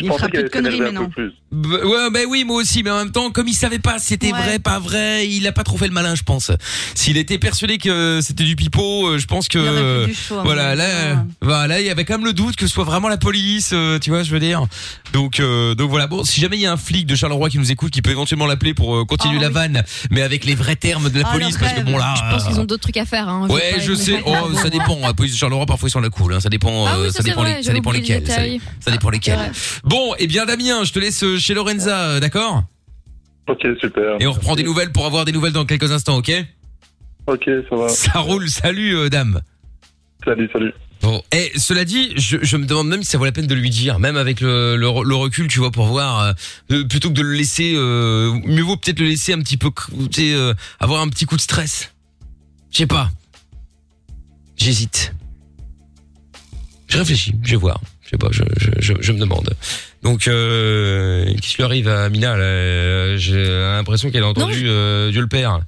[SPEAKER 8] Je pensais qu'il allait s'énerver un peu plus.
[SPEAKER 2] Bah, ouais, bah oui, moi aussi, mais en même temps, comme il savait pas si c'était vrai, pas vrai, il a pas trop fait le malin, je pense. S'il était persuadé que c'était du pipeau, euh, je pense que
[SPEAKER 12] aurait fait du show, à mon
[SPEAKER 2] voilà,
[SPEAKER 12] avis,
[SPEAKER 2] là, euh, voilà, il y avait quand même le doute que ce soit vraiment la police, euh, tu vois, je veux dire. Donc, euh, donc voilà. Bon, si jamais il y a un flic de Charleroi qui nous écoute, qui peut éventuellement l'appeler pour euh, continuer
[SPEAKER 8] Oh,
[SPEAKER 2] la vanne, mais avec les vrais termes de la
[SPEAKER 5] Ah,
[SPEAKER 2] police,
[SPEAKER 5] leur
[SPEAKER 2] parce que
[SPEAKER 5] rêve.
[SPEAKER 2] bon là.
[SPEAKER 5] Je pense
[SPEAKER 2] euh,
[SPEAKER 5] qu'ils ont d'autres trucs à faire. Hein,
[SPEAKER 2] Ouais,
[SPEAKER 5] vais pas
[SPEAKER 2] je
[SPEAKER 5] les
[SPEAKER 2] sais.
[SPEAKER 5] mettre à
[SPEAKER 2] Oh,
[SPEAKER 5] l'avant.
[SPEAKER 2] ça dépend. La police de Charleroi, parfois, ils sont la cool. hein. Ça dépend.
[SPEAKER 5] Ah oui,
[SPEAKER 2] euh,
[SPEAKER 5] ça,
[SPEAKER 2] ça,
[SPEAKER 5] c'est
[SPEAKER 2] dépend.
[SPEAKER 5] vrai,
[SPEAKER 2] les- ça
[SPEAKER 5] j'avais
[SPEAKER 2] dépend
[SPEAKER 5] oublié le
[SPEAKER 2] lesquels. Ça,
[SPEAKER 5] détail.
[SPEAKER 2] ça dépend lesquels.
[SPEAKER 5] vrai.
[SPEAKER 2] Bon, eh bien, Damien, je te laisse euh, chez Lorenza, euh, d'accord
[SPEAKER 8] Ok, super.
[SPEAKER 2] Et on reprend des nouvelles pour avoir des nouvelles dans quelques instants, ok
[SPEAKER 8] Ok, ça va.
[SPEAKER 2] Ça roule. Salut, euh, dame.
[SPEAKER 8] Salut, salut.
[SPEAKER 2] Bon, et cela dit, je, je me demande même si ça vaut la peine de lui dire, même avec le, le, re- le recul, tu vois, pour voir, euh, euh, plutôt que de le laisser, euh, mieux vaut peut-être le laisser un petit peu, cr- tu sais, euh, avoir un petit coup de stress. Je sais pas. J'hésite. Je réfléchis, je vais voir. Je sais pas, je, je, je, je me demande. Donc, euh, qu'est-ce qui lui arrive à Mina là Euh, J'ai l'impression qu'elle a entendu euh, Dieu le Père.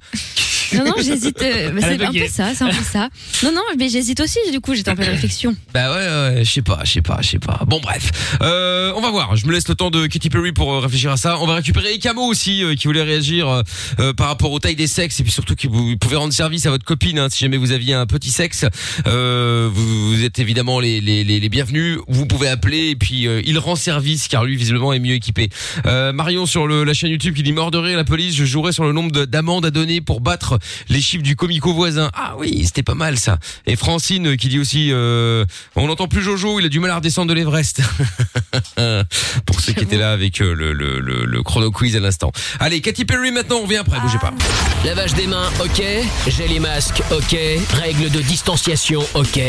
[SPEAKER 5] Non, non, j'hésite. euh, bah,
[SPEAKER 2] Elle a
[SPEAKER 5] c'est un
[SPEAKER 2] bugué.
[SPEAKER 5] peu ça, c'est un peu ça. Non, non, mais j'hésite aussi, du coup, j'étais en pleine réflexion.
[SPEAKER 2] Bah ouais, ouais je sais pas, je sais pas, je sais pas. Bon bref, euh, on va voir. Je me laisse le temps de Katy Perry pour euh, réfléchir à ça. On va récupérer Ikamo aussi euh, qui voulait réagir euh, euh, par rapport aux tailles des sexes et puis surtout qui vous pouvez rendre service à votre copine hein, si jamais vous aviez un petit sexe. Euh, vous, vous êtes évidemment les, les, les, les bienvenus. Vous pouvez appeler et puis euh, il rend service car lui visiblement est mieux équipé. Euh, Marion sur le, la chaîne YouTube qui dit mort de rire la police. Je jouerai sur le nombre de- d'amendes à donner pour battre les chiffres du comico voisin. Ah oui, c'était pas mal ça. Et Francine euh, qui dit aussi, euh, on n'entend plus Jojo, il a du mal à redescendre de l'Everest. (laughs) Pour ceux qui étaient là avec euh, le, le, le, le chrono quiz à l'instant. Allez, Katy Perry maintenant, on revient après, bougez pas.
[SPEAKER 1] Lavage des mains, ok. J'ai les masques, ok. Règles de distanciation, ok.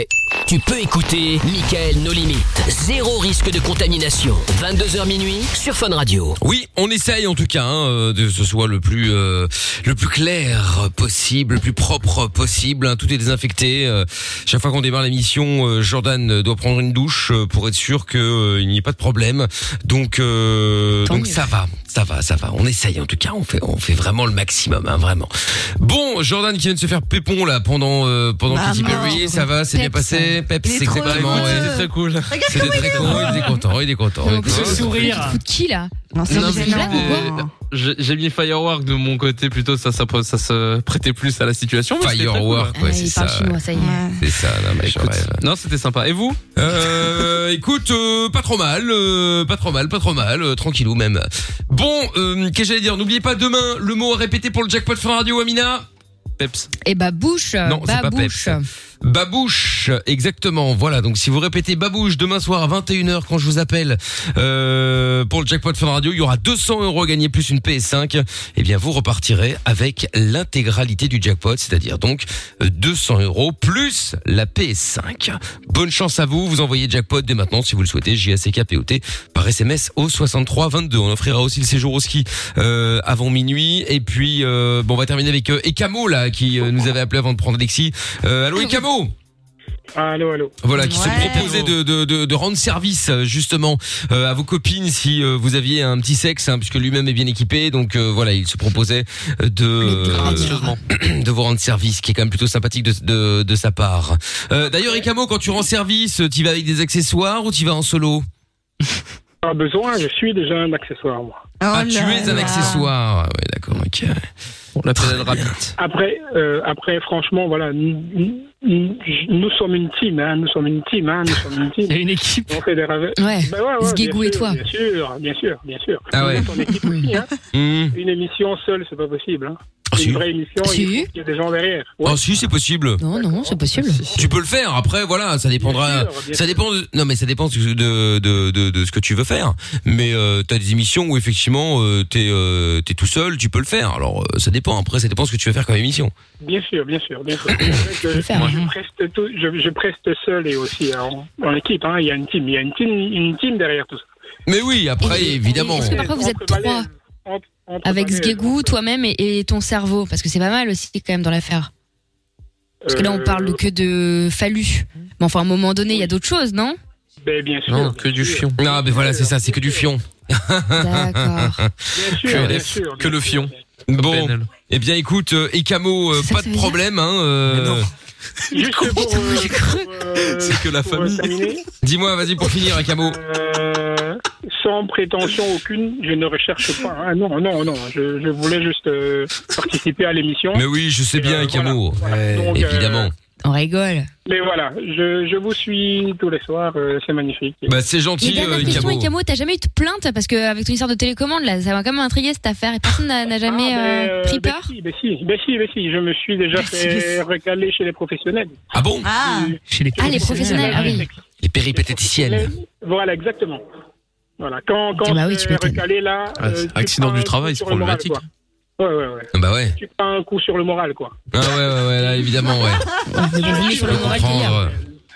[SPEAKER 1] Tu peux écouter Michael No Limites. Zéro risque de contamination. 22h minuit sur Fun Radio.
[SPEAKER 2] Oui, on essaye en tout cas hein, euh, de que ce soit le plus euh, le plus clair possible, le plus propre possible. hein, tout est désinfecté. euh, chaque fois qu'on démarre l'émission, euh, Jordan doit prendre une douche euh, pour être sûr que euh, il n'y ait pas de problème. Donc euh,
[SPEAKER 12] Tant
[SPEAKER 2] donc
[SPEAKER 12] mieux.
[SPEAKER 2] ça va, ça va, ça va. On essaye en tout cas. On fait on fait vraiment le maximum, hein, vraiment. Bon, Jordan qui vient de se faire pépon là pendant euh, pendant
[SPEAKER 12] Bah,
[SPEAKER 2] Katy Perry,
[SPEAKER 12] mort.
[SPEAKER 2] ça va, c'est bien
[SPEAKER 12] Peps.
[SPEAKER 2] passé. Peps,
[SPEAKER 12] Il est trop
[SPEAKER 2] exactement.
[SPEAKER 12] heureux.
[SPEAKER 2] ouais.
[SPEAKER 12] C'est très cool. Regarde
[SPEAKER 2] C'était
[SPEAKER 12] comment il
[SPEAKER 2] très
[SPEAKER 12] est
[SPEAKER 2] cool.
[SPEAKER 12] heureux.
[SPEAKER 2] Il est content, il est content.
[SPEAKER 12] Mais en plus,
[SPEAKER 2] il est
[SPEAKER 12] ce
[SPEAKER 2] content.
[SPEAKER 5] Tu te fous de qui là
[SPEAKER 3] Non,
[SPEAKER 5] c'est gênant.
[SPEAKER 4] J'ai j'ai mis Firework de mon côté plutôt, ça, ça, ça se prêtait plus à la situation. mais c'était très cool.
[SPEAKER 2] Firework, ouais, c'est
[SPEAKER 5] Il
[SPEAKER 2] ça.
[SPEAKER 5] parle chinois, ça y est.
[SPEAKER 2] C'est ça, non, mais
[SPEAKER 4] Non, c'était sympa.
[SPEAKER 11] (laughs)
[SPEAKER 4] Et vous
[SPEAKER 2] euh, Écoute, euh, pas trop mal, euh, pas trop mal, pas trop mal, euh, tranquillou même. Bon, euh, qu'est-ce que j'allais dire N'oubliez pas demain le mot à répéter pour le jackpot Fun Radio, Amina. Peps.
[SPEAKER 5] Et bah bouche,
[SPEAKER 2] Non, c'est pas
[SPEAKER 5] babouche.
[SPEAKER 2] Peps. Babouche, exactement. Voilà, donc si vous répétez Babouche demain soir à 21h quand je vous appelle euh, pour le jackpot Fun Radio, il y aura 200 euros gagnés plus une PS5. Eh bien, vous repartirez avec l'intégralité du jackpot, c'est-à-dire donc euh, 200 euros plus la PS5. Bonne chance à vous. Vous envoyez jackpot dès maintenant si vous le souhaitez. J-A-C-K-P-O-T par SMS au 63 22. On offrira aussi le séjour au ski euh, avant minuit. Et puis, euh, bon, on va terminer avec euh, Ekamo là qui euh, nous avait appelé avant de prendre Alexis. Euh, allô Ekamo.
[SPEAKER 10] Allô, allô.
[SPEAKER 2] Voilà, qui se proposait de, de, de, de rendre service euh, justement euh, à vos copines si euh, vous aviez un petit sexe, hein, puisque lui-même est bien équipé. Donc euh, voilà, il se proposait euh, de euh, (clears throat) de vous rendre service, qui est quand même plutôt sympathique de, de, de sa part. Euh, D'ailleurs, Ekamo, quand tu rends service, tu vas avec des accessoires ou tu vas en solo
[SPEAKER 10] Pas besoin, je suis déjà un accessoire, moi.
[SPEAKER 5] Oh
[SPEAKER 2] Ah, tu es un accessoire. Ouais, d'accord, ok. On l'appelle (laughs) rapide.
[SPEAKER 10] Après, euh, après, franchement, voilà, nous, nous- nous sommes une team, hein, nous sommes une team, hein, nous sommes une team.
[SPEAKER 6] (laughs) Il y a une équipe.
[SPEAKER 10] On fait des rêves.
[SPEAKER 5] Ouais,
[SPEAKER 10] Bah ouais, ouais,
[SPEAKER 5] Zguigou
[SPEAKER 10] bien
[SPEAKER 5] et
[SPEAKER 10] sûr,
[SPEAKER 5] toi.
[SPEAKER 10] Bien sûr, bien sûr, bien sûr.
[SPEAKER 2] Ah ouais.
[SPEAKER 10] Nous, on est en équipe aussi,
[SPEAKER 6] (laughs)
[SPEAKER 10] hein.
[SPEAKER 2] Hmm.
[SPEAKER 10] Une émission seule, c'est pas possible. Hein. Une vraie émission, il faut qu'il y a des gens derrière.
[SPEAKER 2] Ah si, c'est possible.
[SPEAKER 5] Non, Oh non, c'est possible.
[SPEAKER 2] Tu peux le faire. Après, voilà, ça dépendra.
[SPEAKER 10] Bien sûr, bien
[SPEAKER 2] ça dépend. de- non, mais ça dépend de de de, de- de ce que tu veux faire. Mais euh, t'as des émissions où effectivement euh, t'es euh, t'es tout seul, tu peux le faire. Alors euh, ça dépend. Après, ça dépend ce que tu veux faire comme émission.
[SPEAKER 10] Bien sûr, bien sûr, bien sûr. C'est vrai que
[SPEAKER 5] hein.
[SPEAKER 10] je, preste tout- je, je preste seul et aussi en, en équipe. hein, Il y a une team, il y a une team, une team derrière tout ça.
[SPEAKER 2] Mais oui, après, évidemment.
[SPEAKER 5] Est-ce que parfois vous êtes trois avec
[SPEAKER 10] balais,
[SPEAKER 5] Zguégou, toi-même et, et ton cerveau Parce que c'est pas mal aussi quand même dans l'affaire. Parce que là on
[SPEAKER 10] Euh,
[SPEAKER 5] parle que de Fallu. Mais enfin à un moment donné il y a d'autres choses, non
[SPEAKER 10] ben, bien sûr.
[SPEAKER 2] Non, que du fion. Non, mais voilà, c'est ça, c'est que du fion. (laughs)
[SPEAKER 5] D'accord.
[SPEAKER 10] sûr,
[SPEAKER 2] que,
[SPEAKER 10] bien sûr,
[SPEAKER 2] que le fion. Bon, eh bien écoute, euh, Ekamo, euh, pas de problème. Hein, euh,
[SPEAKER 10] Juste pour, euh, pour, euh,
[SPEAKER 2] C'est que la
[SPEAKER 10] pour, euh,
[SPEAKER 2] famille.
[SPEAKER 10] terminer,
[SPEAKER 2] Dis-moi, vas-y pour finir, Ekamo.
[SPEAKER 10] euh, sans prétention aucune, je ne recherche pas. hein, non, non, non. Je, je voulais juste euh, participer à l'émission. Euh,
[SPEAKER 2] Mais oui, je sais bien, Ekamo. Ouais,
[SPEAKER 10] Donc, euh,
[SPEAKER 2] évidemment.
[SPEAKER 5] On rigole.
[SPEAKER 10] Mais voilà, je, je vous suis tous les soirs, euh, c'est magnifique.
[SPEAKER 2] Bah, c'est
[SPEAKER 5] Mais
[SPEAKER 2] gentil,
[SPEAKER 5] dernière
[SPEAKER 2] euh,
[SPEAKER 5] question,
[SPEAKER 2] Ekamo.
[SPEAKER 5] Ikamo, t'as jamais eu de plainte Parce qu'avec ton histoire de télécommande là, ça m'a quand même intrigué cette affaire et personne n'a n'a jamais
[SPEAKER 10] mais,
[SPEAKER 5] euh,
[SPEAKER 10] euh,
[SPEAKER 5] pris
[SPEAKER 10] ben
[SPEAKER 5] peur
[SPEAKER 10] si, ben si, ben si, ben si, je me suis déjà fait recaler chez les professionnels.
[SPEAKER 2] Ah bon
[SPEAKER 5] Ah.
[SPEAKER 6] Chez les
[SPEAKER 5] Ah, les professionnels, ah oui.
[SPEAKER 2] Les péripatéticiennes.
[SPEAKER 10] Voilà, exactement. Voilà, quand, quand
[SPEAKER 2] Ah bah oui,
[SPEAKER 10] t'es
[SPEAKER 2] tu m'étonnes.
[SPEAKER 10] recalé là,
[SPEAKER 2] Ah,
[SPEAKER 10] euh,
[SPEAKER 2] c'est-
[SPEAKER 10] tu
[SPEAKER 2] accident
[SPEAKER 10] prends
[SPEAKER 2] du
[SPEAKER 10] un
[SPEAKER 2] travail,
[SPEAKER 10] coup
[SPEAKER 2] c'est
[SPEAKER 10] sur le moral,
[SPEAKER 2] problématique.
[SPEAKER 10] quoi. ouais, ouais, ouais.
[SPEAKER 2] Ah Bah ouais.
[SPEAKER 10] Tu prends un coup sur le moral, quoi. Ah,
[SPEAKER 2] Ah ouais, ouais, ouais, là, évidemment, ouais.
[SPEAKER 5] Ah, Je
[SPEAKER 2] peux comprendre.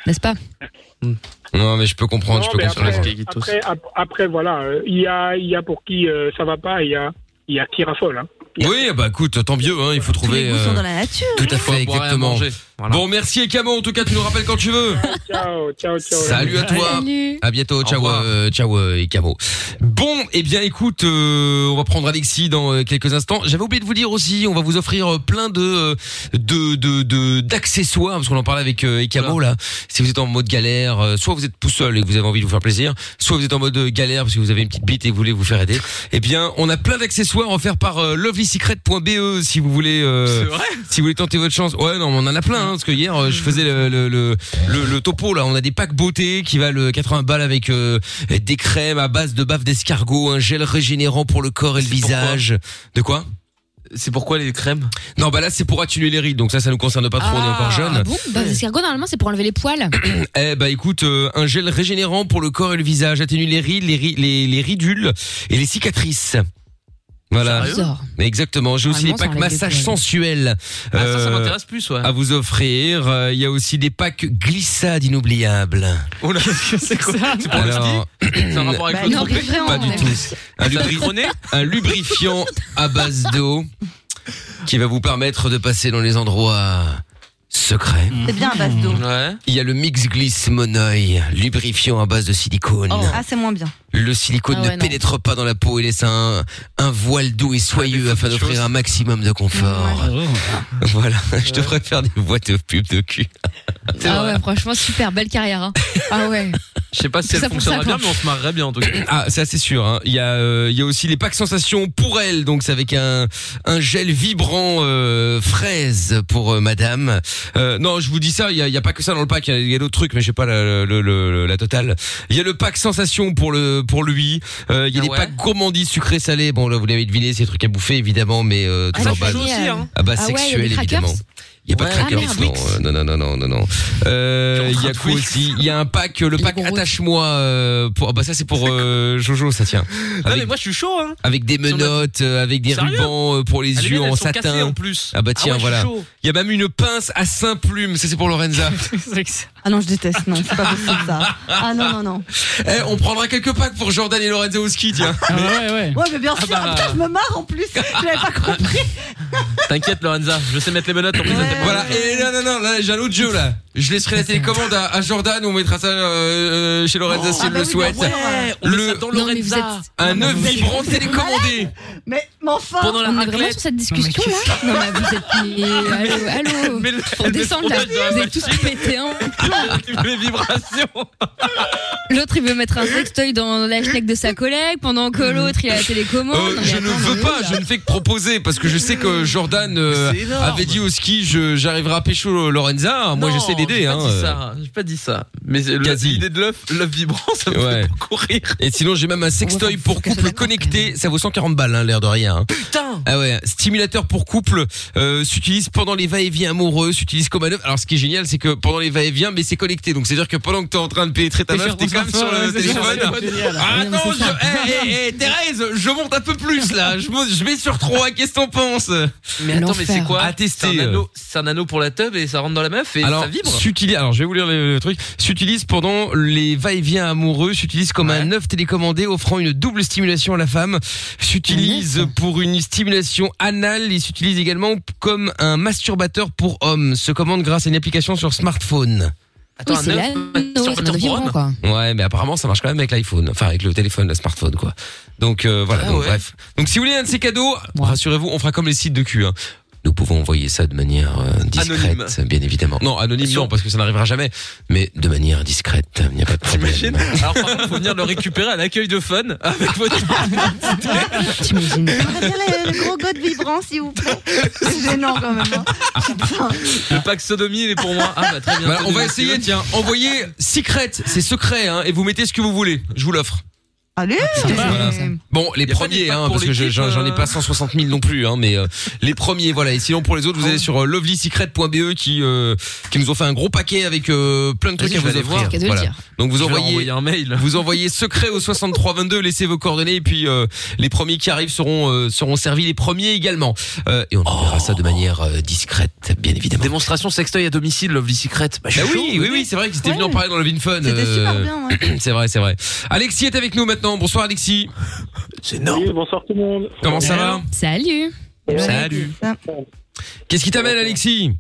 [SPEAKER 5] N'est-ce pas
[SPEAKER 2] euh, Non, mais je peux comprendre,
[SPEAKER 10] Non,
[SPEAKER 2] je peux
[SPEAKER 10] mais
[SPEAKER 2] comprendre.
[SPEAKER 10] après, après, ap- après, voilà, euh, il y, a, il y a pour qui euh, ça va pas, il y a, il y a qui raffole. Hein.
[SPEAKER 2] Oui, bah écoute, tant mieux, hein, il faut trouver. euh,
[SPEAKER 3] nature.
[SPEAKER 2] Tout à fait,
[SPEAKER 4] boire et à
[SPEAKER 2] exactement.
[SPEAKER 4] manger,
[SPEAKER 2] Bon, merci Ekamo, en tout cas, tu nous rappelles quand tu veux.
[SPEAKER 10] Ciao, ciao, ciao.
[SPEAKER 2] Salut à toi. À bientôt, ciao, euh, ciao euh, Ekamo. Bon, eh bien, écoute, euh, on va prendre Alexis dans euh, quelques instants. J'avais oublié de vous dire aussi, on va vous offrir euh, plein de euh, de de- de- d'accessoires parce qu'on en parlait avec euh, Ekamo là. Si vous êtes en mode galère, euh, soit vous êtes tout seul et que vous avez envie de vous faire plaisir, soit vous êtes en mode euh, galère parce que vous avez une petite bite et que vous voulez vous faire aider. Eh bien, on a plein d'accessoires offerts par euh, lovelysecret.be E, si vous voulez euh, si vous voulez tenter votre chance. Ouais, non, on en a plein hein, parce que hier euh, je faisais le le, le le le topo là, on a des packs beauté qui valent 80 balles avec euh, des crèmes à base de bave d'escargot, un gel régénérant pour le corps et le visage. De quoi C'est pourquoi les crèmes Non, bah là, c'est pour atténuer les rides. Donc ça, ça nous concerne pas trop, on est encore jeunes.
[SPEAKER 5] Ah bon Bah, les escargots, normalement, c'est pour enlever les
[SPEAKER 2] (coughs)
[SPEAKER 5] poils.
[SPEAKER 2] Eh bah écoute, euh, un gel régénérant pour le corps et le visage, atténue les rides, les, ri- les, les ridules et les cicatrices. Voilà.
[SPEAKER 4] Sérieux Bizarre.
[SPEAKER 2] Exactement. J'ai aussi les
[SPEAKER 4] Normalement, ça
[SPEAKER 2] packs
[SPEAKER 4] enlève les
[SPEAKER 2] massage
[SPEAKER 4] poils.
[SPEAKER 2] sensuel.
[SPEAKER 4] Ah, ça, ça
[SPEAKER 2] euh,
[SPEAKER 4] m'intéresse plus, ouais.
[SPEAKER 2] À vous offrir. Euh, Il y a aussi des packs glissades inoubliables.
[SPEAKER 4] Oh là, c'est quoi C'est pour le
[SPEAKER 2] Alors, (clears throat)
[SPEAKER 4] ski C'est un rapport avec
[SPEAKER 5] Bah,
[SPEAKER 4] le
[SPEAKER 5] non,
[SPEAKER 4] trompé
[SPEAKER 5] vraiment,
[SPEAKER 2] Pas du
[SPEAKER 5] mais-
[SPEAKER 2] tout. Un, lubri- un lubrifiant à base d'eau qui va vous permettre de passer dans les endroits secrets.
[SPEAKER 3] C'est bien à base d'eau.
[SPEAKER 2] Il y a le mix glisse monoï, lubrifiant à base de silicone.
[SPEAKER 3] Ah, c'est moins bien.
[SPEAKER 2] Le silicone
[SPEAKER 3] Ah ouais,
[SPEAKER 2] ne
[SPEAKER 3] non.
[SPEAKER 2] pénètre pas dans la peau et laisse un, un voile doux et soyeux afin d'offrir un maximum de confort. (laughs) Voilà, je te ferai faire des voix de pub de cul.
[SPEAKER 5] Ah ouais, franchement, super, belle carrière.
[SPEAKER 2] (coughs)
[SPEAKER 5] hein. Ah ouais.
[SPEAKER 2] Je sais pas si
[SPEAKER 5] elle Ça pour fonctionnera ça, bien, quoi.
[SPEAKER 2] mais on se marrerait bien en tout cas. Ah, ça c'est sûr. hein. Il y a, euh, il y a aussi les packs sensations pour elle, donc c'est avec un un gel vibrant euh, fraise pour euh, Madame. Euh, non, je vous dis ça. Il y a, il y a pas que ça dans le pack. Il y a- il y a, d'autres trucs, mais je sais pas la, le- le- la totale. Il y a le pack sensation pour le pour lui. Euh, il y a
[SPEAKER 4] Ah
[SPEAKER 2] des
[SPEAKER 4] ouais.
[SPEAKER 2] packs gourmandises sucrées salées. Bon, là vous l'avez deviné, c'est des trucs à bouffer évidemment, mais euh,
[SPEAKER 4] Ah,
[SPEAKER 2] tout
[SPEAKER 4] ça,
[SPEAKER 2] en
[SPEAKER 4] je
[SPEAKER 2] base
[SPEAKER 4] joue aussi, hein.
[SPEAKER 2] à base
[SPEAKER 4] Ah ouais, il y a
[SPEAKER 2] sexuelle
[SPEAKER 4] des crackers
[SPEAKER 2] évidemment. Il y a pas de
[SPEAKER 4] Ouais.
[SPEAKER 2] crackers,
[SPEAKER 4] Ah, merde.
[SPEAKER 2] non, euh, non, non, non, non, non, non. Euh, Il y a quoi aussi Il y a un pack, le pack attache-moi. euh, pour, ah bah ça c'est pour euh, Jojo, ça tient.
[SPEAKER 4] Non,
[SPEAKER 2] Avec,
[SPEAKER 4] mais moi, je suis chaud, hein.
[SPEAKER 2] avec des menottes, euh, avec des
[SPEAKER 4] Sérieux
[SPEAKER 2] rubans euh, pour les
[SPEAKER 4] Ah, les
[SPEAKER 2] yeux
[SPEAKER 4] miennes,
[SPEAKER 2] en
[SPEAKER 4] elles sont
[SPEAKER 2] satin.
[SPEAKER 4] cassées en plus.
[SPEAKER 2] Ah bah
[SPEAKER 4] Ah
[SPEAKER 2] tiens,
[SPEAKER 4] ouais, je suis
[SPEAKER 2] voilà.
[SPEAKER 4] chaud.
[SPEAKER 2] Il y a même une pince à cinq plumes. Ça c'est pour
[SPEAKER 4] (laughs)
[SPEAKER 2] Lorenza.
[SPEAKER 3] Ah non, je déteste, non, c'est pas possible ça. Ah non, non, non.
[SPEAKER 2] Eh, on prendra quelques packs pour Jordan et Lorenza au ski, tiens.
[SPEAKER 6] Ah, ouais, ouais.
[SPEAKER 3] Ouais, mais bien
[SPEAKER 4] Ah
[SPEAKER 3] sûr,
[SPEAKER 4] bah. Ah,
[SPEAKER 3] putain, je me marre en plus. Je l'avais pas compris.
[SPEAKER 4] T'inquiète, Lorenza, je sais mettre les menottes en plus.
[SPEAKER 2] Voilà, et non, non, non, là j'ai un autre jeu là. Je laisserai la télécommande à, à Jordan, on mettra ça euh, euh, chez
[SPEAKER 3] Ah
[SPEAKER 2] Lorenza
[SPEAKER 3] bah
[SPEAKER 2] si elle
[SPEAKER 3] Oh,
[SPEAKER 2] le souhaite.
[SPEAKER 4] on met
[SPEAKER 2] Le-
[SPEAKER 4] ça dans Lorenza.
[SPEAKER 2] Un œuf
[SPEAKER 3] mais-
[SPEAKER 2] vibrant
[SPEAKER 3] vous êtes
[SPEAKER 2] télécommandé.
[SPEAKER 3] Mais, mais enfin.
[SPEAKER 4] Pendant la
[SPEAKER 5] on est
[SPEAKER 4] raclette.
[SPEAKER 5] vraiment sur cette discussion là Non, mais vous
[SPEAKER 3] (laughs)
[SPEAKER 5] êtes. mais Allô, allô
[SPEAKER 4] Mais le-
[SPEAKER 5] Pour
[SPEAKER 4] le
[SPEAKER 5] descendre là,
[SPEAKER 4] fromage dans la
[SPEAKER 5] vous êtes tous
[SPEAKER 4] machine.
[SPEAKER 5] pétés en.
[SPEAKER 4] Les vibrations.
[SPEAKER 5] L'autre, il veut
[SPEAKER 2] Euh.
[SPEAKER 5] mettre un sextoy dans la schneck de sa collègue, pendant que l'autre, il a la télécommande.
[SPEAKER 2] Euh,
[SPEAKER 5] Non, mais
[SPEAKER 2] je ne
[SPEAKER 5] attends,
[SPEAKER 2] veux
[SPEAKER 5] mais
[SPEAKER 2] pas,
[SPEAKER 5] oui, là.
[SPEAKER 2] je ne fais que proposer parce que je sais que Jordan euh,
[SPEAKER 4] C'est énorme.
[SPEAKER 2] avait dit au ski je j'arriverai à pécho euh, Lorenza. Moi j'essaie d'aider.
[SPEAKER 4] J'ai pas
[SPEAKER 2] hein,
[SPEAKER 4] dit
[SPEAKER 2] euh,
[SPEAKER 4] ça. J'ai pas dit ça. Mais le-
[SPEAKER 2] Quasi.
[SPEAKER 4] l'idée de l'œuf, l'œuf vibrant, ça me
[SPEAKER 2] Ouais.
[SPEAKER 4] fait beaucoup rire.
[SPEAKER 2] Et sinon j'ai même un sextoy pour couple connecté. Ça vaut 140 balles hein, l'air de rien. hein.
[SPEAKER 4] Putain.
[SPEAKER 2] Ah ouais, stimulateur pour couple euh, s'utilise pendant les va-et-vient amoureux, s'utilise comme un œuf. Alors ce qui est génial, c'est que pendant les va-et-vient, mais c'est connecté. Donc c'est-à-dire que pendant que t'es en train de pénétrer ta
[SPEAKER 6] T'es
[SPEAKER 2] meuf,
[SPEAKER 6] sur
[SPEAKER 2] t'es
[SPEAKER 6] ton
[SPEAKER 2] quand même sur
[SPEAKER 6] smartphone,
[SPEAKER 2] le
[SPEAKER 6] ouais, c'est sûr,
[SPEAKER 2] téléphone.
[SPEAKER 6] c'est génial.
[SPEAKER 2] Ah
[SPEAKER 6] Ouais, non, mais
[SPEAKER 2] non,
[SPEAKER 6] c'est ça.
[SPEAKER 2] je- eh, eh, eh, Thérèse, je monte un peu plus là. Je, monte- je vais sur 3, qu'est-ce que t'en penses
[SPEAKER 4] Mais attends, mais c'est quoi
[SPEAKER 2] À tester.
[SPEAKER 4] C'est un
[SPEAKER 2] euh.
[SPEAKER 4] anneau- C'est un anneau pour la teub et ça rentre dans la meuf et
[SPEAKER 2] Alors,
[SPEAKER 4] ça vibre.
[SPEAKER 2] s'utilise, alors je vais vous lire le, le truc. S'utilise pendant les va-et-vient amoureux, s'utilise comme un œuf télécommandé offrant une double stimulation à la femme, s'utilise
[SPEAKER 4] Mmh.
[SPEAKER 2] pour une stimulation anale et s'utilise également p- comme un masturbateur pour homme. Se commande grâce à une application sur smartphone.
[SPEAKER 5] Oui,
[SPEAKER 4] un
[SPEAKER 5] c'est
[SPEAKER 4] œuf,
[SPEAKER 5] l'anneau,
[SPEAKER 4] sur-
[SPEAKER 5] c'est
[SPEAKER 4] sur
[SPEAKER 5] un vibrant
[SPEAKER 4] Rome.
[SPEAKER 5] quoi.
[SPEAKER 2] Ouais, mais apparemment ça marche quand même avec l'iPhone, enfin avec le téléphone, le smartphone quoi. Donc euh, voilà,
[SPEAKER 4] Ah
[SPEAKER 2] donc,
[SPEAKER 4] ouais.
[SPEAKER 2] bref. Donc si vous voulez un de ces cadeaux, rassurez-vous, on fera comme les sites de cul. hein. Nous pouvons envoyer ça de manière euh, discrète, bien évidemment. Non, anonyme non, parce que ça n'arrivera jamais, mais de manière discrète, il n'y a pas de
[SPEAKER 4] T'imagines
[SPEAKER 2] problème.
[SPEAKER 4] Alors par contre, faut venir le récupérer à l'accueil de fun avec votre. (laughs)
[SPEAKER 5] T'imagines
[SPEAKER 3] Regardez les, les gros godes vibrants, s'il vous plaît. C'est gênant quand même. hein.
[SPEAKER 4] Le pack sodomie, il est pour moi. Ah bah très bien.
[SPEAKER 2] Voilà, on va
[SPEAKER 4] Tenez,
[SPEAKER 2] essayer, tiens, envoyez secret, c'est secret, hein, et vous mettez ce que vous voulez. Je vous l'offre.
[SPEAKER 3] Allez
[SPEAKER 4] Ah,
[SPEAKER 2] Voilà. Bon, les
[SPEAKER 4] Y a pas des
[SPEAKER 2] premiers,
[SPEAKER 4] packs
[SPEAKER 2] hein,
[SPEAKER 4] pour
[SPEAKER 2] parce que je-
[SPEAKER 4] l'équipe,
[SPEAKER 2] j'en j'en ai pas
[SPEAKER 4] euh.
[SPEAKER 2] 160 000 non plus, hein, mais euh, les premiers, voilà. Et sinon pour les
[SPEAKER 4] Ah
[SPEAKER 2] autres, vous allez sur euh, lovelysecret.be qui euh, qui nous ont fait un gros paquet avec euh, plein de trucs
[SPEAKER 4] Vas-y,
[SPEAKER 2] à
[SPEAKER 4] je vais
[SPEAKER 2] vous
[SPEAKER 4] aller voir.
[SPEAKER 2] offrir.
[SPEAKER 5] Qu'à de le
[SPEAKER 2] Voilà.
[SPEAKER 5] dire.
[SPEAKER 2] Donc vous
[SPEAKER 4] Je vais leur
[SPEAKER 2] envoyez
[SPEAKER 4] envoyer un mail.
[SPEAKER 2] vous envoyez secret au 6322, laissez vos coordonnées et puis euh, les premiers qui arrivent seront euh, seront servis les premiers également. Euh, et on enverra ça de manière euh, discrète, bien évidemment.
[SPEAKER 4] Démonstration sextoy à domicile, Lovely Secret. Bah, je
[SPEAKER 2] Bah
[SPEAKER 4] suis chaud,
[SPEAKER 2] oui, oui, oui, c'est vrai que c'était venu en parler dans le Vin Fun. euh,
[SPEAKER 3] C'était super bien, ouais.
[SPEAKER 2] c'est vrai, c'est vrai. Alexis est avec nous maintenant. Bonsoir Alexis.
[SPEAKER 4] C'est énorme.
[SPEAKER 10] Oui, bonsoir tout le monde.
[SPEAKER 2] Comment ça va
[SPEAKER 5] Salut
[SPEAKER 2] Salut. Qu'est-ce qui t'amène Alexis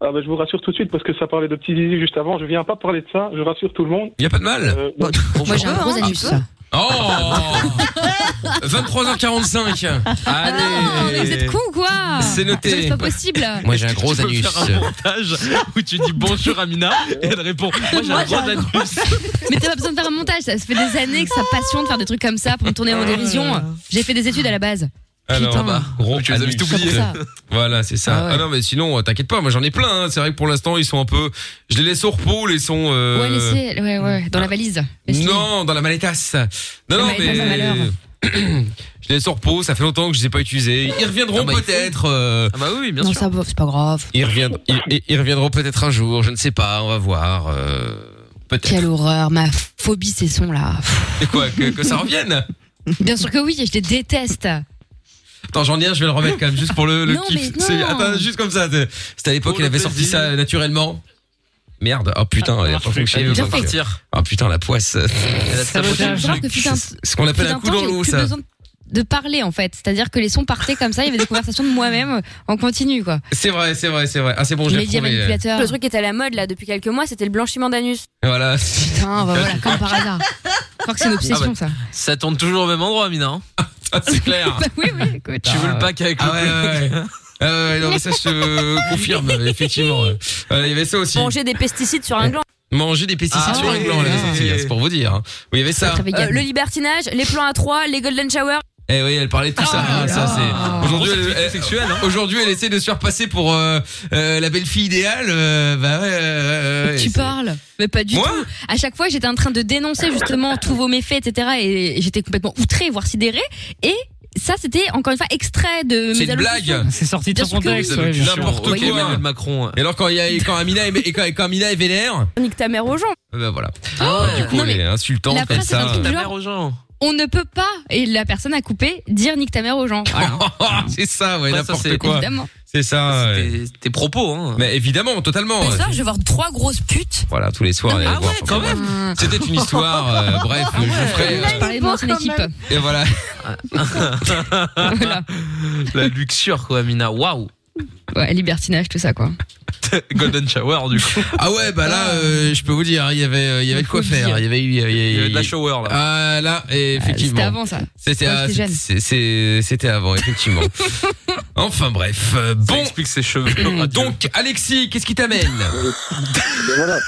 [SPEAKER 10] Ah bah, je vous rassure tout de suite parce que ça parlait de petits zizi juste avant. Je viens pas parler de ça. Je rassure tout le monde.
[SPEAKER 2] Y a pas de mal.
[SPEAKER 10] Euh,
[SPEAKER 5] Moi j'ai un gros anus.
[SPEAKER 2] Oh (laughs) 23h45
[SPEAKER 5] Ah non, mais vous
[SPEAKER 2] Allez
[SPEAKER 5] êtes con ou quoi
[SPEAKER 2] C'est noté.
[SPEAKER 5] C'est pas possible.
[SPEAKER 2] (laughs) Moi j'ai un gros
[SPEAKER 4] Tu peux
[SPEAKER 2] anus.
[SPEAKER 4] faire un montage où tu dis bonjour Amina et elle répond Moi j'ai un gros anus.
[SPEAKER 5] Mais t'as pas besoin de faire un montage, ça se fait des années que ça passionne de faire des trucs comme ça pour me
[SPEAKER 2] Ah.
[SPEAKER 5] tourner en dérision. J'ai fait des études à la base.
[SPEAKER 2] (laughs) Alors,
[SPEAKER 5] Putain.
[SPEAKER 2] bah, gros
[SPEAKER 4] Tu les avais
[SPEAKER 2] anus.
[SPEAKER 4] tout
[SPEAKER 5] C'est pour
[SPEAKER 4] oubliés.
[SPEAKER 5] ça.
[SPEAKER 2] Voilà, c'est ça. Ah,
[SPEAKER 5] Ah ouais.
[SPEAKER 2] non, mais sinon, euh, t'inquiète pas, moi j'en ai plein. hein. C'est vrai que pour l'instant, ils sont un peu. Je les laisse au repos, les sont. euh, Ah.
[SPEAKER 5] Ouais, laissez, ouais, ouais, dans la valise. Laissez-les.
[SPEAKER 2] Non, dans la maletasse.
[SPEAKER 5] La
[SPEAKER 2] Non, non,
[SPEAKER 5] maletasse à
[SPEAKER 2] mais.
[SPEAKER 5] malheur.
[SPEAKER 2] (clears throat) je les laisse au repos, ça fait longtemps que je les ai pas utilisés. Ils reviendront peut-être. euh,
[SPEAKER 4] bah, Ah bah oui, bien
[SPEAKER 5] non,
[SPEAKER 4] sûr.
[SPEAKER 5] ça va, c'est pas grave.
[SPEAKER 2] Ils reviendront, ils, ils- ils reviendront peut-être un jour, je ne sais pas, on va voir. euh, peut-être.
[SPEAKER 5] Quelle horreur, ma phobie ces sons là.
[SPEAKER 2] Et quoi, que, que ça revienne
[SPEAKER 5] Bien sûr que oui, je les déteste.
[SPEAKER 2] Attends, j'en ai un, je vais le remettre quand même, juste pour le, le
[SPEAKER 5] Non,
[SPEAKER 2] kiff.
[SPEAKER 5] mais non.
[SPEAKER 2] C'est- Attends, juste comme ça. c'est- C'était à l'époque, il avait sorti ça euh, naturellement. Merde, oh
[SPEAKER 5] Ah,
[SPEAKER 2] putain, elle a pas fonctionné.
[SPEAKER 5] Bien
[SPEAKER 2] donc,
[SPEAKER 5] fait.
[SPEAKER 2] euh, Oh putain, la poisse. Elle a
[SPEAKER 5] Ça veut dire que putain,
[SPEAKER 2] ce qu'on appelle
[SPEAKER 5] depuis
[SPEAKER 2] un coup dans
[SPEAKER 5] temps, j'ai
[SPEAKER 2] l'eau,
[SPEAKER 5] plus
[SPEAKER 2] ça.
[SPEAKER 5] besoin de parler en fait, c'est-à-dire que les sons partaient comme ça, il y avait des conversations de moi-même en continu quoi.
[SPEAKER 2] C'est vrai, c'est vrai, c'est vrai. Ah, c'est bon, j'ai
[SPEAKER 5] Média
[SPEAKER 2] retrouvé. euh,
[SPEAKER 5] manipulateur.
[SPEAKER 13] Le truc qui est à la mode là depuis quelques mois, c'était le blanchiment d'anus.
[SPEAKER 2] Voilà.
[SPEAKER 5] Putain, bah
[SPEAKER 2] (laughs)
[SPEAKER 5] voilà, comme par hasard. Je crois que c'est une
[SPEAKER 2] bah.
[SPEAKER 5] obsession
[SPEAKER 4] Ah Ça tourne toujours au même endroit, Mina. hein.
[SPEAKER 2] Ah, c'est
[SPEAKER 5] (laughs)
[SPEAKER 2] clair.
[SPEAKER 5] Bah oui, oui, écoute.
[SPEAKER 4] Tu veux le pack avec
[SPEAKER 2] Ah ouais,
[SPEAKER 4] le
[SPEAKER 2] ouais,
[SPEAKER 4] (laughs)
[SPEAKER 2] ouais. Ah ouais, non, mais ça, je te confirme, effectivement. Euh, Il y avait ça aussi.
[SPEAKER 13] Manger des pesticides sur un gland.
[SPEAKER 2] Manger des pesticides
[SPEAKER 4] Ah
[SPEAKER 2] sur un
[SPEAKER 4] ouais.
[SPEAKER 2] gland, elle a sorti, hein, c'est pour vous dire. hein. Oui, il y avait ça.
[SPEAKER 13] Euh, le libertinage, les plans à trois, les golden shower.
[SPEAKER 2] Eh oui, elle parlait de tout ça. hein, ça, c'est- Aujourd'hui, elle, elle-
[SPEAKER 4] hein.
[SPEAKER 2] aujourd'hui, elle essaie de se faire passer pour euh, euh, la belle fille idéale. euh, bah ouais, euh, ouais,
[SPEAKER 5] tu
[SPEAKER 2] c'est-
[SPEAKER 5] parles, mais pas du
[SPEAKER 2] Moi
[SPEAKER 5] tout. À chaque fois, j'étais en train de dénoncer justement tous vos méfaits, etc. Et j'étais complètement outrée, voire sidérée. Et ça, c'était encore une fois extrait de
[SPEAKER 2] C'est
[SPEAKER 5] mes
[SPEAKER 2] une
[SPEAKER 5] allocutions.
[SPEAKER 2] blague.
[SPEAKER 6] C'est sorti de
[SPEAKER 5] Bien
[SPEAKER 6] son
[SPEAKER 5] sûr que
[SPEAKER 6] contexte,
[SPEAKER 5] oui.
[SPEAKER 6] ouais, bien sûr.
[SPEAKER 2] N'importe
[SPEAKER 5] Voyons.
[SPEAKER 2] quoi.
[SPEAKER 4] Emmanuel Macron.
[SPEAKER 2] Et alors quand il y a et quand Amina est, et quand, et quand Amina est vénère,
[SPEAKER 13] Nique ta mère aux gens.
[SPEAKER 2] euh, bah voilà.
[SPEAKER 4] Ah
[SPEAKER 2] Du coup,
[SPEAKER 5] Non,
[SPEAKER 2] elle est
[SPEAKER 5] mais
[SPEAKER 2] insultante
[SPEAKER 5] la
[SPEAKER 2] comme
[SPEAKER 5] phrase, c'est un
[SPEAKER 2] ça.
[SPEAKER 5] truc
[SPEAKER 4] Ta
[SPEAKER 5] Genre-
[SPEAKER 4] mère aux gens.
[SPEAKER 5] On ne peut pas, et la personne a coupé, dire nique ta mère aux gens. Voilà.
[SPEAKER 2] Ah, (laughs) c'est ça, ouais,
[SPEAKER 4] Ouais, ça,
[SPEAKER 2] n'importe
[SPEAKER 4] c'est-
[SPEAKER 2] quoi.
[SPEAKER 5] Évidemment.
[SPEAKER 2] C'est ça. ouais.
[SPEAKER 4] Tes- Tes propos, hein.
[SPEAKER 2] Mais évidemment, totalement.
[SPEAKER 13] Ce soir, je vais voir trois grosses putes.
[SPEAKER 2] Voilà, tous les soirs. elle va voir son copain.
[SPEAKER 5] Hum.
[SPEAKER 2] C'était une histoire. euh, bref, je vous ferai. euh,
[SPEAKER 5] Je parlais de mon ancienne équipe.
[SPEAKER 2] Et voilà.
[SPEAKER 5] Voilà.
[SPEAKER 4] La luxure, quoi, Mina. Waouh.
[SPEAKER 5] Ouais, libertinage, tout ça, quoi.
[SPEAKER 4] (laughs) Golden shower, du coup.
[SPEAKER 2] Ah ouais, bah là, euh, je peux vous dire, il y avait, euh, il y avait de quoi
[SPEAKER 5] Faut le
[SPEAKER 2] faire.
[SPEAKER 5] dire.
[SPEAKER 2] Il y avait eu, il y avait-
[SPEAKER 4] Il y avait de la shower, là.
[SPEAKER 2] Ah là, et
[SPEAKER 5] Euh, C'était
[SPEAKER 2] effectivement.
[SPEAKER 5] avant ça.
[SPEAKER 2] C'était
[SPEAKER 5] Moi,
[SPEAKER 2] ah,
[SPEAKER 5] j'étais
[SPEAKER 2] c'est- c'est- c'est- c'était avant,
[SPEAKER 4] (laughs)
[SPEAKER 2] effectivement. enfin bref, euh,
[SPEAKER 4] Ça
[SPEAKER 2] bon.
[SPEAKER 4] explique ses cheveux. (coughs) radieux.
[SPEAKER 2] Donc Alexis, qu'est-ce qui t'amène
[SPEAKER 14] Ben voilà.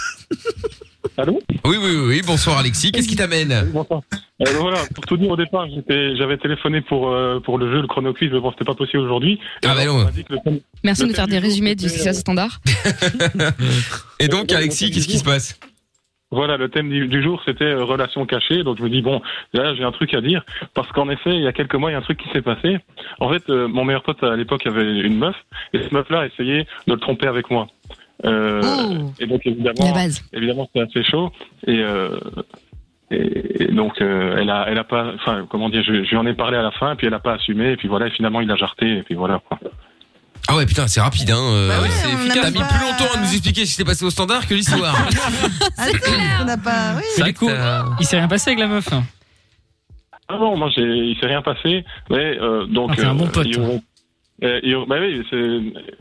[SPEAKER 15] Allô
[SPEAKER 2] Oui, oui, oui, oui, bonsoir Alexis, qu'est-ce qui t'amène
[SPEAKER 15] Bonsoir. Euh, ben voilà, pour tout dire au départ, j'étais- j'avais téléphoné pour, euh, pour le jeu, le chrono quiz, mais bon, c'était pas possible aujourd'hui.
[SPEAKER 2] Ah bah
[SPEAKER 15] On
[SPEAKER 2] non.
[SPEAKER 15] m'a dit que le thème-
[SPEAKER 5] Merci
[SPEAKER 15] Le
[SPEAKER 5] de nous faire des
[SPEAKER 15] thème du
[SPEAKER 5] résumés
[SPEAKER 15] jour,
[SPEAKER 5] du
[SPEAKER 15] c'était,
[SPEAKER 5] succès
[SPEAKER 15] euh,
[SPEAKER 5] standard.
[SPEAKER 2] Et donc Alexis, qu'est-ce qui se passe
[SPEAKER 15] Voilà, le thème du, du jour, c'était euh, relations cachées. Donc je me dis, bon, là, j'ai un truc à dire. Parce qu'en effet, il y a quelques mois, il y a un truc qui s'est passé. En fait, euh, mon meilleur pote, à l'époque, avait une meuf. Et cette meuf-là essayait de le tromper avec moi. Euh,
[SPEAKER 5] Oh.
[SPEAKER 15] Et donc,
[SPEAKER 5] La
[SPEAKER 15] évidemment,
[SPEAKER 5] base.
[SPEAKER 15] évidemment c'est assez chaud et, euh, et, et donc euh, elle a elle a pas enfin comment dire je, je lui en ai parlé à la fin puis elle a pas assumé et puis voilà et finalement il a jarté et puis voilà quoi.
[SPEAKER 2] Ah ouais, putain, c'est rapide, hein. euh,
[SPEAKER 3] Bah ouais,
[SPEAKER 2] c'est
[SPEAKER 3] on
[SPEAKER 2] efficace.
[SPEAKER 3] n'a
[SPEAKER 2] T'as mis
[SPEAKER 3] pas-
[SPEAKER 2] plus longtemps à nous expliquer ce qui s'est passé au standard que
[SPEAKER 4] (laughs)
[SPEAKER 2] l'histoire.
[SPEAKER 3] Ah, on n'a pas. Oui.
[SPEAKER 4] C'est vrai
[SPEAKER 6] Du coup,
[SPEAKER 4] que
[SPEAKER 2] euh,
[SPEAKER 4] t'as-
[SPEAKER 6] Il s'est rien passé avec la meuf. hein.
[SPEAKER 15] Ah non moi j'ai il s'est rien passé mais euh, donc
[SPEAKER 6] Ah, t'es un bon pote,
[SPEAKER 15] il
[SPEAKER 6] toi.
[SPEAKER 15] aurait- euh, il aurait- bah oui, c'est-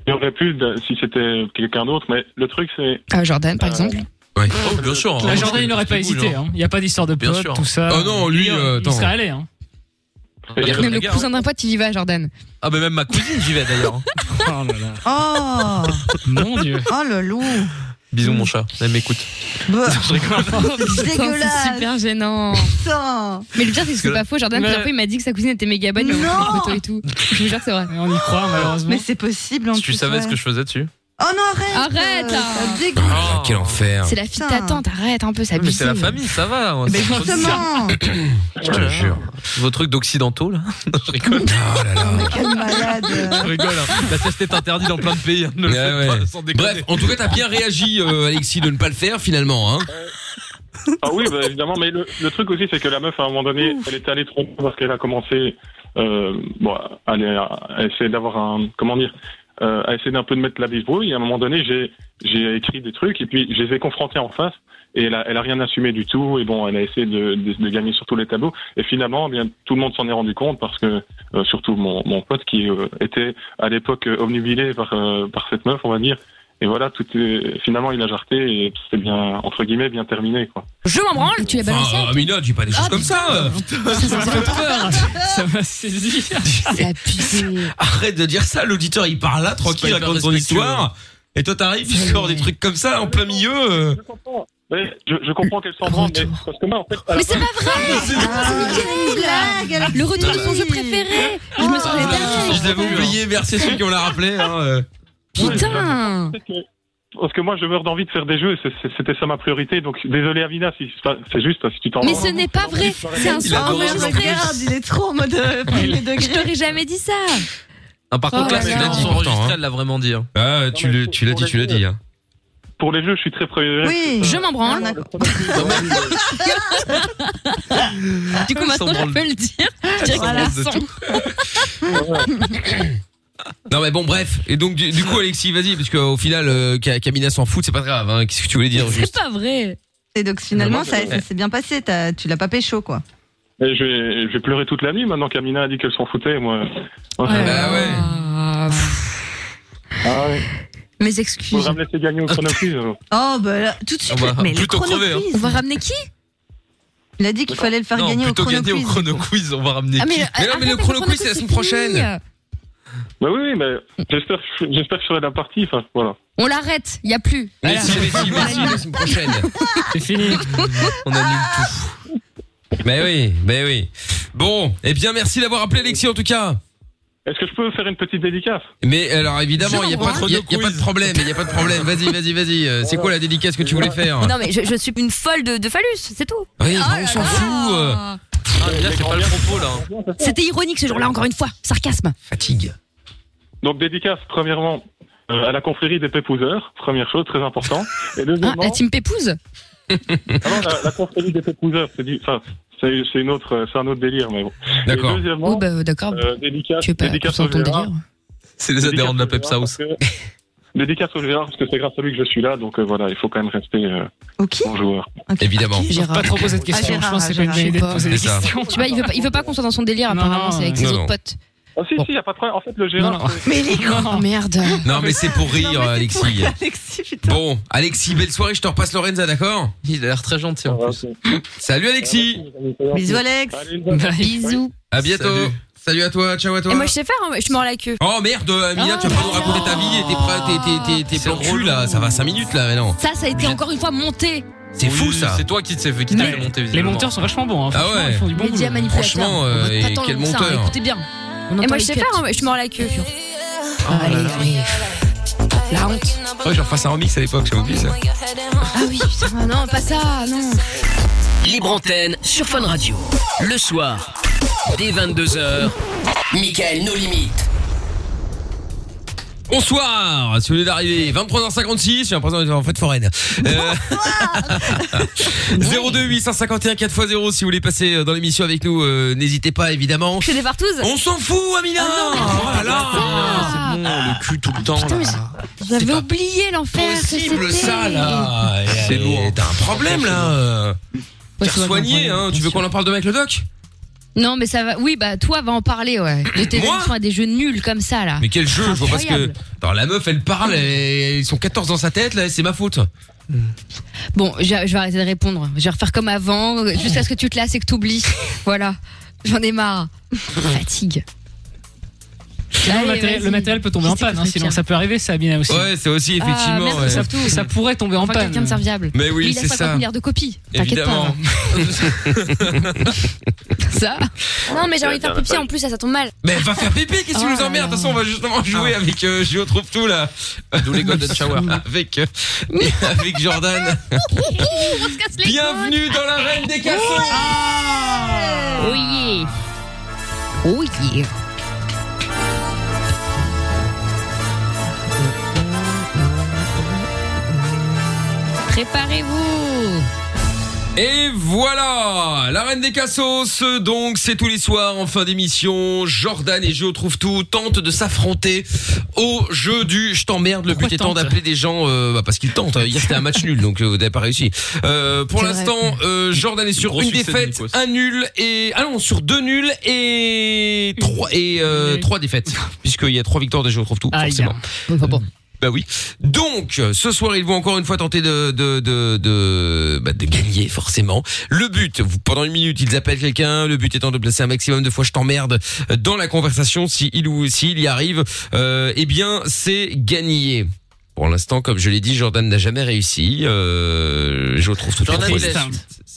[SPEAKER 15] il aurait pu de- si c'était quelqu'un d'autre, mais le truc c'est.
[SPEAKER 5] Ah, Jordan, par exemple.
[SPEAKER 4] Oh, bien sûr. hein.
[SPEAKER 6] La Jordan, il n'aurait pas
[SPEAKER 4] C'est Bah, cool,
[SPEAKER 6] hésité.
[SPEAKER 4] hein.
[SPEAKER 6] hein. Il n'y a pas d'histoire de
[SPEAKER 4] Bien
[SPEAKER 6] pote,
[SPEAKER 4] sûr.
[SPEAKER 6] tout ça.
[SPEAKER 2] Oh non, lui,
[SPEAKER 6] Il-
[SPEAKER 2] euh,
[SPEAKER 6] il
[SPEAKER 2] attends.
[SPEAKER 6] serait allé. Hein.
[SPEAKER 15] Il y a-
[SPEAKER 5] Même le
[SPEAKER 4] gars,
[SPEAKER 5] cousin
[SPEAKER 2] hein.
[SPEAKER 5] d'un pote, il y va, Jordan.
[SPEAKER 4] Ah, bah même ma cousine, j'y vais d'ailleurs.
[SPEAKER 6] Oh là là.
[SPEAKER 3] Oh,
[SPEAKER 6] (laughs) Mon dieu.
[SPEAKER 3] oh le loup.
[SPEAKER 4] Bisous, mon chat. Elle m'écoute.
[SPEAKER 3] Bah,
[SPEAKER 4] Je rigole.
[SPEAKER 5] Putain, C'est
[SPEAKER 3] dégueulasse.
[SPEAKER 5] super gênant.
[SPEAKER 3] Putain.
[SPEAKER 5] Mais le pire, c'est que c'est
[SPEAKER 4] Parce que
[SPEAKER 5] pas faux. Jordan,
[SPEAKER 6] Mais-
[SPEAKER 5] plusieurs fois, il m'a dit que sa cousine était méga bonne. Il m'a montré
[SPEAKER 3] Non.
[SPEAKER 5] une photo et tout. Je vous jure, c'est vrai.
[SPEAKER 6] Et on y croit, malheureusement.
[SPEAKER 3] Mais c'est possible en
[SPEAKER 4] Si tu
[SPEAKER 3] plus,
[SPEAKER 4] savais
[SPEAKER 3] ouais.
[SPEAKER 4] ce que je faisais dessus.
[SPEAKER 3] Oh non, arrête.
[SPEAKER 5] Arrête,
[SPEAKER 3] euh,
[SPEAKER 5] là.
[SPEAKER 3] ça dégoûte.
[SPEAKER 2] Ah, là là, quel enfer.
[SPEAKER 5] C'est la fille de ta
[SPEAKER 3] Putain.
[SPEAKER 5] tante. Arrête un peu,
[SPEAKER 2] Ah,
[SPEAKER 5] ça Eh ben,
[SPEAKER 4] Mais c'est la famille, ça va. hein.
[SPEAKER 3] Mais
[SPEAKER 4] C'est trop bizarre.
[SPEAKER 3] justement.
[SPEAKER 2] Je
[SPEAKER 5] Euh.
[SPEAKER 2] te jure.
[SPEAKER 4] Vos trucs d'occidentaux, là. Je rigole.
[SPEAKER 2] Oh là là.
[SPEAKER 3] Mais quel
[SPEAKER 5] Euh.
[SPEAKER 2] (laughs)
[SPEAKER 3] malade.
[SPEAKER 4] Je rigole. hein. La test est interdite dans plein de pays. hein. Ne le
[SPEAKER 2] Ouais,
[SPEAKER 4] faites
[SPEAKER 2] ouais.
[SPEAKER 4] pas, sans déconner.
[SPEAKER 2] Bref, en tout cas, t'as bien réagi, euh, Alexis, de ne pas le faire finalement. Hein.
[SPEAKER 15] (laughs) Ah oui, bah, évidemment, mais le, le truc aussi, c'est que la meuf, à un moment donné, elle était allée trop loin parce qu'elle a commencé euh, bon, à, aller- à essayer d'avoir un. Comment dire euh, à essayer d'un peu de mettre la bisbrouille. Et à un moment donné, j'ai j'ai écrit des trucs et puis je les ai confrontés en face. Et elle a, elle a rien assumé du tout. Et bon, elle a essayé de, de, de gagner sur tous les tableaux. Et finalement, eh bien tout le monde s'en est rendu compte parce que euh, surtout mon, mon pote qui euh, était à l'époque euh, omnubilé par euh, par cette meuf, on va dire. Et voilà, tout est, finalement, il a jarté et c'est bien entre guillemets bien terminé quoi.
[SPEAKER 13] Je m'en branle.
[SPEAKER 5] Tu l'as balancé
[SPEAKER 2] Enfin, euh, Amina, dis pas des choses
[SPEAKER 5] Ah,
[SPEAKER 2] comme ça. euh.
[SPEAKER 6] Ça m'a fait peur. Ça m'a saisi.
[SPEAKER 5] Ça a pissé.
[SPEAKER 2] (laughs) Arrête de dire ça, l'auditeur il parle là,
[SPEAKER 4] C'est
[SPEAKER 2] tranquille,
[SPEAKER 4] pas hyper
[SPEAKER 2] raconte son
[SPEAKER 4] respectueux.
[SPEAKER 2] histoire. Et toi t'arrives, tu
[SPEAKER 5] Ouais.
[SPEAKER 2] sors des trucs comme ça en plein milieu. euh.
[SPEAKER 15] Je comprends. Mais je, je comprends qu'elle s'en branle, mais
[SPEAKER 5] Retour.
[SPEAKER 15] parce que moi, en fait, à la
[SPEAKER 5] Mais c'est pas vrai
[SPEAKER 3] Ah, quelle blague. alors.
[SPEAKER 5] Le retour de son jeu préféré
[SPEAKER 3] Ah,
[SPEAKER 5] Je me souviens
[SPEAKER 2] (laughs) Je l'avais oublié, merci à ceux qui ont l'a rappelé. hein, euh.
[SPEAKER 5] Putain
[SPEAKER 15] base, Parce que moi, je meurs d'envie de faire des jeux, et c'est- c'est- c'était ça ma priorité. Donc, désolé, Amina, si, enfin, c'est juste si tu t'en
[SPEAKER 5] Mais
[SPEAKER 15] rends-
[SPEAKER 5] ce n'est pas vrai, c'est un
[SPEAKER 15] Il
[SPEAKER 5] son
[SPEAKER 15] adore
[SPEAKER 5] enregistré.
[SPEAKER 15] Jean-Pierre.
[SPEAKER 3] il est trop en mode.
[SPEAKER 5] Je t'aurais jamais dit ça.
[SPEAKER 2] Ah, Non, par
[SPEAKER 5] Oh
[SPEAKER 2] contre, là,
[SPEAKER 5] là
[SPEAKER 2] c'est
[SPEAKER 5] là.
[SPEAKER 2] l'a dit
[SPEAKER 5] Son
[SPEAKER 2] pourtant. Elle l'a vraiment dit. Ah, tu le- tu l'as dit, tu l'as dit. hein.
[SPEAKER 15] Pour les jeux, je suis très prioritaire.
[SPEAKER 5] je m'en branle.
[SPEAKER 3] Ah,
[SPEAKER 5] du coup,
[SPEAKER 15] Ils s'en
[SPEAKER 5] maintenant, je
[SPEAKER 15] branlent.
[SPEAKER 5] peux le dire. Je dirais que
[SPEAKER 2] Voilà.
[SPEAKER 5] c'est
[SPEAKER 2] De
[SPEAKER 5] un son.
[SPEAKER 2] Non mais bon bref et donc du, du coup Alexis vas-y parce qu'au final euh, Ka- Kamina s'en fout c'est pas grave hein. qu'est-ce que tu voulais dire juste
[SPEAKER 5] pas vrai.
[SPEAKER 3] Et donc finalement,
[SPEAKER 15] Non,
[SPEAKER 3] ça,
[SPEAKER 15] non,
[SPEAKER 3] ça s'est bien passé. t'as- Tu l'as pas pécho, quoi.
[SPEAKER 15] (laughs) Et je vais, je vais pleurer toute la nuit maintenant qu'Amina a dit qu'elle s'en foutait. Moi, moi, ça-
[SPEAKER 2] bah
[SPEAKER 5] Ah, pff,
[SPEAKER 15] Ah ouais.
[SPEAKER 5] Mes excuses.
[SPEAKER 15] Faudra me laisser
[SPEAKER 2] (laughs)
[SPEAKER 15] gagner au chronoprix. alors.
[SPEAKER 3] Oh, bah là, tout de suite.
[SPEAKER 15] Ah bah,
[SPEAKER 3] mais le
[SPEAKER 15] plutôt
[SPEAKER 3] chrono
[SPEAKER 15] crever, hein.
[SPEAKER 3] quiz.
[SPEAKER 5] On va ramener qui
[SPEAKER 3] Il a dit qu'il fallait le faire
[SPEAKER 2] non
[SPEAKER 3] gagner au
[SPEAKER 2] plutôt
[SPEAKER 3] chrono
[SPEAKER 2] gagner au
[SPEAKER 3] quiz.
[SPEAKER 2] chrono quiz on va ramener
[SPEAKER 3] Ah, mais,
[SPEAKER 2] qui
[SPEAKER 3] euh,
[SPEAKER 2] mais non mais le
[SPEAKER 3] arrêtez,
[SPEAKER 2] chrono
[SPEAKER 3] le
[SPEAKER 2] quiz c'est la semaine prochaine
[SPEAKER 3] euh.
[SPEAKER 15] Bah oui, oui, mais j'espère, que je- j'espère que je serai de la partie. Enfin, voilà.
[SPEAKER 5] On l'arrête, il n'y a plus.
[SPEAKER 2] Mais si, mais si, mais si, la semaine prochaine.
[SPEAKER 6] Ah, (laughs) C'est fini.
[SPEAKER 2] On annule tout. (laughs) Mais oui, mais oui. Bon, eh bien merci d'avoir appelé Alexis en tout cas.
[SPEAKER 15] Est-ce que je peux faire une petite dédicace
[SPEAKER 2] Mais alors évidemment, il n'y a, pas de- y a- y a pas de problème, il n'y a pas de problème. Vas-y, vas-y, vas-y. Euh, C'est quoi la dédicace que tu voulais faire
[SPEAKER 12] Non, mais je, je suis une folle de, de phallus, c'est tout.
[SPEAKER 2] hein.
[SPEAKER 5] Oh
[SPEAKER 2] Oui, bah, on s'en fout. euh.
[SPEAKER 4] Ah, mais là, c'est pas le propos, là. hein.
[SPEAKER 12] C'était ironique ce jour-là, encore une fois. Sarcasme.
[SPEAKER 2] Fatigue.
[SPEAKER 15] Donc, dédicace, premièrement, euh, à la confrérie des Pépouzeurs. Première chose, très
[SPEAKER 2] (laughs)
[SPEAKER 15] important. Et
[SPEAKER 5] Ah,
[SPEAKER 15] deuxièmement,
[SPEAKER 5] la team Pépouse
[SPEAKER 15] Hein Ah non, la, la confrérie des Pépouzeurs, c'est du- enfin, c'est c'est une autre, c'est un autre délire, mais bon. D'accord. Deuxièmement,
[SPEAKER 5] Oui, bah, d'accord.
[SPEAKER 15] euh, dédicace,
[SPEAKER 5] Tu veux pas
[SPEAKER 15] dédicace
[SPEAKER 5] tout
[SPEAKER 15] au
[SPEAKER 5] dans ton
[SPEAKER 15] Gérard.
[SPEAKER 5] délire
[SPEAKER 2] C'est les adhérents de la Pep
[SPEAKER 15] Dédicace au
[SPEAKER 2] House.
[SPEAKER 15] Gérard, parce que- Dédicace au Gérard, parce que c'est grâce à lui que je suis là, donc euh, voilà, il faut quand même rester euh, bon joueur.
[SPEAKER 2] Évidemment.
[SPEAKER 6] Je pas trop
[SPEAKER 2] Ah,
[SPEAKER 6] poser de questions. je pense que c'est pas une bonne idée de poser des
[SPEAKER 15] C'est ça.
[SPEAKER 6] questions.
[SPEAKER 5] Tu vois, il veut pas, il veut pas qu'on soit dans son délire, apparemment, c'est avec ses
[SPEAKER 2] non,
[SPEAKER 5] autres
[SPEAKER 2] non.
[SPEAKER 5] potes.
[SPEAKER 15] Ah si, si, y a pas de problème. En fait, le Gérard. c'est-
[SPEAKER 5] (laughs) Mais il est grand Merde.
[SPEAKER 2] Non mais c'est pour rire, Alexis. Bon, Alexis, belle soirée. Je te repasse Lorenza, d'accord Il a l'air très gentil en plus. Salut Alexis.
[SPEAKER 3] Bisous, Alex.
[SPEAKER 5] Bisous.
[SPEAKER 2] À bientôt. Salut. à toi. Ciao à toi.
[SPEAKER 12] Et moi, je sais faire, hein, je mords la queue.
[SPEAKER 2] Oh merde, Amina, tu vas pas nous raconter ta vie et tes pra- tes, tes, tes, tes plans cul là. Ça va 5 minutes là, mais non.
[SPEAKER 5] Ça, ça a été encore une fois monté.
[SPEAKER 2] C'est fou ça.
[SPEAKER 4] C'est toi qui t'es fait qui t'es
[SPEAKER 2] Mais
[SPEAKER 4] fait monter,
[SPEAKER 6] Les
[SPEAKER 4] visiblement.
[SPEAKER 6] monteurs sont vachement bons. Hein.
[SPEAKER 2] Ah
[SPEAKER 6] Franchement,
[SPEAKER 2] ouais.
[SPEAKER 6] Ils font du bon
[SPEAKER 5] Média
[SPEAKER 6] boulot.
[SPEAKER 5] manipulateur.
[SPEAKER 2] Franchement, euh,
[SPEAKER 5] On va pas
[SPEAKER 2] et
[SPEAKER 5] tant
[SPEAKER 2] quel
[SPEAKER 5] lancer, hein,
[SPEAKER 2] monteur.
[SPEAKER 5] Écoutez bien. On
[SPEAKER 12] Et moi,
[SPEAKER 5] entend
[SPEAKER 12] je
[SPEAKER 5] les
[SPEAKER 12] sais
[SPEAKER 5] cuts.
[SPEAKER 12] faire, hein, je mords la
[SPEAKER 6] Oh
[SPEAKER 12] queue.
[SPEAKER 5] Oh,
[SPEAKER 2] Ah,
[SPEAKER 5] Allez, allez. La honte.
[SPEAKER 2] Ouais, j'en fasse un remix à l'époque, j'avais oublié ça.
[SPEAKER 5] Ah oui, putain, non, pas ça, non.
[SPEAKER 1] Libre antenne sur Fun Radio. Le soir, dès 22h, Michael nos limites.
[SPEAKER 2] Bonsoir, si vous venez d'arriver, 23h56, j'ai l'impression d'être en fête foraine. Euh,
[SPEAKER 5] (laughs)
[SPEAKER 2] (laughs) 02 851 4x0 si vous voulez passer euh, dans l'émission avec nous, euh, n'hésitez pas évidemment.
[SPEAKER 12] Je fais des partous.
[SPEAKER 2] On s'en fout, Amina
[SPEAKER 5] Ah
[SPEAKER 2] Oh là là C'est bon, le cul tout le temps là.
[SPEAKER 5] J'avais oublié l'enfer.
[SPEAKER 2] Possible ça là C'est lourd. Ah, T'as un problème là euh.
[SPEAKER 5] Ouais,
[SPEAKER 2] Faire
[SPEAKER 5] c'est vrai,
[SPEAKER 2] soigner,
[SPEAKER 5] c'est un
[SPEAKER 2] hein. Tu veux qu'on en parle de mec le doc
[SPEAKER 5] Non, mais ça va. Oui, bah, toi, va en parler, ouais. De tes
[SPEAKER 2] Moi
[SPEAKER 5] élections à des jeux nuls comme ça, là.
[SPEAKER 2] Mais quel jeu Je vois pas ce que.
[SPEAKER 5] Ah. Incroyable.
[SPEAKER 2] Attends, la meuf elle parle, et ils sont 14 dans sa tête là, et c'est ma faute.
[SPEAKER 5] Bon, je, je vais arrêter de répondre. Je vais refaire comme avant, jusqu'à ce que tu te lasses et que t'oublies. (laughs) voilà. J'en ai marre. Fatigue.
[SPEAKER 6] Sinon, le,
[SPEAKER 5] Allez,
[SPEAKER 6] matériel,
[SPEAKER 5] vas-y.
[SPEAKER 6] le matériel peut tomber en panne. hein, sinon, ça peut arriver, ça, Amina aussi.
[SPEAKER 2] Ouais, c'est aussi, effectivement, Ah, merde, ouais.
[SPEAKER 6] ça,
[SPEAKER 2] surtout.
[SPEAKER 6] ça pourrait tomber en
[SPEAKER 5] Enfin,
[SPEAKER 6] panne.
[SPEAKER 5] quelqu'un de serviable.
[SPEAKER 2] Mais oui,
[SPEAKER 5] Lui, il a
[SPEAKER 2] c'est
[SPEAKER 5] 50
[SPEAKER 2] ça.
[SPEAKER 5] milliards de copies. T'inquiète pas.
[SPEAKER 2] Évidemment.
[SPEAKER 5] (laughs) Ça.
[SPEAKER 12] Non, mais j'ai envie de faire
[SPEAKER 2] Bien,
[SPEAKER 12] pipi
[SPEAKER 2] bien.
[SPEAKER 12] en plus, ça, ça tombe mal.
[SPEAKER 2] Mais va faire pipi, qu'est-ce qui nous emmerde De toute façon, on va justement jouer
[SPEAKER 4] Ah.
[SPEAKER 2] avec euh, Gio Trouve Tout là. D'où les Golden Shower. (laughs) avec, euh, et avec
[SPEAKER 4] (laughs)
[SPEAKER 2] Jordan.
[SPEAKER 5] on se casse les
[SPEAKER 2] Bienvenue dans l'arène des cassons
[SPEAKER 5] Oh yeah Oh yeah Préparez-vous
[SPEAKER 2] Et voilà La reine des cassos, donc c'est tous les soirs en fin d'émission. Jordan et Gio Trouve Tout tentent de s'affronter au jeu du je t'emmerde. Le but
[SPEAKER 4] Pourquoi
[SPEAKER 2] étant
[SPEAKER 4] tente
[SPEAKER 2] d'appeler des gens euh, bah, parce qu'ils tentent. Hier c'était un match nul, donc euh, vous n'avez pas réussi. Euh, pour
[SPEAKER 4] C'est
[SPEAKER 2] l'instant, euh, Jordan est sur
[SPEAKER 4] Gros
[SPEAKER 2] une
[SPEAKER 4] succès de
[SPEAKER 2] défaite,
[SPEAKER 4] Nikos.
[SPEAKER 2] un nul et... Ah non, sur deux nuls et trois, et, euh, trois défaites. Puisqu'il y a trois victoires de Gio Trouve Tout,
[SPEAKER 4] Aïe.
[SPEAKER 2] forcément.
[SPEAKER 5] Ah.
[SPEAKER 2] Bah oui. Donc, euh, ce soir, ils vont encore une fois tenter de de de de, bah, de gagner forcément. Le but, vous- pendant une minute, ils appellent quelqu'un. Le but étant de placer un maximum de fois "je t'emmerde" euh, dans la conversation. Si il ou s'il y arrive, euh, eh bien, c'est gagné. Pour l'instant, comme je l'ai dit, Jordan n'a jamais réussi. Euh, je trouve tout
[SPEAKER 4] Jordan
[SPEAKER 2] à fait-
[SPEAKER 4] Test.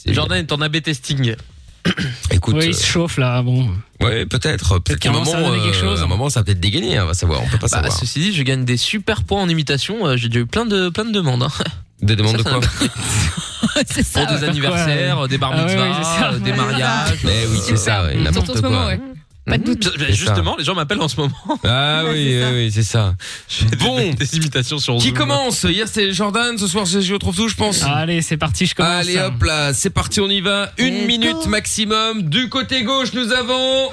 [SPEAKER 4] Jordan est en AB testing.
[SPEAKER 2] écoute.
[SPEAKER 6] Oui, il
[SPEAKER 5] euh,
[SPEAKER 6] se chauffe là, bon.
[SPEAKER 2] Ouais, peut-être. Peut-être qu'à un
[SPEAKER 6] qu'à un moment,
[SPEAKER 2] moment,
[SPEAKER 6] ça va donner quelque
[SPEAKER 2] euh,
[SPEAKER 6] chose.
[SPEAKER 2] à un moment, ça va peut-être dégainer. hein, On va savoir. On peut pas
[SPEAKER 4] Bah,
[SPEAKER 2] savoir.
[SPEAKER 4] ceci dit, je gagne des super points en imitation. euh, J'ai déjà eu plein de, plein de demandes. hein.
[SPEAKER 2] (laughs) Des demandes de quoi (laughs)
[SPEAKER 6] (laughs)
[SPEAKER 5] C'est
[SPEAKER 4] Pour des anniversaires, des bar
[SPEAKER 2] Ah ouais,
[SPEAKER 4] mitzvahs,
[SPEAKER 2] ouais, c'est ça.
[SPEAKER 4] euh, des
[SPEAKER 2] Ouais,
[SPEAKER 4] mariages.
[SPEAKER 2] c'est ça. Mais oui, c'est ça, ouais, n'importe Surtout en ce quoi. moment, ouais.
[SPEAKER 4] Pas de doute.
[SPEAKER 2] C'est
[SPEAKER 4] Justement, les gens m'appellent en ce moment.
[SPEAKER 2] Ah oui, oui, oui, c'est ça. Bon,
[SPEAKER 4] des imitations sur
[SPEAKER 2] Qui
[SPEAKER 4] Zoom.
[SPEAKER 2] commence Hier c'est Jordan, ce soir c'est Gio trouve tout, je pense.
[SPEAKER 6] Allez, c'est parti, je
[SPEAKER 2] commence. Allez hop là, c'est parti, on y va. Une minute maximum. Du côté gauche, nous avons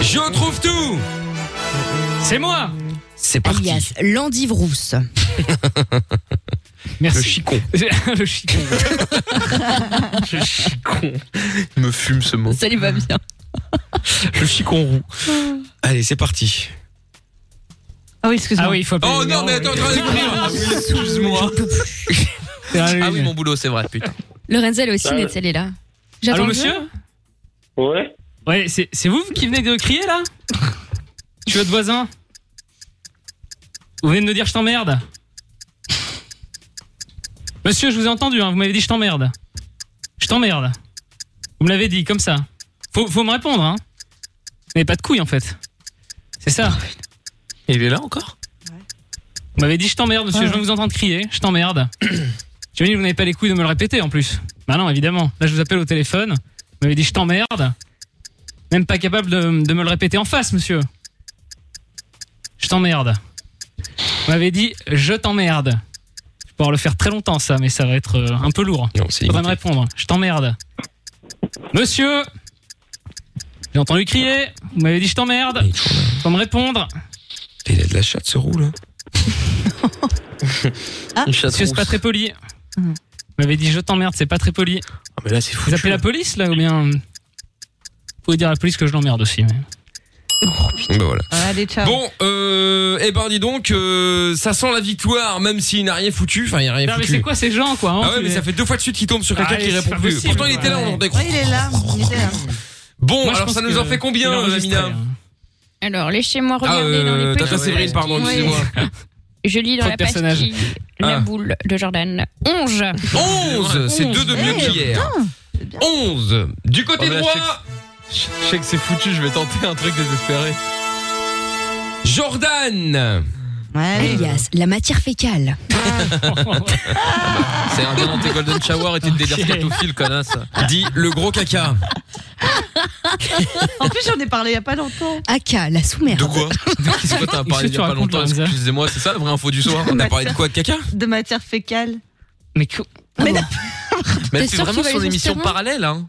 [SPEAKER 2] Je trouve tout.
[SPEAKER 6] Mm, C'est moi.
[SPEAKER 2] C'est
[SPEAKER 5] parti. Alias Landy Vrousse.
[SPEAKER 6] Merci.
[SPEAKER 4] Le chicon.
[SPEAKER 6] (laughs) le chicon.
[SPEAKER 4] Le chicon.
[SPEAKER 6] (laughs)
[SPEAKER 4] Il me fume ce mot.
[SPEAKER 5] Ça lui
[SPEAKER 2] (laughs)
[SPEAKER 5] va bien.
[SPEAKER 4] Le chicon roux.
[SPEAKER 2] Allez, c'est parti.
[SPEAKER 3] Ah oui, excuse-moi.
[SPEAKER 6] Ah oui, il faut
[SPEAKER 2] Oh non, mais attends, attends, attends.
[SPEAKER 4] Excuse-moi. ah oui, mon boulot, c'est vrai, putain.
[SPEAKER 5] Lorenzel aussi,
[SPEAKER 4] Ah,
[SPEAKER 5] mais elle est là.
[SPEAKER 6] Allô,
[SPEAKER 5] J'attends bien.
[SPEAKER 6] monsieur
[SPEAKER 15] Ouais.
[SPEAKER 6] Ouais, c'est c'est vous qui venez de crier là Je suis votre voisin. Vous venez de me dire je t'emmerde. Monsieur, je vous ai entendu, hein, vous m'avez dit je t'emmerde. Je t'emmerde. Vous me l'avez dit, comme ça. Faut, faut me répondre, hein. Vous n'avez pas de couilles en fait. C'est ça.
[SPEAKER 4] Il est là encore
[SPEAKER 6] Vous m'avez dit je t'emmerde, monsieur, je viens de vous entendre crier, je t'emmerde. J'ai dit vous n'avez pas les couilles de me le répéter en plus. Bah non, évidemment. Là, je vous appelle au téléphone. Vous m'avez dit je t'emmerde. Même pas capable de, de me le répéter en face, monsieur. Je t'emmerde. Vous m'avez dit je t'emmerde. Je vais pouvoir le faire très longtemps, ça, mais ça va être euh, un peu lourd.
[SPEAKER 2] Non, c'est
[SPEAKER 6] me répondre. Je t'emmerde. Monsieur J'ai entendu crier. Vous m'avez dit je t'emmerde. Faut me répondre.
[SPEAKER 2] Il a de la chatte, ce
[SPEAKER 3] (laughs)
[SPEAKER 2] roux là.
[SPEAKER 6] Ah,
[SPEAKER 4] Une
[SPEAKER 6] parce
[SPEAKER 4] chatte
[SPEAKER 6] que c'est
[SPEAKER 4] rousse.
[SPEAKER 6] pas très poli. Vous m'avez dit je t'emmerde, c'est pas très poli.
[SPEAKER 4] Ah, mais là, c'est fou.
[SPEAKER 6] Vous appelez la police là ou bien Vous pouvez dire à la police que je l'emmerde aussi. mais-
[SPEAKER 2] Ben voilà.
[SPEAKER 3] Allez,
[SPEAKER 6] Ah.
[SPEAKER 3] ciao.
[SPEAKER 2] (laughs) Bon, euh, eh ben dis donc, euh, ça sent la victoire, même s'il n'a rien foutu. Enfin, il n'a rien
[SPEAKER 6] Non, mais
[SPEAKER 2] foutu.
[SPEAKER 6] c'est quoi ces gens quoi hein,
[SPEAKER 2] Ah ouais,
[SPEAKER 6] tu
[SPEAKER 2] mais
[SPEAKER 6] les-
[SPEAKER 2] ça fait deux fois de suite qu'il tombe sur quelqu'un
[SPEAKER 6] Ah,
[SPEAKER 2] qui
[SPEAKER 6] c'est
[SPEAKER 2] répond
[SPEAKER 6] pas
[SPEAKER 2] plus.
[SPEAKER 6] possible,
[SPEAKER 2] Pourtant, il était là, on entendait.
[SPEAKER 3] Ouais, il est là. hein. Il était là.
[SPEAKER 2] Bon,
[SPEAKER 6] Moi, je
[SPEAKER 2] alors
[SPEAKER 6] pense
[SPEAKER 2] ça nous
[SPEAKER 6] que
[SPEAKER 2] en fait
[SPEAKER 6] il est
[SPEAKER 2] combien, euh,
[SPEAKER 6] enregistré,
[SPEAKER 2] Amina
[SPEAKER 12] Alors, laissez-moi
[SPEAKER 2] Ah,
[SPEAKER 12] regarder dans les
[SPEAKER 2] Tata
[SPEAKER 12] petits-
[SPEAKER 2] euh, Séverine, pardon,
[SPEAKER 12] Ouais.
[SPEAKER 2] excusez-moi.
[SPEAKER 12] Je lis dans
[SPEAKER 2] Trop
[SPEAKER 12] la
[SPEAKER 2] de personnages.
[SPEAKER 12] pastille la
[SPEAKER 2] Ah.
[SPEAKER 12] boule de Jordan. 11
[SPEAKER 2] 11 C'est deux de mieux
[SPEAKER 12] Eh,
[SPEAKER 2] qu'hier. 11 Du côté
[SPEAKER 4] Oh, mais là,
[SPEAKER 2] droit,
[SPEAKER 4] Je sais que- je sais que c'est foutu, je vais tenter un truc désespéré.
[SPEAKER 6] (laughs)
[SPEAKER 2] Jordan
[SPEAKER 5] Alias la matière fécale.
[SPEAKER 4] C'est un gars dans tes golden shower et tes délires scatophiles, connasse.
[SPEAKER 2] Dis le gros
[SPEAKER 6] (laughs)
[SPEAKER 2] caca.
[SPEAKER 3] (laughs) En plus, j'en ai parlé il y a pas longtemps.
[SPEAKER 5] Aka, la sous-merde.
[SPEAKER 4] De quoi Qu'est-ce que t'as parlé il y a pas longtemps Excusez-moi, c'est ça la vraie info
[SPEAKER 6] (laughs)
[SPEAKER 4] du soir On a parlé de quoi de caca
[SPEAKER 3] (laughs) De matière fécale.
[SPEAKER 6] Mais
[SPEAKER 4] Mais
[SPEAKER 3] T'es
[SPEAKER 4] elle fait
[SPEAKER 3] sûr
[SPEAKER 4] vraiment
[SPEAKER 3] qu'il va aller sur
[SPEAKER 4] son
[SPEAKER 3] ce
[SPEAKER 4] émission
[SPEAKER 3] terrain
[SPEAKER 4] parallèle, hein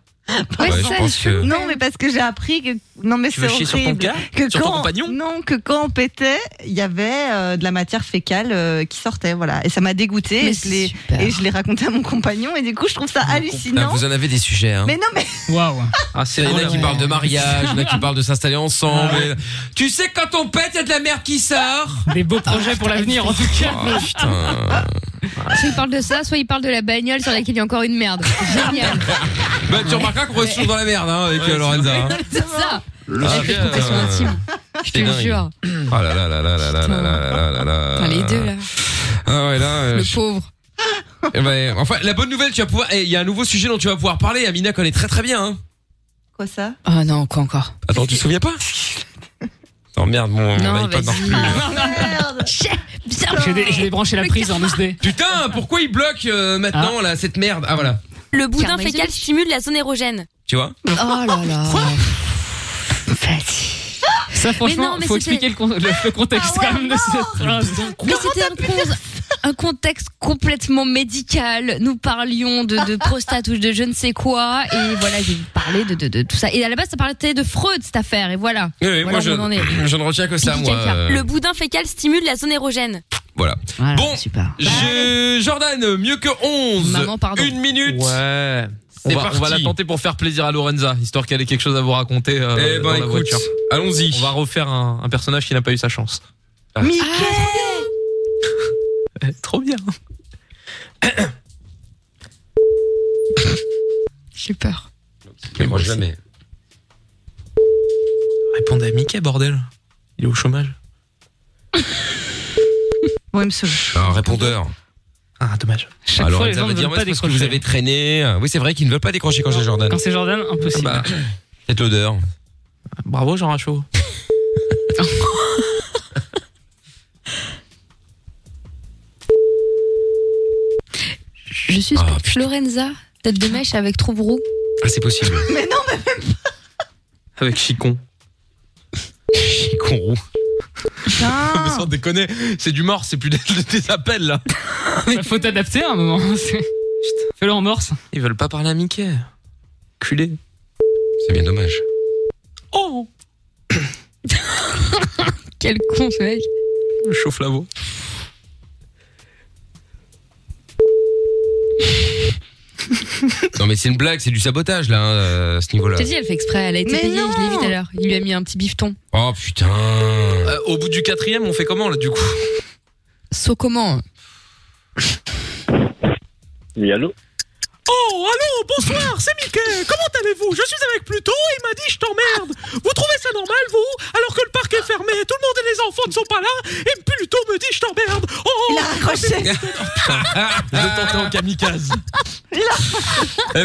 [SPEAKER 3] Ouais,
[SPEAKER 4] Ouais, je
[SPEAKER 3] ça,
[SPEAKER 4] pense que-
[SPEAKER 3] Non, mais parce que j'ai appris que non mais
[SPEAKER 4] Tu
[SPEAKER 3] c'est
[SPEAKER 4] veux chier sur ton
[SPEAKER 3] horrible.
[SPEAKER 4] cas
[SPEAKER 3] que
[SPEAKER 4] Sur ton
[SPEAKER 3] quand-
[SPEAKER 4] compagnon
[SPEAKER 3] Non, que quand on pétait, il y avait euh, de la matière fécale euh, qui sortait, voilà. Et ça m'a dégoûté.
[SPEAKER 5] Mais
[SPEAKER 3] Et je l'ai
[SPEAKER 5] super.
[SPEAKER 3] et je l'ai raconté à mon compagnon. Et du coup, je trouve ça
[SPEAKER 2] Ah,
[SPEAKER 3] hallucinant.
[SPEAKER 2] vous en avez des sujets, hein.
[SPEAKER 3] Mais non, mais
[SPEAKER 6] Waouh.
[SPEAKER 4] Ah,
[SPEAKER 2] Il y en a qui parlent de mariage, il y en a qui parlent de s'installer ensemble. Tu sais, quand on pète, il y a de la merde qui sort. Oh,
[SPEAKER 6] Des beaux projets pour l'avenir en tout cas.
[SPEAKER 5] Soit il parle de ça, soit il parle de la bagnole sur laquelle il y a encore une merde.
[SPEAKER 3] (laughs)
[SPEAKER 5] Génial.
[SPEAKER 2] Bah, tu remarqueras qu'on reste toujours dans la merde, hein, avec euh, Lorenza. hein.
[SPEAKER 5] C'est ça.
[SPEAKER 2] Le
[SPEAKER 5] J'ai fait
[SPEAKER 2] sujet,
[SPEAKER 5] une confession
[SPEAKER 2] euh,
[SPEAKER 5] intime. Je te
[SPEAKER 2] c'est
[SPEAKER 5] le
[SPEAKER 2] dingue.
[SPEAKER 5] jure.
[SPEAKER 2] Oh là là là là là là là là là là là.
[SPEAKER 5] Enfin, les deux là.
[SPEAKER 2] Ah ouais, là. euh,
[SPEAKER 5] Le
[SPEAKER 2] je-
[SPEAKER 5] pauvre.
[SPEAKER 2] Eh ben, enfin, la bonne nouvelle, tu vas pouvoir. eh, Il y a un nouveau sujet dont tu vas pouvoir parler. Amina connaît très très bien. Hein.
[SPEAKER 3] quoi ça
[SPEAKER 5] Oh non, quoi encore
[SPEAKER 2] Attends, tu te souviens pas Non merde, mon,
[SPEAKER 5] Non,
[SPEAKER 2] mon iPad
[SPEAKER 5] vas-y.
[SPEAKER 2] marche plus.
[SPEAKER 6] J'ai dé- j'ai débranché la prise en OSD.
[SPEAKER 2] Putain, pourquoi il bloque euh, maintenant là cette merde Ah voilà,
[SPEAKER 12] Le boudin
[SPEAKER 5] Car mes
[SPEAKER 12] fécal stimule la zone érogène.
[SPEAKER 2] tu vois.
[SPEAKER 5] Oh là là.
[SPEAKER 6] Ça
[SPEAKER 12] Mais
[SPEAKER 6] franchement,
[SPEAKER 12] non, mais
[SPEAKER 6] faut
[SPEAKER 12] c'est-
[SPEAKER 6] expliquer le, con- le- le contexte quand même de cette phrase.
[SPEAKER 5] Mais c'était un, con- un contexte complètement médical. Nous parlions de, de prostate ou de je ne sais quoi. Et voilà, j'ai parlé de, de, de tout ça. Et à la base, ça parlait de Freud, cette affaire. Et voilà.
[SPEAKER 2] Oui, oui,
[SPEAKER 5] Voilà
[SPEAKER 2] moi
[SPEAKER 5] où
[SPEAKER 2] je, Euh.
[SPEAKER 5] on en est.
[SPEAKER 2] (clears throat) je ne retiens que ça,
[SPEAKER 12] Pipi
[SPEAKER 2] moi.
[SPEAKER 12] caca.
[SPEAKER 2] euh,
[SPEAKER 12] Le boudin fécal stimule la zone érogène.
[SPEAKER 2] Voilà. bon,
[SPEAKER 5] super.
[SPEAKER 2] je- Jordan, mieux que 11.
[SPEAKER 12] Maman, pardon.
[SPEAKER 2] Une minute.
[SPEAKER 4] Ouais. On
[SPEAKER 2] C'est
[SPEAKER 4] va, on va la
[SPEAKER 2] parti.
[SPEAKER 4] tenter pour faire plaisir à Lorenza, histoire qu'elle ait quelque chose à vous raconter euh,
[SPEAKER 2] Eh ben,
[SPEAKER 4] dans la
[SPEAKER 2] écoute,
[SPEAKER 4] voiture.
[SPEAKER 2] Allons-y.
[SPEAKER 4] On va refaire un, un personnage qui n'a pas eu sa chance. Eh, Trop bien.
[SPEAKER 5] J'ai peur.
[SPEAKER 2] Mais moi jamais.
[SPEAKER 4] Répondez à Mickey, bordel. Il est au chômage.
[SPEAKER 3] Ouais, monsieur.
[SPEAKER 2] Un répondeur. Ah, dommage.
[SPEAKER 6] Chaque
[SPEAKER 2] Alors,
[SPEAKER 6] fois, les
[SPEAKER 2] Elsa
[SPEAKER 6] gens
[SPEAKER 2] va
[SPEAKER 6] ne
[SPEAKER 2] dire,
[SPEAKER 6] veulent
[SPEAKER 2] ouais,
[SPEAKER 6] pas
[SPEAKER 2] c'est parce que vous
[SPEAKER 6] décrocher.
[SPEAKER 2] avez traîné. Oui, c'est vrai qu'ils ne veulent pas décrocher quand c'est Jordan.
[SPEAKER 6] Quand c'est Jordan, impossible. (laughs)
[SPEAKER 2] Ah bah, Cette odeur.
[SPEAKER 1] Bravo, Jean Rachaud.
[SPEAKER 5] Je suis Lorenza, tête de mèche avec trou roux.
[SPEAKER 2] Ah, c'est possible.
[SPEAKER 5] Mais non, mais
[SPEAKER 1] Avec Chicon.
[SPEAKER 2] Chicon roux.
[SPEAKER 6] Ah.
[SPEAKER 2] (laughs)
[SPEAKER 1] Mais sans déconner, c'est du mort, c'est plus des, des appels là.
[SPEAKER 6] Bah, faut t'adapter à un moment. (laughs) c'est- Fais-le en morse.
[SPEAKER 1] Ils veulent pas parler à Ah, Mickey. Culé.
[SPEAKER 2] C'est bien dommage.
[SPEAKER 1] Oh
[SPEAKER 5] Quel con ce mec.
[SPEAKER 1] Je chauffe la voix.
[SPEAKER 2] Non, mais c'est une blague, c'est du sabotage là, hein, euh, à ce niveau-là.
[SPEAKER 5] Je te dis, elle fait exprès, elle a été
[SPEAKER 16] Mais
[SPEAKER 5] payée,
[SPEAKER 16] non
[SPEAKER 5] je l'ai vu tout à l'heure. Il lui a mis un petit bifton.
[SPEAKER 2] Oh putain.
[SPEAKER 1] Euh, au bout du quatrième, on fait comment là du coup
[SPEAKER 5] Sauf comment
[SPEAKER 15] Oui, allô
[SPEAKER 4] Oh, allô, bonsoir, c'est Mickey. Comment allez-vous Je suis avec Pluto et il m'a dit je t'emmerde. Vous trouvez ça normal, vous Alors que le parc est fermé, tout le monde et les enfants ne sont pas là, et Pluto me dit je t'emmerde. Oh, il a
[SPEAKER 1] Oh,
[SPEAKER 2] (laughs)
[SPEAKER 1] Je tentais en kamikaze.
[SPEAKER 2] Eh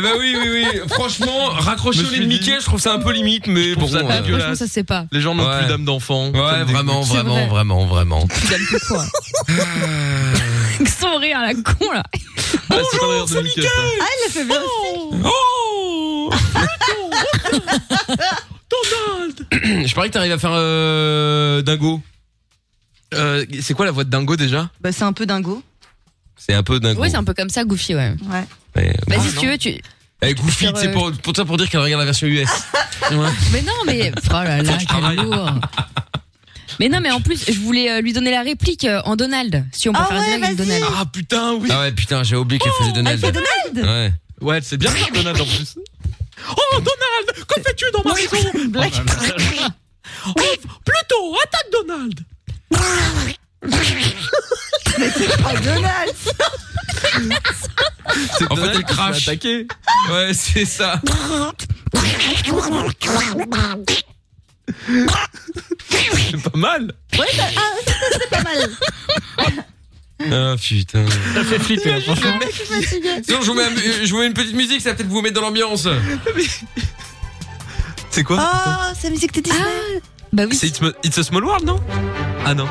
[SPEAKER 2] ben oui, oui, oui. Franchement, raccrocher au nez de Mickey, je trouve ça un peu limite, mais bon.
[SPEAKER 1] ça
[SPEAKER 2] euh,
[SPEAKER 5] Franchement, ça c'est pas.
[SPEAKER 1] Les gens n'ont plus d'âme d'enfant. Ouais,
[SPEAKER 2] vraiment,
[SPEAKER 5] C'est vraiment, vrai. Oh,
[SPEAKER 1] (laughs)
[SPEAKER 2] vraiment, vraiment.
[SPEAKER 5] Avec Son rire à la con là.
[SPEAKER 1] Bonjour, Bah, c'est Mickey.
[SPEAKER 4] Ah,
[SPEAKER 5] il l'a fait bien
[SPEAKER 4] Oh Pluto Donald
[SPEAKER 2] je parie que t'arrives à faire euh, dingo.
[SPEAKER 1] Euh, c'est quoi la voix de dingo déjà
[SPEAKER 3] Bah, c'est un peu dingo.
[SPEAKER 2] C'est un peu dingo.
[SPEAKER 5] Ouais, c'est un peu comme ça, Goofy, ouais.
[SPEAKER 3] Ouais.
[SPEAKER 5] Vas-y, si tu veux, tu.
[SPEAKER 2] Eh, Goofy,
[SPEAKER 5] faire,
[SPEAKER 2] c'est
[SPEAKER 5] euh,
[SPEAKER 2] pour, pour ça pour dire qu'elle regarde la version US.
[SPEAKER 5] Mais non, mais. Oh là là, quel lourd. Mais non, mais en plus, je voulais euh, lui donner la réplique euh, en Donald. Si on peut
[SPEAKER 2] Ah
[SPEAKER 5] faire un
[SPEAKER 2] ouais,
[SPEAKER 5] dialogue avec
[SPEAKER 2] vas-y.
[SPEAKER 5] Donald.
[SPEAKER 1] Ah putain, oui.
[SPEAKER 2] Ah ouais, putain, j'ai oublié qu'elle faisait Donald.
[SPEAKER 5] elle fait
[SPEAKER 2] Ouais.
[SPEAKER 1] Ouais, c'est bien faire Donald en plus.
[SPEAKER 4] Oh Donald Que fais-tu dans ma maison Oh Pluto Attaque Donald
[SPEAKER 3] Mais c'est pas Donald
[SPEAKER 2] (laughs) En fait, elle crache. Ouais, c'est ça.
[SPEAKER 1] (laughs) C'est pas mal.
[SPEAKER 3] Ouais, ça- ah, ça, ça, c'est pas mal.
[SPEAKER 2] Ah putain.
[SPEAKER 6] Ça fait flipper, hein, franchement.
[SPEAKER 2] Sinon, je vous, mets, un- je vous mets une petite musique, ça va peut-être vous mettre dans l'ambiance.
[SPEAKER 1] (laughs) C'est quoi
[SPEAKER 2] Ah.
[SPEAKER 3] Oh, c'est la musique de Disney.
[SPEAKER 5] Bah oui.
[SPEAKER 1] C'est It's, Mo- It's a Small World, non Ah non.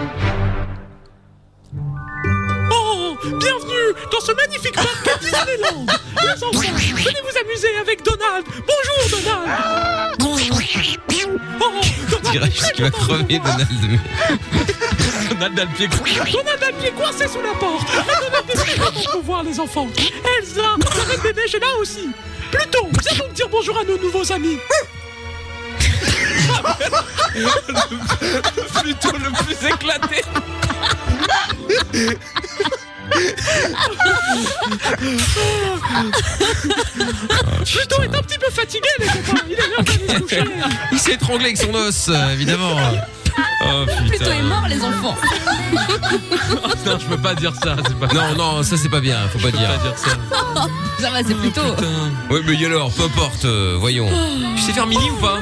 [SPEAKER 4] Oh Bienvenue dans ce magnifique parc à Disneyland Les enfants, venez vous amuser avec Donald Bonjour Donald Oh
[SPEAKER 2] Dirais juste Ah, qu'il va crever, Donald.
[SPEAKER 1] (laughs) Donald a le pied
[SPEAKER 4] Donald a le pied coincé sous la porte La Donald des neiges va pas pouvoir les enfants Elsa, la reine des neiges est là aussi Pluto, viens donc dire bonjour à nos nouveaux
[SPEAKER 1] (laughs)
[SPEAKER 4] amis
[SPEAKER 1] Plutôt le plus éclaté.
[SPEAKER 4] Pluto est un petit peu fatigué les copains Il est l'heure d'aller se coucher
[SPEAKER 2] Il s'est étranglé avec son os, euh, (laughs) évidemment. Oh putain.
[SPEAKER 5] Plutôt est mort, les enfants. (laughs)
[SPEAKER 1] Non, je peux pas dire ça. C'est pas...
[SPEAKER 2] Non, non, ça c'est pas bien, faut pas dire.
[SPEAKER 5] ça va, c'est plutôt.
[SPEAKER 2] Ouais, mais alors, peu importe, euh, voyons.
[SPEAKER 1] Tu sais faire mini ou pas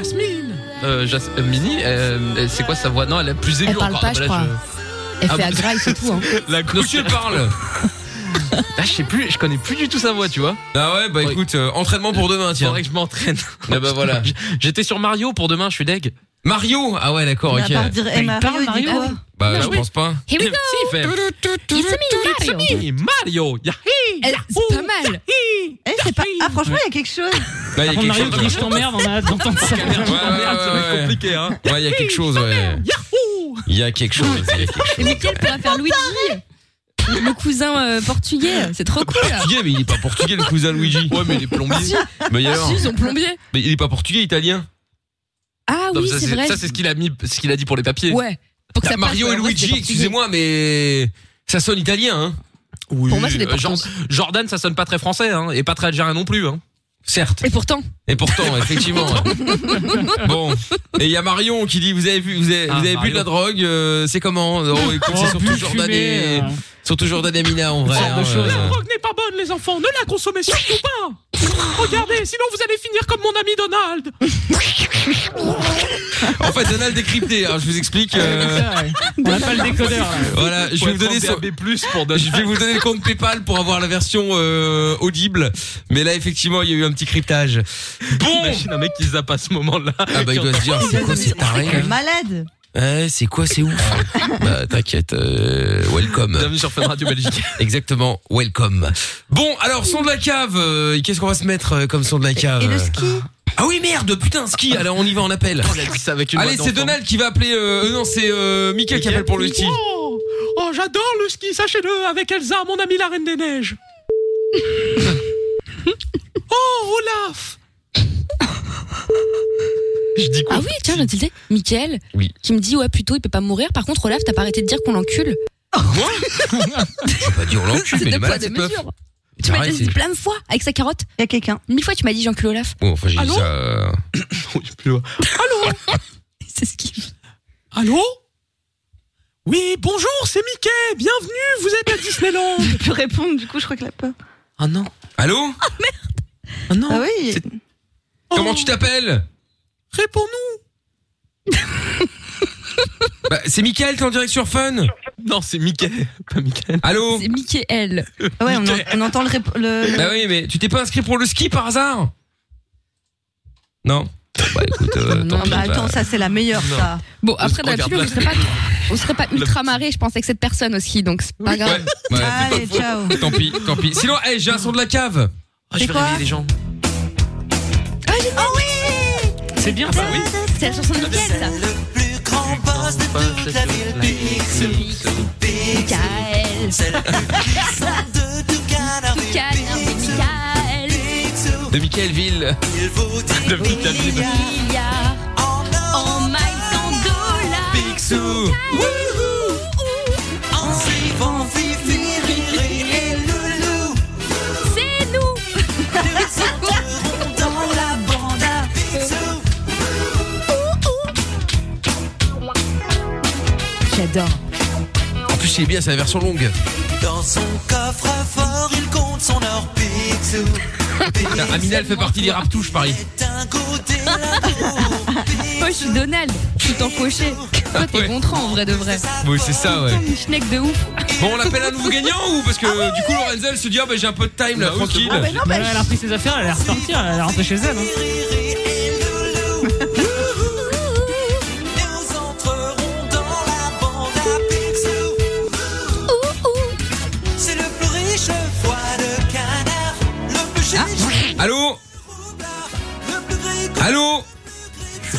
[SPEAKER 1] euh, Jas- euh, Mini, euh, euh, c'est quoi sa voix Non, elle est plus aiguë
[SPEAKER 5] Elle parle
[SPEAKER 1] encore.
[SPEAKER 5] pas,
[SPEAKER 1] Ah,
[SPEAKER 5] je
[SPEAKER 1] bah là,
[SPEAKER 5] crois. Elle
[SPEAKER 1] Ah,
[SPEAKER 5] fait
[SPEAKER 1] bah,
[SPEAKER 5] agraille, c'est
[SPEAKER 2] (laughs)
[SPEAKER 5] tout. Hein.
[SPEAKER 1] (laughs) La
[SPEAKER 2] Non, si elle parle.
[SPEAKER 1] (laughs) Ah, je sais plus, je connais plus du tout sa voix, tu vois.
[SPEAKER 2] Ah ouais, bah écoute, euh, entraînement pour demain, tiens.
[SPEAKER 1] Faudrait que je m'entraîne.
[SPEAKER 2] (laughs) Ah bah voilà.
[SPEAKER 1] J'étais sur Mario pour demain, je suis deg.
[SPEAKER 2] Mario Ah ouais, d'accord, ok.
[SPEAKER 3] Eh, Mario, il dit quoi
[SPEAKER 2] Bah,
[SPEAKER 1] Ah
[SPEAKER 2] je
[SPEAKER 1] oui.
[SPEAKER 2] pense pas.
[SPEAKER 5] hein. (laughs)
[SPEAKER 2] Bah,
[SPEAKER 5] Here we go.
[SPEAKER 1] (laughs) Si, il fait.
[SPEAKER 5] It's me, Mario.
[SPEAKER 1] Hey, Mario
[SPEAKER 5] Eh, C'est pas mal.
[SPEAKER 3] Eh, c'est pas... Ah, franchement, il y a quelque chose.
[SPEAKER 2] Là, il y
[SPEAKER 6] Par
[SPEAKER 2] a
[SPEAKER 6] contre,
[SPEAKER 2] quelque
[SPEAKER 6] Mario
[SPEAKER 2] chose.
[SPEAKER 6] qui dit je t'emmerde, on a hâte d'entendre ça.
[SPEAKER 2] ça va être compliqué,
[SPEAKER 1] hein.
[SPEAKER 2] Ouais, il y a quelque chose, ouais. Il y a quelque chose. il y a quelque chose.
[SPEAKER 5] Et Mickaël pourra faire Luigi. Le cousin euh,
[SPEAKER 3] (laughs)
[SPEAKER 5] portugais, c'est trop cool.
[SPEAKER 2] Portugais, mais il est pas portugais, le cousin Luigi. Ouais, mais il est plombier. Mais alors
[SPEAKER 5] Ah, Si, son plombier.
[SPEAKER 2] Mais il est pas portugais, italien.
[SPEAKER 5] Ah
[SPEAKER 1] Non, mais
[SPEAKER 5] oui,
[SPEAKER 1] ça,
[SPEAKER 5] c'est vrai.
[SPEAKER 1] ça, c'est ce qu'il a mis, ce qu'il a dit pour les papiers.
[SPEAKER 5] Ouais. Pour que ça passe,
[SPEAKER 2] Mario
[SPEAKER 5] ouais,
[SPEAKER 2] et
[SPEAKER 5] en vrai, c'est
[SPEAKER 2] Luigi,
[SPEAKER 5] portugais.
[SPEAKER 2] excusez-moi, mais ça sonne italien, hein.
[SPEAKER 1] Oui.
[SPEAKER 5] Pour moi, c'est des
[SPEAKER 1] euh, Jor-
[SPEAKER 5] portos.
[SPEAKER 1] Jordan, ça sonne pas très français, hein, et pas très algérien non plus, hein.
[SPEAKER 2] Certes.
[SPEAKER 5] Et pourtant.
[SPEAKER 1] (laughs)
[SPEAKER 2] Et pourtant,
[SPEAKER 5] (laughs)
[SPEAKER 2] effectivement. ouais. Bon, (laughs) et il y a Marion qui dit vous avez vu, vous avez,
[SPEAKER 1] Ah,
[SPEAKER 2] vous avez bu de la drogue, euh, c'est comment Oh, écoute,
[SPEAKER 6] Oh,
[SPEAKER 2] c'est surtout
[SPEAKER 6] bu,
[SPEAKER 2] Jordan
[SPEAKER 6] fumé,
[SPEAKER 2] et
[SPEAKER 6] euh.
[SPEAKER 2] Surtout Jordan et Amina en vrai.
[SPEAKER 17] Sorte de
[SPEAKER 2] hein,
[SPEAKER 17] chose.
[SPEAKER 2] euh,
[SPEAKER 17] La drogue n'est pas bonne, les enfants. Ne la consommez surtout pas. Regardez, sinon vous allez finir comme mon ami Donald.
[SPEAKER 2] En fait, Donald est crypté. Alors, je vous explique. euh,
[SPEAKER 6] On n'a pas le décodeur. là.
[SPEAKER 2] Voilà, je vais vous donner
[SPEAKER 4] être en
[SPEAKER 2] son- Je vais vous donner le compte PayPal pour avoir la version euh, audible. Mais là, effectivement, il y a eu un petit cryptage. Bon. Imagine un mec qui zappe à ce moment-là. Ah bah il doit se dire, c'est quoi ces tarés
[SPEAKER 3] Quel
[SPEAKER 2] hein
[SPEAKER 3] malade
[SPEAKER 2] Ouais, Eh, c'est quoi, c'est ouf (laughs) Bah t'inquiète, euh, welcome. Bienvenue sur Fun Radio Belgique. (laughs) Exactement, welcome. Bon, alors son de la cave. euh, Qu'est-ce qu'on va se mettre euh, comme son de la cave
[SPEAKER 17] et le
[SPEAKER 3] ski
[SPEAKER 2] Ah oui merde, putain ski. Alors on y va en appel.
[SPEAKER 4] avec une voix
[SPEAKER 2] Allez, c'est
[SPEAKER 4] d'enfant.
[SPEAKER 2] Donald qui va appeler. Euh, euh, non, c'est euh, Mika qui appelle pour le ski.
[SPEAKER 17] Oh, oh, j'adore le ski, sachez-le, avec Elsa, mon amie la Reine des Neiges. oh, Olaf
[SPEAKER 4] Je dis
[SPEAKER 5] Ah oui, tiens, Mathilde, Mickaël, qui me dit ouais, plutôt il peut pas mourir. Par contre, Olaf, t'as pas arrêté de dire qu'on l'encule.
[SPEAKER 2] J'ai pas dit on l'encule,
[SPEAKER 5] C'est
[SPEAKER 2] Ah,
[SPEAKER 5] deux
[SPEAKER 2] mais
[SPEAKER 5] poids,
[SPEAKER 2] le malade,
[SPEAKER 5] deux
[SPEAKER 2] c'est meuf.
[SPEAKER 5] mesures. Tu m'as
[SPEAKER 2] Arrête,
[SPEAKER 5] dit
[SPEAKER 2] c'est-
[SPEAKER 5] plein de fois avec sa carotte.
[SPEAKER 3] Il y a quelqu'un.
[SPEAKER 5] Mille fois, tu m'as dit j'encule Olaf.
[SPEAKER 2] Bon, Oh, enfin, j'ai dit
[SPEAKER 5] Allô
[SPEAKER 2] ça. euh,
[SPEAKER 17] Allô
[SPEAKER 5] C'est ce qui.
[SPEAKER 17] Allô Oui, bonjour, c'est Mickey, bienvenue, vous êtes à Disneyland.
[SPEAKER 3] Je peux répondre, du coup, je crois que la peur.
[SPEAKER 17] Ah non.
[SPEAKER 2] Allô
[SPEAKER 17] Ah non.
[SPEAKER 3] Ah oui.
[SPEAKER 2] Comment tu t'appelles
[SPEAKER 17] Réponds-nous
[SPEAKER 2] Bah, c'est Mickaël, t'es en direct sur Fun Non, c'est Mickaël, pas Mickaël. Allô
[SPEAKER 5] C'est Mickaël.
[SPEAKER 3] Ouais, on, en- on entend le, rép- le-
[SPEAKER 2] Bah oui, mais tu t'es pas inscrit pour le ski par hasard Non Bah écoute, euh,
[SPEAKER 3] Non,
[SPEAKER 2] tant pis.
[SPEAKER 3] bah,
[SPEAKER 2] bah.
[SPEAKER 3] attends, ça c'est la meilleure,
[SPEAKER 2] Non.
[SPEAKER 3] ça.
[SPEAKER 5] Bon, après, dans la
[SPEAKER 2] Regarde
[SPEAKER 5] pilule, on
[SPEAKER 2] là.
[SPEAKER 5] serait pas, on serait pas ultra marré, je pense, avec cette personne aussi, donc c'est pas grave.
[SPEAKER 2] (laughs) Ouais, c'est pas
[SPEAKER 3] Allez,
[SPEAKER 2] faux.
[SPEAKER 3] ciao.
[SPEAKER 2] Tant pis, tant pis. Sinon, hey, j'ai un son de la cave.
[SPEAKER 5] je C'est vais quoi réveiller
[SPEAKER 2] les gens.
[SPEAKER 5] Ah, j'ai- ah oui Ah bah
[SPEAKER 6] C'est bien ça, oui.
[SPEAKER 5] C'est la chanson de Mickaël, ça. Mickaël. Mickaël.
[SPEAKER 2] De Mickaëlville. De Mickaëlville.
[SPEAKER 5] Milliard en miles en dollars.
[SPEAKER 2] Picsou.
[SPEAKER 5] En suivant Fifi, Riri et Loulou. C'est nous. dans la bande à J'adore.
[SPEAKER 2] En plus, c'est bien, c'est la version longue.
[SPEAKER 18] Dans son coffre à fort, il compte son or Picsou.
[SPEAKER 2] Putain, (laughs) Amina, elle fait partie des rap touches, Paris.
[SPEAKER 5] Moi, je suis Donald, tout encoché. Toi, t'es contrant en vrai de vrai.
[SPEAKER 2] Oui, c'est ça, ouais.
[SPEAKER 5] Une schneck de ouf.
[SPEAKER 2] Bon, on appelle un nouveau gagnant ou parce que du coup, Lorenzel se dit, ah bah j'ai un peu de time là, tranquille.
[SPEAKER 3] Ah, bah
[SPEAKER 6] Ouais, elle a repris ses affaires, elle est repartie, elle est rentrée chez elle. hein.
[SPEAKER 18] Nous entrerons dans la bande à Picsou. C'est le plus riche foie de canard. Le plus riche.
[SPEAKER 2] Ah, Allô Allô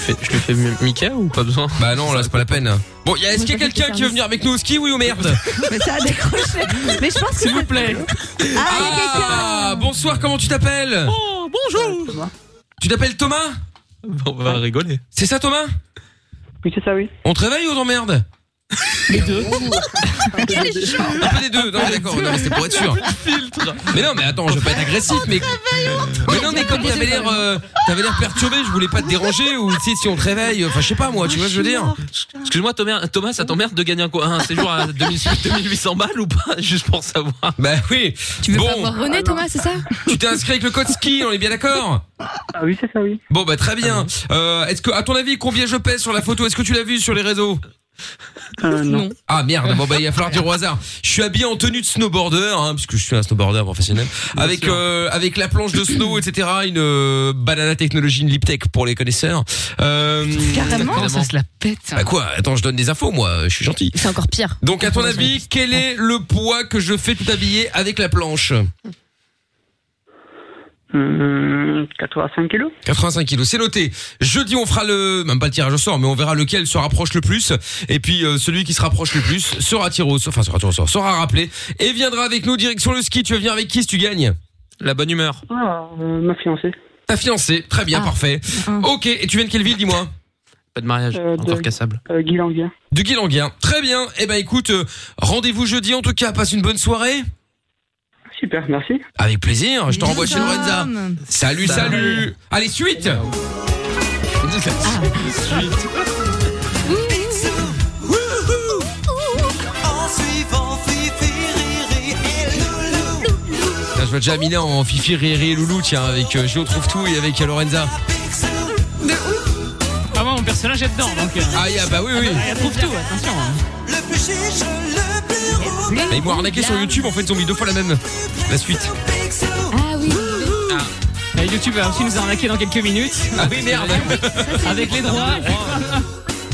[SPEAKER 4] Je le fais Mika ou pas besoin
[SPEAKER 2] Bah non, là, c'est pas la peine. Bon, y a- est-ce qu'il y a quelqu'un qui veut venir avec nous au ski, oui ou merde
[SPEAKER 3] Mais ça a
[SPEAKER 4] (laughs)
[SPEAKER 3] décroché. Mais je pense que.
[SPEAKER 2] S'il vous plaît. Ah, bonsoir, comment tu t'appelles
[SPEAKER 17] Oh, bonjour
[SPEAKER 2] Tu t'appelles Thomas
[SPEAKER 4] (laughs) On va rigoler.
[SPEAKER 2] C'est ça, Thomas
[SPEAKER 18] Oui, c'est ça, oui.
[SPEAKER 2] On te réveille oh, ou on
[SPEAKER 4] (laughs)
[SPEAKER 2] t'emmerde
[SPEAKER 18] Les deux.
[SPEAKER 2] Un peu des deux, non, mais d'accord, non, mais c'était pour être sûr. Mais non, mais attends, je vais pas être agressif, mais. Mais non, mais comme t'avais l'air, euh, t'avais l'air perturbé, je voulais pas te déranger, ou tu sais, si on te réveille, enfin, je sais pas, moi, tu vois, ce que je veux dire.
[SPEAKER 4] Excuse-moi Thomas, Thomas, ça t'emmerde de gagner un, quoi- un séjour à 2000 2800 balles ou pas Juste pour savoir.
[SPEAKER 2] Bah oui.
[SPEAKER 5] Tu veux pas voir René, Thomas, c'est ça
[SPEAKER 2] Tu t'es inscrit avec le code ski, on est bien d'accord
[SPEAKER 18] Ah oui, c'est ça, oui.
[SPEAKER 2] Bon bah très bien.
[SPEAKER 5] Ah
[SPEAKER 2] Euh, est-ce que à ton avis combien je pèse sur la photo Est-ce que tu l'as vu sur les réseaux
[SPEAKER 18] Euh,
[SPEAKER 5] Euh,
[SPEAKER 18] non.
[SPEAKER 2] Ah merde, bon bah il va
[SPEAKER 6] (laughs)
[SPEAKER 2] falloir dire au hasard. Je suis habillé en tenue de snowboarder, hein, puisque je suis un snowboarder professionnel, avec euh, avec la planche de snow, etc. Une euh, banana technologie, une Liptech pour les connaisseurs. Euh,
[SPEAKER 6] Carrément, ça se la pète.
[SPEAKER 2] Bah quoi Attends, je donne des infos, moi. Je suis gentil.
[SPEAKER 5] C'est encore pire.
[SPEAKER 2] Donc à ton avis, quel est le poids que je fais tout habillé avec la planche
[SPEAKER 18] Euh, 85 kilos
[SPEAKER 2] 85 kilos, c'est noté. Jeudi, on fera le, même pas le tirage au sort, mais on verra lequel se rapproche le plus. Et puis euh, celui qui se rapproche le plus sera tiré au sort, enfin sera tiré au sort, sera rappelé et viendra avec nous direction le ski. Tu veux venir avec qui si tu gagnes La bonne humeur.
[SPEAKER 18] Ah, euh, ma fiancée.
[SPEAKER 2] Ta fiancée, très
[SPEAKER 18] Ah.
[SPEAKER 2] bien, parfait. Ok, et tu viens de quelle ville, dis-moi
[SPEAKER 4] Pas de mariage,
[SPEAKER 18] Euh, de-
[SPEAKER 4] encore cassable.
[SPEAKER 18] Euh, Guy Languien.
[SPEAKER 2] Du Guilanguin. Très bien. Eh ben écoute, euh, rendez-vous jeudi en tout cas. Passe une bonne soirée.
[SPEAKER 18] Super, merci.
[SPEAKER 2] Avec plaisir. Je
[SPEAKER 18] Bisous,
[SPEAKER 2] te renvoie chez Lorenza.
[SPEAKER 18] Tom.
[SPEAKER 2] Salut, salut. Allez, suite.
[SPEAKER 18] Picsou, wouhou, en suivant Fifi
[SPEAKER 2] je vois déjà Amina en Fifi, Riri et Loulou, tiens, avec euh, Gio Trouve Tout et avec euh, Lorenza.
[SPEAKER 6] Ah, moi, mon personnage est dedans, donc. euh.
[SPEAKER 2] Ah, yeah, bah oui, oui.
[SPEAKER 6] Elle trouve tout, attention. hein.
[SPEAKER 18] Le plus chiche, le plus roux.
[SPEAKER 2] Mais ils m'ont arnaqué sur YouTube, en fait, ils ont mis deux fois la même. La suite.
[SPEAKER 6] Ah oui. YouTube va aussi nous arnaquer dans quelques minutes.
[SPEAKER 2] Ah oui, merde.
[SPEAKER 6] Avec les droits.
[SPEAKER 2] Ah,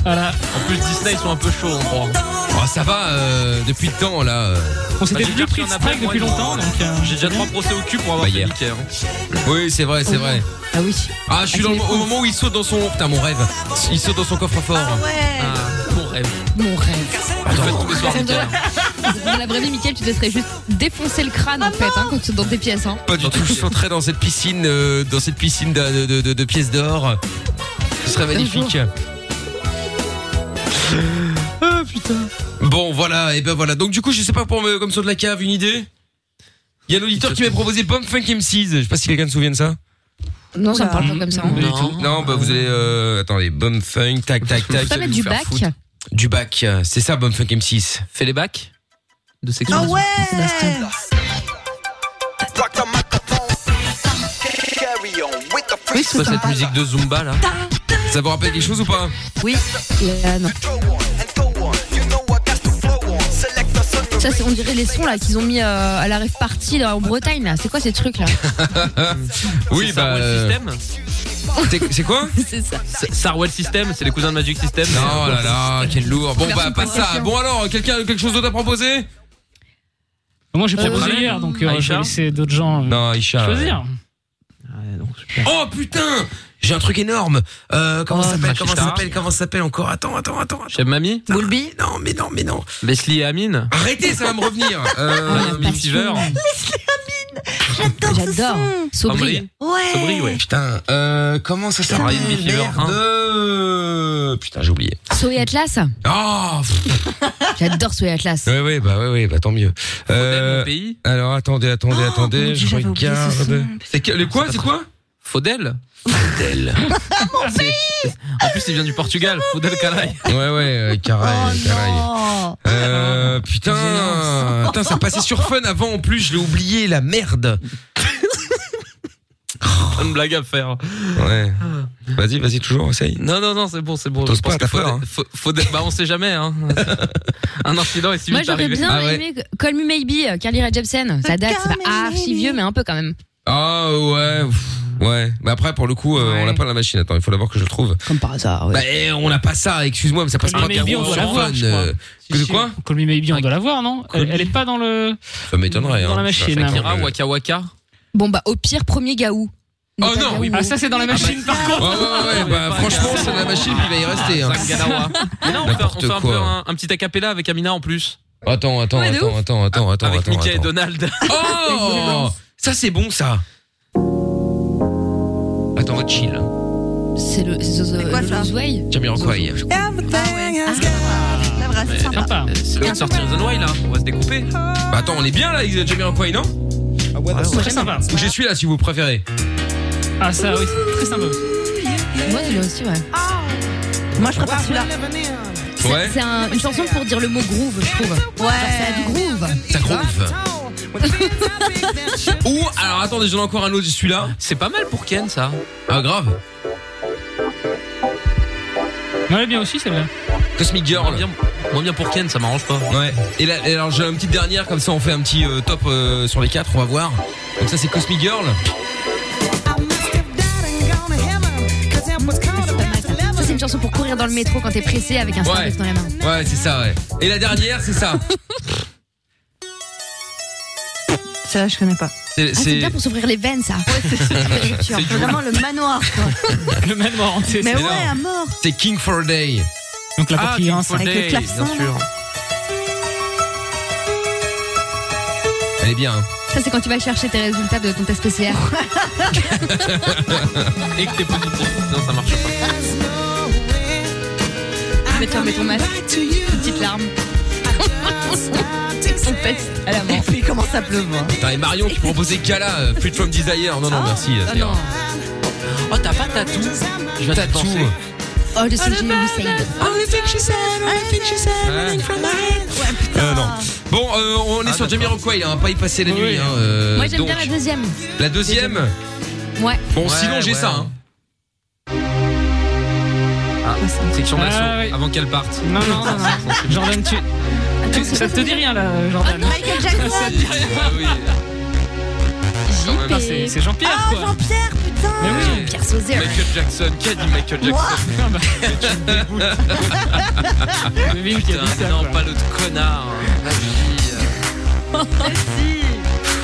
[SPEAKER 6] Voilà.
[SPEAKER 4] En plus, Disney, ils sont un peu chauds, on croit.
[SPEAKER 2] Oh, ça va, euh, depuis le temps, là. euh.
[SPEAKER 6] On s'était
[SPEAKER 2] Bah,
[SPEAKER 6] plus
[SPEAKER 2] j'ai déjà
[SPEAKER 6] pris de
[SPEAKER 2] reçu un
[SPEAKER 6] strike
[SPEAKER 2] appel,
[SPEAKER 6] depuis
[SPEAKER 2] moi,
[SPEAKER 6] longtemps, donc. euh,
[SPEAKER 4] J'ai déjà trois procès au cul pour avoir
[SPEAKER 2] Bah,
[SPEAKER 4] fait
[SPEAKER 2] hier.
[SPEAKER 4] niquer, hein.
[SPEAKER 2] Oui, c'est vrai, c'est vrai.
[SPEAKER 3] Ah oui.
[SPEAKER 2] Ah, je suis dans le, au moment où il saute dans son. Putain, mon rêve. Il saute dans son coffre-fort.
[SPEAKER 4] Ah, mon rêve.
[SPEAKER 5] Mon rêve.
[SPEAKER 2] Attends, tomber sur un
[SPEAKER 5] Dans
[SPEAKER 2] bouquin.
[SPEAKER 5] la- dans la vraie vie, Mickaël, tu te serais juste défoncer le crâne en fait hein, quand tu es dans tes pièces. Hein.
[SPEAKER 2] Pas du tout, je sauterais dans cette piscine, euh, dans cette piscine de, de- de- de pièces d'or. Ce serait magnifique.
[SPEAKER 17] Ah putain.
[SPEAKER 2] Bon, voilà, et ben voilà. Donc, du coup, je sais pas pour me, comme ça de la cave, une idée Il y a l'auditeur qui m'a proposé Bomb Funk M6. Je sais pas si quelqu'un se souvient de ça.
[SPEAKER 5] Non, ça me parle pas comme ça. hein.
[SPEAKER 2] Non, bah vous allez. euh, attendez, Bomb Funk, tac, tac, tac.
[SPEAKER 5] Ça va
[SPEAKER 2] Vous
[SPEAKER 5] être du
[SPEAKER 2] faire
[SPEAKER 5] bac.
[SPEAKER 2] foutre. Du bac, euh, c'est ça, Bomb Funk M6. Fais les bacs de section.
[SPEAKER 18] Ah ouais
[SPEAKER 4] Oui, c'est pas cette musique de Zumba là.
[SPEAKER 2] Ça vous rappelle quelque chose ou
[SPEAKER 4] (laughs)
[SPEAKER 2] pas
[SPEAKER 5] Oui. Là, non. Ça, c'est on dirait les sons là qu'ils ont mis euh, à la rave party là, en Bretagne là. C'est quoi ces trucs là
[SPEAKER 2] oui, bah. euh, c'est- C'est quoi
[SPEAKER 5] C'est ça.
[SPEAKER 4] Sarwell System, c'est les cousins de Magic System.
[SPEAKER 2] Oh là là, quel lourd. Bon, bah, pas ça. Bon, alors, quelqu'un a quelque chose d'autre à proposer
[SPEAKER 6] Moi, j'ai
[SPEAKER 2] Euh,
[SPEAKER 6] proposé
[SPEAKER 2] Brian
[SPEAKER 6] hier, donc euh, je
[SPEAKER 2] Aïcha
[SPEAKER 6] vais laisser d'autres gens euh,
[SPEAKER 2] Non, Aïcha.
[SPEAKER 6] choisir.
[SPEAKER 2] Oh putain J'ai un truc énorme Euh, Comment ça s'appelle Comment ça
[SPEAKER 4] Machista.
[SPEAKER 2] s'appelle Comment ça s'appelle encore Attends, attends, attends. attends.
[SPEAKER 4] Chef Mamie
[SPEAKER 2] Boulby Non, mais non, mais non.
[SPEAKER 4] Leslie et Amine
[SPEAKER 2] Arrêtez, ça va me revenir.
[SPEAKER 6] Ah,
[SPEAKER 2] Euh,
[SPEAKER 4] Mimi Fever.
[SPEAKER 5] J'adore.
[SPEAKER 2] (laughs)
[SPEAKER 5] Sobri.
[SPEAKER 2] Sobri, ouais. Putain, euh, comment ça s'appelle
[SPEAKER 4] Ryan B. Fever,
[SPEAKER 2] Merde. Euh, Putain, j'ai oublié.
[SPEAKER 5] Soy Atlas.
[SPEAKER 2] Oh
[SPEAKER 5] J'adore Soy Atlas.
[SPEAKER 2] Ouais, ouais, bah, ouais, ouais, bah, tant mieux. Euh, alors, attendez, attendez, attendez, je regarde. C'est que- le quoi, c'est quoi
[SPEAKER 4] Faudel
[SPEAKER 2] Faudel.
[SPEAKER 4] En plus, il vient du Portugal. Faudel Calaï.
[SPEAKER 2] Ouais, ouais,
[SPEAKER 5] Oh
[SPEAKER 2] euh, Caraï, Caraï. Euh, putain, putain, ça passait sur Fun avant en plus, je l'ai oublié, la
[SPEAKER 4] (laughs)
[SPEAKER 2] merde.
[SPEAKER 4] Pas de blague à faire. Ah.
[SPEAKER 2] Ouais. Vas-y, vas-y, toujours, essaye.
[SPEAKER 4] Non, non, non, c'est bon, c'est bon.
[SPEAKER 2] T'oses
[SPEAKER 4] Je pense
[SPEAKER 2] pas, t'as
[SPEAKER 4] que
[SPEAKER 2] peur, hein.
[SPEAKER 4] Faudel- Fa- Faudel- bah, on sait jamais, hein.
[SPEAKER 2] (laughs)
[SPEAKER 4] Un incident est
[SPEAKER 5] Moi
[SPEAKER 4] suivi
[SPEAKER 5] j'aurais bien
[SPEAKER 2] Ah
[SPEAKER 5] aimé que- Call Me Maybe, euh, Carly Rae Jepsen. Ça date, c'est pas archi vieux, mais un peu quand même.
[SPEAKER 2] Ah ouais, pff, ouais. Mais après, pour le coup, euh, on n'a pas la machine. Attends, il faut d'abord que je le trouve.
[SPEAKER 5] Comme par hasard.
[SPEAKER 2] Bah, eh, on n'a pas ça. Excuse-moi, mais ça passe
[SPEAKER 6] Call
[SPEAKER 2] pas
[SPEAKER 6] Me Maybe,
[SPEAKER 2] bien
[SPEAKER 6] on doit
[SPEAKER 2] sur
[SPEAKER 6] l'avoir,
[SPEAKER 2] Fun,
[SPEAKER 6] je crois.
[SPEAKER 2] euh, Que de quoi
[SPEAKER 6] Call Me Maybe, on doit la voir, non elle, elle est pas dans le.
[SPEAKER 2] Ça m'étonnerait.
[SPEAKER 6] Dans
[SPEAKER 2] hein.
[SPEAKER 6] la machine.
[SPEAKER 2] Ça fait
[SPEAKER 6] Shakira,
[SPEAKER 2] que-
[SPEAKER 4] Waka Waka.
[SPEAKER 5] Bon bah au pire, premier Gaou.
[SPEAKER 2] Oh non
[SPEAKER 6] Ah, ça, c'est dans la machine, par contre.
[SPEAKER 2] Ouais, ouais, ouais, bah franchement, c'est dans la machine, puis il va y rester. hein.
[SPEAKER 4] Ah,
[SPEAKER 2] (laughs)
[SPEAKER 4] Mais non, on fait, on
[SPEAKER 2] N'importe
[SPEAKER 4] fait un peu
[SPEAKER 2] quoi.
[SPEAKER 4] un, un petit acapella avec Amina en plus.
[SPEAKER 2] Attends, attends,
[SPEAKER 4] Ouais, de
[SPEAKER 2] attends,
[SPEAKER 4] ouf.
[SPEAKER 2] attends, attends, attends,
[SPEAKER 4] avec
[SPEAKER 2] attends,
[SPEAKER 4] Mickey et
[SPEAKER 2] attends.
[SPEAKER 4] Donald.
[SPEAKER 2] Oh Ça, c'est bon, ça. Attends, on va chill. hein.
[SPEAKER 5] C'est le. C'est Way. Ah
[SPEAKER 2] Jamiroquai.
[SPEAKER 3] La vraie, c'est sympa.
[SPEAKER 2] Euh,
[SPEAKER 6] Sympa.
[SPEAKER 4] C'est une sortie dans un way
[SPEAKER 2] hein.
[SPEAKER 4] là. On va se découper.
[SPEAKER 2] Bah attends, on est bien là avec Jamiroquai, non
[SPEAKER 4] Ah
[SPEAKER 2] Ah,
[SPEAKER 6] C'est très sympa.
[SPEAKER 2] Ou j'ai celui-là, si vous préférez.
[SPEAKER 6] Ah, ça, oui, c'est très sympa.
[SPEAKER 5] Moi je l'ai aussi, ouais.
[SPEAKER 3] Moi, je prépare celui-là.
[SPEAKER 5] C'est-
[SPEAKER 2] Ouais.
[SPEAKER 5] C'est un- une chanson pour dire le mot groove, je trouve. Ouais. Ça a du groove.
[SPEAKER 2] Ça groove. (laughs) Ou, alors attendez, j'en ai encore un autre, celui-là.
[SPEAKER 4] C'est pas mal pour Ken ça.
[SPEAKER 2] Ah, grave.
[SPEAKER 6] Non, elle est bien aussi, celle-là.
[SPEAKER 2] Cosmic
[SPEAKER 4] Moins
[SPEAKER 2] Girl.
[SPEAKER 4] bien, moins bien pour Ken, ça m'arrange pas.
[SPEAKER 2] Ouais. Et là, et alors j'ai une petite dernière, comme ça on fait un petit euh, top euh, sur les quatre, on va voir. Donc ça c'est Cosmic Girl.
[SPEAKER 5] Ça, c'est une chanson pour courir dans le métro quand t'es pressé avec un
[SPEAKER 2] Ouais.
[SPEAKER 5] Starbucks dans la main.
[SPEAKER 2] Ouais, c'est ça, ouais. Et la dernière, c'est ça.
[SPEAKER 3] Celle-là, je connais pas.
[SPEAKER 2] C'est.
[SPEAKER 5] Ah, c'est
[SPEAKER 2] c'est-
[SPEAKER 5] bien
[SPEAKER 2] (laughs)
[SPEAKER 5] pour s'ouvrir les veines, ça.
[SPEAKER 3] (laughs) Tu as vraiment le manoir, quoi.
[SPEAKER 6] Le même mort entier.
[SPEAKER 3] Mais
[SPEAKER 2] c'est
[SPEAKER 3] ouais,
[SPEAKER 2] énorme.
[SPEAKER 3] à mort.
[SPEAKER 2] c'est King for a Day.
[SPEAKER 6] Donc la
[SPEAKER 4] Ah,
[SPEAKER 6] partie
[SPEAKER 4] King
[SPEAKER 6] hein,
[SPEAKER 4] for
[SPEAKER 6] c'est-
[SPEAKER 3] avec
[SPEAKER 4] Day,
[SPEAKER 3] le clavecin,
[SPEAKER 4] bien sûr.
[SPEAKER 2] Elle est bien. hein.
[SPEAKER 5] Ça, c'est quand tu vas chercher tes résultats de ton test PCR.
[SPEAKER 4] Et que t'es positif. Non, ça marche pas.
[SPEAKER 5] Mais toi, mets ton masque. Petite
[SPEAKER 3] (laughs)
[SPEAKER 5] larme. Ton test à la
[SPEAKER 3] Et
[SPEAKER 5] mort.
[SPEAKER 3] puis, il commence à pleuvoir.
[SPEAKER 2] Putain, et Marion qui proposait Kala, euh, Free from Desire. Non, non, merci. euh,
[SPEAKER 5] Oh
[SPEAKER 2] c'est
[SPEAKER 5] non.
[SPEAKER 2] rare.
[SPEAKER 4] Oh, t'as pas tatou Je viens de
[SPEAKER 2] Tattoo.
[SPEAKER 4] penser.
[SPEAKER 5] Oh, the CJ
[SPEAKER 2] Ah, Euh, non. Bon, euh, on est sur Jamie Rockway, hein, pas y passer la nuit. hein, euh,
[SPEAKER 5] Moi, j'aime
[SPEAKER 2] donc,
[SPEAKER 5] bien la deuxième.
[SPEAKER 2] la deuxième.
[SPEAKER 5] Ouais.
[SPEAKER 2] Bon, sinon j'ai ça. Hein.
[SPEAKER 4] Ah, Section d'assaut,
[SPEAKER 6] Ah, oui.
[SPEAKER 4] avant qu'elle parte. Ah,
[SPEAKER 6] Non, non, non, non. Jordan, tu. tu- ça te dit rien là,
[SPEAKER 5] Ah,
[SPEAKER 6] Jordan
[SPEAKER 18] Michael Jackson.
[SPEAKER 6] Ça te dit rien.
[SPEAKER 2] Ah
[SPEAKER 4] Ah Quand même, hein,
[SPEAKER 6] C'est c'est Jean-Pierre
[SPEAKER 18] Ah,
[SPEAKER 6] quoi.
[SPEAKER 18] Jean-Pierre, putain
[SPEAKER 6] Mais oui.
[SPEAKER 5] Pierre Sauzet.
[SPEAKER 4] Michael Jackson, qui a dit Michael (laughs) Jackson
[SPEAKER 6] Ah bah.
[SPEAKER 2] (laughs) Putain, non, pas l'autre connard.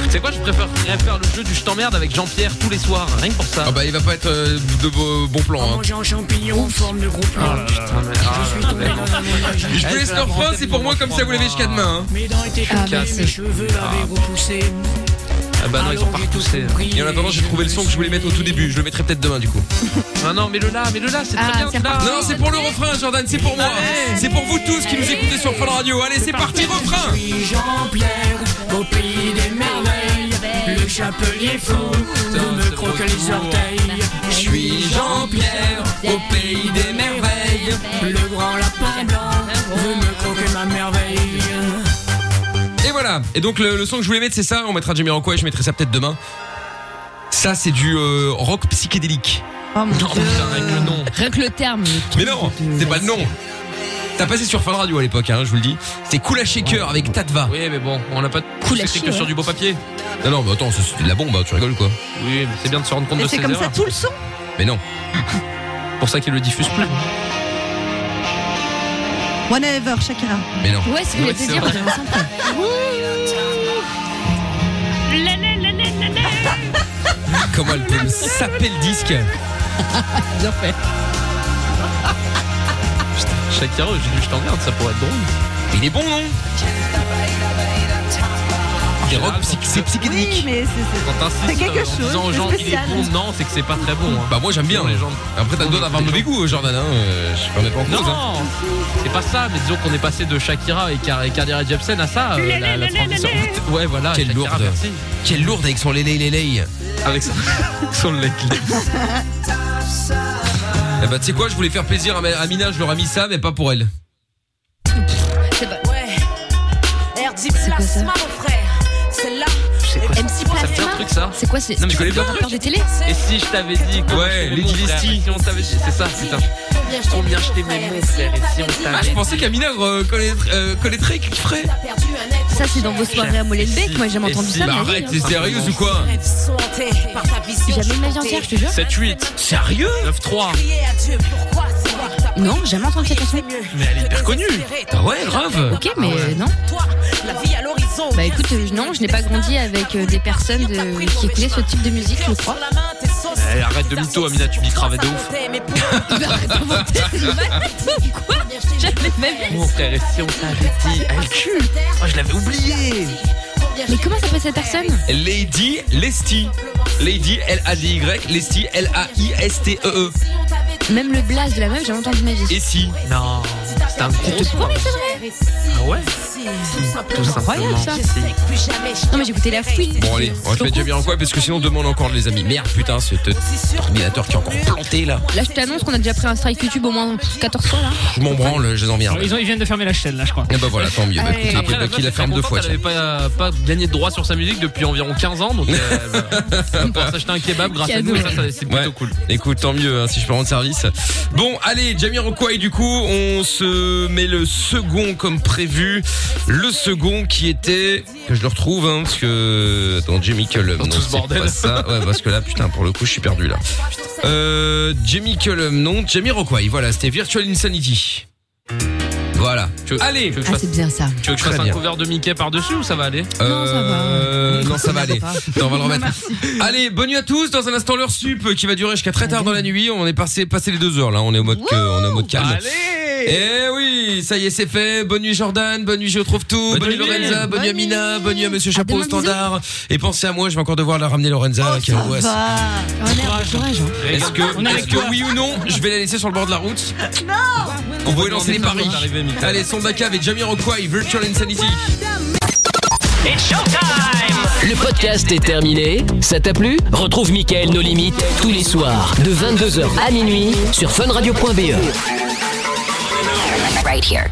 [SPEAKER 4] C'est quoi, je préférerais faire le jeu du je t'emmerde avec Jean-Pierre tous les soirs, rien que pour ça.
[SPEAKER 2] Ah bah il va pas être euh, de beaux- bons plans. hein.
[SPEAKER 18] Manger en champignons, forme de
[SPEAKER 6] Ah,
[SPEAKER 2] Ah
[SPEAKER 18] groupe.
[SPEAKER 4] Ah,
[SPEAKER 2] Je
[SPEAKER 4] Eh,
[SPEAKER 2] vous laisse leur fin, c'est pour moi comme ça vous l'avez jusqu'à demain. hein.
[SPEAKER 18] Mes dents étaient
[SPEAKER 2] Ah,
[SPEAKER 18] coupées,
[SPEAKER 2] merci.
[SPEAKER 18] mes cheveux avaient repoussé.
[SPEAKER 2] Ah bah non, ils ont pas repoussé. Et en attendant, j'ai trouvé le son que je voulais mettre au tout début. Je le mettrai peut-être demain du coup.
[SPEAKER 4] Ah non, mais le là, mais le là, c'est très bien. celui-là.
[SPEAKER 2] Non, Ah, c'est pour le refrain, Jordan, c'est pour moi.
[SPEAKER 4] Ah
[SPEAKER 2] C'est pour vous tous qui nous écoutez sur Fun Radio. Allez, c'est parti, refrain.
[SPEAKER 18] Jean-Pierre, au pays des merveilles, le chapelier fou, vous me croquez les orteils. Je suis Jean-Pierre, au pays des merveilles, le grand lapin blanc, vous me croquez ma
[SPEAKER 4] (laughs)
[SPEAKER 18] merveille.
[SPEAKER 2] Et voilà. Et donc le, le son que je voulais mettre, c'est ça. On mettra Jamie Rockway. Je mettrai ça peut-être demain. Ça, c'est du euh, rock psychédélique.
[SPEAKER 5] Oh mon dieu.
[SPEAKER 2] Avec le nom.
[SPEAKER 5] Rien que le terme.
[SPEAKER 2] Mais non, c'est pas le nom. T'as passé sur Fun Radio à l'époque, hein, je vous le dis. C'était Kula Shaker avec Tatva.
[SPEAKER 4] Oui, mais bon, on n'a pas poussé
[SPEAKER 2] chier,
[SPEAKER 4] que
[SPEAKER 2] ouais.
[SPEAKER 3] hein.
[SPEAKER 4] sur du beau papier.
[SPEAKER 2] Non, non, mais attends, ça, c'était de la bombe, hein, tu rigoles quoi.
[SPEAKER 4] Oui, mais c'est bien de se rendre compte
[SPEAKER 3] Et
[SPEAKER 4] de
[SPEAKER 3] c'est
[SPEAKER 4] ses
[SPEAKER 3] comme ça
[SPEAKER 4] erreurs.
[SPEAKER 3] tout le son
[SPEAKER 2] Mais
[SPEAKER 4] (laughs)
[SPEAKER 2] non.
[SPEAKER 4] Pour ça qu'il le diffuse plus.
[SPEAKER 3] One Ever, Shakira.
[SPEAKER 2] Mais non.
[SPEAKER 5] Ouais, ce que je voulais te dire, on dirait un centre.
[SPEAKER 2] (laughs) Comment elle peut me saper le disque
[SPEAKER 5] Bien
[SPEAKER 2] (laughs)
[SPEAKER 5] fait.
[SPEAKER 4] Shakira, j'ai dit je t'emmerde, ça pourrait être drôle.
[SPEAKER 2] Il est bon, non C'est rock psy- c'est psychédélique.
[SPEAKER 3] Oui, mais c'est-
[SPEAKER 4] Quand
[SPEAKER 3] c'est c'est
[SPEAKER 4] t'insistes
[SPEAKER 3] quelque
[SPEAKER 4] euh,
[SPEAKER 3] chose.
[SPEAKER 4] en disant aux
[SPEAKER 3] de
[SPEAKER 4] gens qu'il est
[SPEAKER 3] spécial.
[SPEAKER 4] bon, non, c'est que c'est pas très bon. hein.
[SPEAKER 2] Bah moi j'aime bien.
[SPEAKER 4] Sinon, les gens-
[SPEAKER 2] Après t'as le droit d'avoir mauvais goût, euh, Jordan. Hein. euh, Je remets pas en cause. hein.
[SPEAKER 4] Non, c'est pas ça, mais disons qu'on est passé de Shakira et Car- et Carly Rae Jepsen à ça, euh, la, la transition. Ouais, voilà,
[SPEAKER 2] Quelle
[SPEAKER 4] Shakira,
[SPEAKER 2] lourde.
[SPEAKER 4] merci.
[SPEAKER 2] Quelle lourde avec son lélé lélé.
[SPEAKER 4] Avec son, (laughs) son lélé.
[SPEAKER 2] Eh bah tu sais quoi, je voulais faire plaisir à Ma- à Mina, je leur ai mis ça, mais pas pour elle.
[SPEAKER 18] (laughs) C'est pas... Ouais. RD Plasma, mon frère. C'est là. MC
[SPEAKER 4] Ça me fait un
[SPEAKER 18] Plasma.
[SPEAKER 4] truc ça
[SPEAKER 5] C'est quoi c'est
[SPEAKER 4] Non mais je connais pas.
[SPEAKER 5] Encore des télé
[SPEAKER 4] Et si je t'avais dit comment
[SPEAKER 2] Ouais,
[SPEAKER 4] je t'aimais,
[SPEAKER 2] les
[SPEAKER 4] mon frère,
[SPEAKER 2] Dynasty.
[SPEAKER 4] Si on t'avait dit, c'est ça, putain. Combien je t'aimais mon frère et si on
[SPEAKER 2] Ah, je
[SPEAKER 4] t'avait
[SPEAKER 2] pensais qu'Amina euh, connaîtrait, euh, connaîtrait qui ferait.
[SPEAKER 4] Ah,
[SPEAKER 5] Ça, c'est dans vos soirées à Molenbeek. Moi, j'ai jamais entendu ça.
[SPEAKER 2] Bah
[SPEAKER 5] de ma vie,
[SPEAKER 2] arrête,
[SPEAKER 5] hein.
[SPEAKER 2] t'es sérieuse ou quoi
[SPEAKER 5] Jamais de ma vie entière, je te jure.
[SPEAKER 4] 7-8.
[SPEAKER 2] Sérieux
[SPEAKER 4] 9-3.
[SPEAKER 5] Non, j'ai jamais entendu cette chanson.
[SPEAKER 4] Mais elle est hyper connue.
[SPEAKER 2] Ah ouais, grave.
[SPEAKER 5] Ok,
[SPEAKER 4] Ah
[SPEAKER 5] mais euh, non. Bah écoute, euh, non, je n'ai pas grandi avec euh, des personnes de- qui écoutaient ce type de musique, je crois.
[SPEAKER 4] Eh, arrête de mytho, Amina, tu me dis cravate de ouf.
[SPEAKER 5] Quoi J'avais même
[SPEAKER 4] Mon frère, et si on t'avait dit, elle cul. Oh, je l'avais oublié.
[SPEAKER 5] Mais comment s'appelle cette personne
[SPEAKER 2] Lady Lesty. Lady L-A-D-Y, Lesty L-A-I-S-T-E-E.
[SPEAKER 5] Même le blast de la meuf, j'ai jamais entendu de ma vie.
[SPEAKER 2] Et si
[SPEAKER 4] Non, c'est un gros
[SPEAKER 5] Oh, mais c'est vrai
[SPEAKER 4] Ah ouais Tout
[SPEAKER 5] C'est incroyable ça Non mais j'écoutais la fouine
[SPEAKER 2] Bon allez, on va te mettre Jamie en quoi parce que sinon on demande encore les amis. Merde putain, ce t- terminateur qui est encore planté là.
[SPEAKER 5] Là je t'annonce qu'on a déjà pris un strike YouTube au moins 14 fois là
[SPEAKER 2] Je m'en branle, je les
[SPEAKER 6] Bon,
[SPEAKER 2] emmerde.
[SPEAKER 6] Ils, ont- ils viennent de fermer la chaîne là, je crois.
[SPEAKER 2] Et bah voilà, tant mieux. Bah, écoutez,
[SPEAKER 4] Après,
[SPEAKER 2] bah,
[SPEAKER 4] la
[SPEAKER 2] qu'il la
[SPEAKER 4] meuf,
[SPEAKER 2] ferme deux
[SPEAKER 4] elle
[SPEAKER 2] fois.
[SPEAKER 4] n'avait
[SPEAKER 2] tiens.
[SPEAKER 4] pas, pas gagné de droit sur sa musique depuis environ 15 ans, donc euh,
[SPEAKER 5] (laughs)
[SPEAKER 4] elle va pouvoir s'acheter un kebab grâce à nous, et ça, ça, c'est plutôt
[SPEAKER 2] Ouais.
[SPEAKER 4] cool.
[SPEAKER 2] Écoute, tant mieux hein, si je peux rendre service. Bon, allez, Jamie Rockway, du coup, on se met le second comme prévu. Le second qui était que je le retrouve, hein, parce que dans Jamie Cullum.
[SPEAKER 4] Dans tout
[SPEAKER 2] non,
[SPEAKER 4] ce
[SPEAKER 2] c'est
[SPEAKER 4] bordel.
[SPEAKER 2] pas ça. Ouais, parce que là, putain, pour le coup, je suis perdu là. Euh, Jamie Cullum, non, Jamie Rockway. Voilà, c'était Virtual Insanity. Voilà.
[SPEAKER 4] Tu veux,
[SPEAKER 2] Allez.
[SPEAKER 4] tu veux que je
[SPEAKER 5] Ah
[SPEAKER 4] fasse,
[SPEAKER 5] c'est bien ça
[SPEAKER 4] tu veux que je fasse
[SPEAKER 2] Très
[SPEAKER 4] un
[SPEAKER 2] bien.
[SPEAKER 4] cover de Mickey par-dessus ou ça va aller
[SPEAKER 2] Euh, non, ça va aller.
[SPEAKER 5] pas.
[SPEAKER 2] Non, on va le remettre. Allez, bonne nuit à tous. Dans un instant, l'heure sup qui va durer jusqu'à très tard dans la nuit. On est passé, passé les deux heures là. On est au mode, que- on est au mode calme.
[SPEAKER 4] Allez
[SPEAKER 2] Eh oui, ça y est, c'est fait. Bonne nuit Jordan, bonne nuit Je retrouve tout, bonne, nuit Lorenza, bonne, nuit à Mina, bonne nuit à Monsieur Chapeau au
[SPEAKER 5] Ah, demain, bisous.
[SPEAKER 2] standard. Et pensez à moi, je vais encore devoir la ramener Lorenza. Quelle angoisse.
[SPEAKER 5] Oh merde, courage hein.
[SPEAKER 2] Est-ce que,
[SPEAKER 6] On est
[SPEAKER 2] est
[SPEAKER 6] avec toi.
[SPEAKER 2] que oui ou non, je vais la laisser sur le bord de la route On va lancer les paris. Allez, Sondaka avec Jamie Rockway, Virtual Insanity.
[SPEAKER 18] It's showtime
[SPEAKER 1] Le podcast est terminé. Ça t'a plu Retrouve Mickaël Nos Limites tous les soirs E. de 22h à minuit sur funradio.be.
[SPEAKER 19] Right here.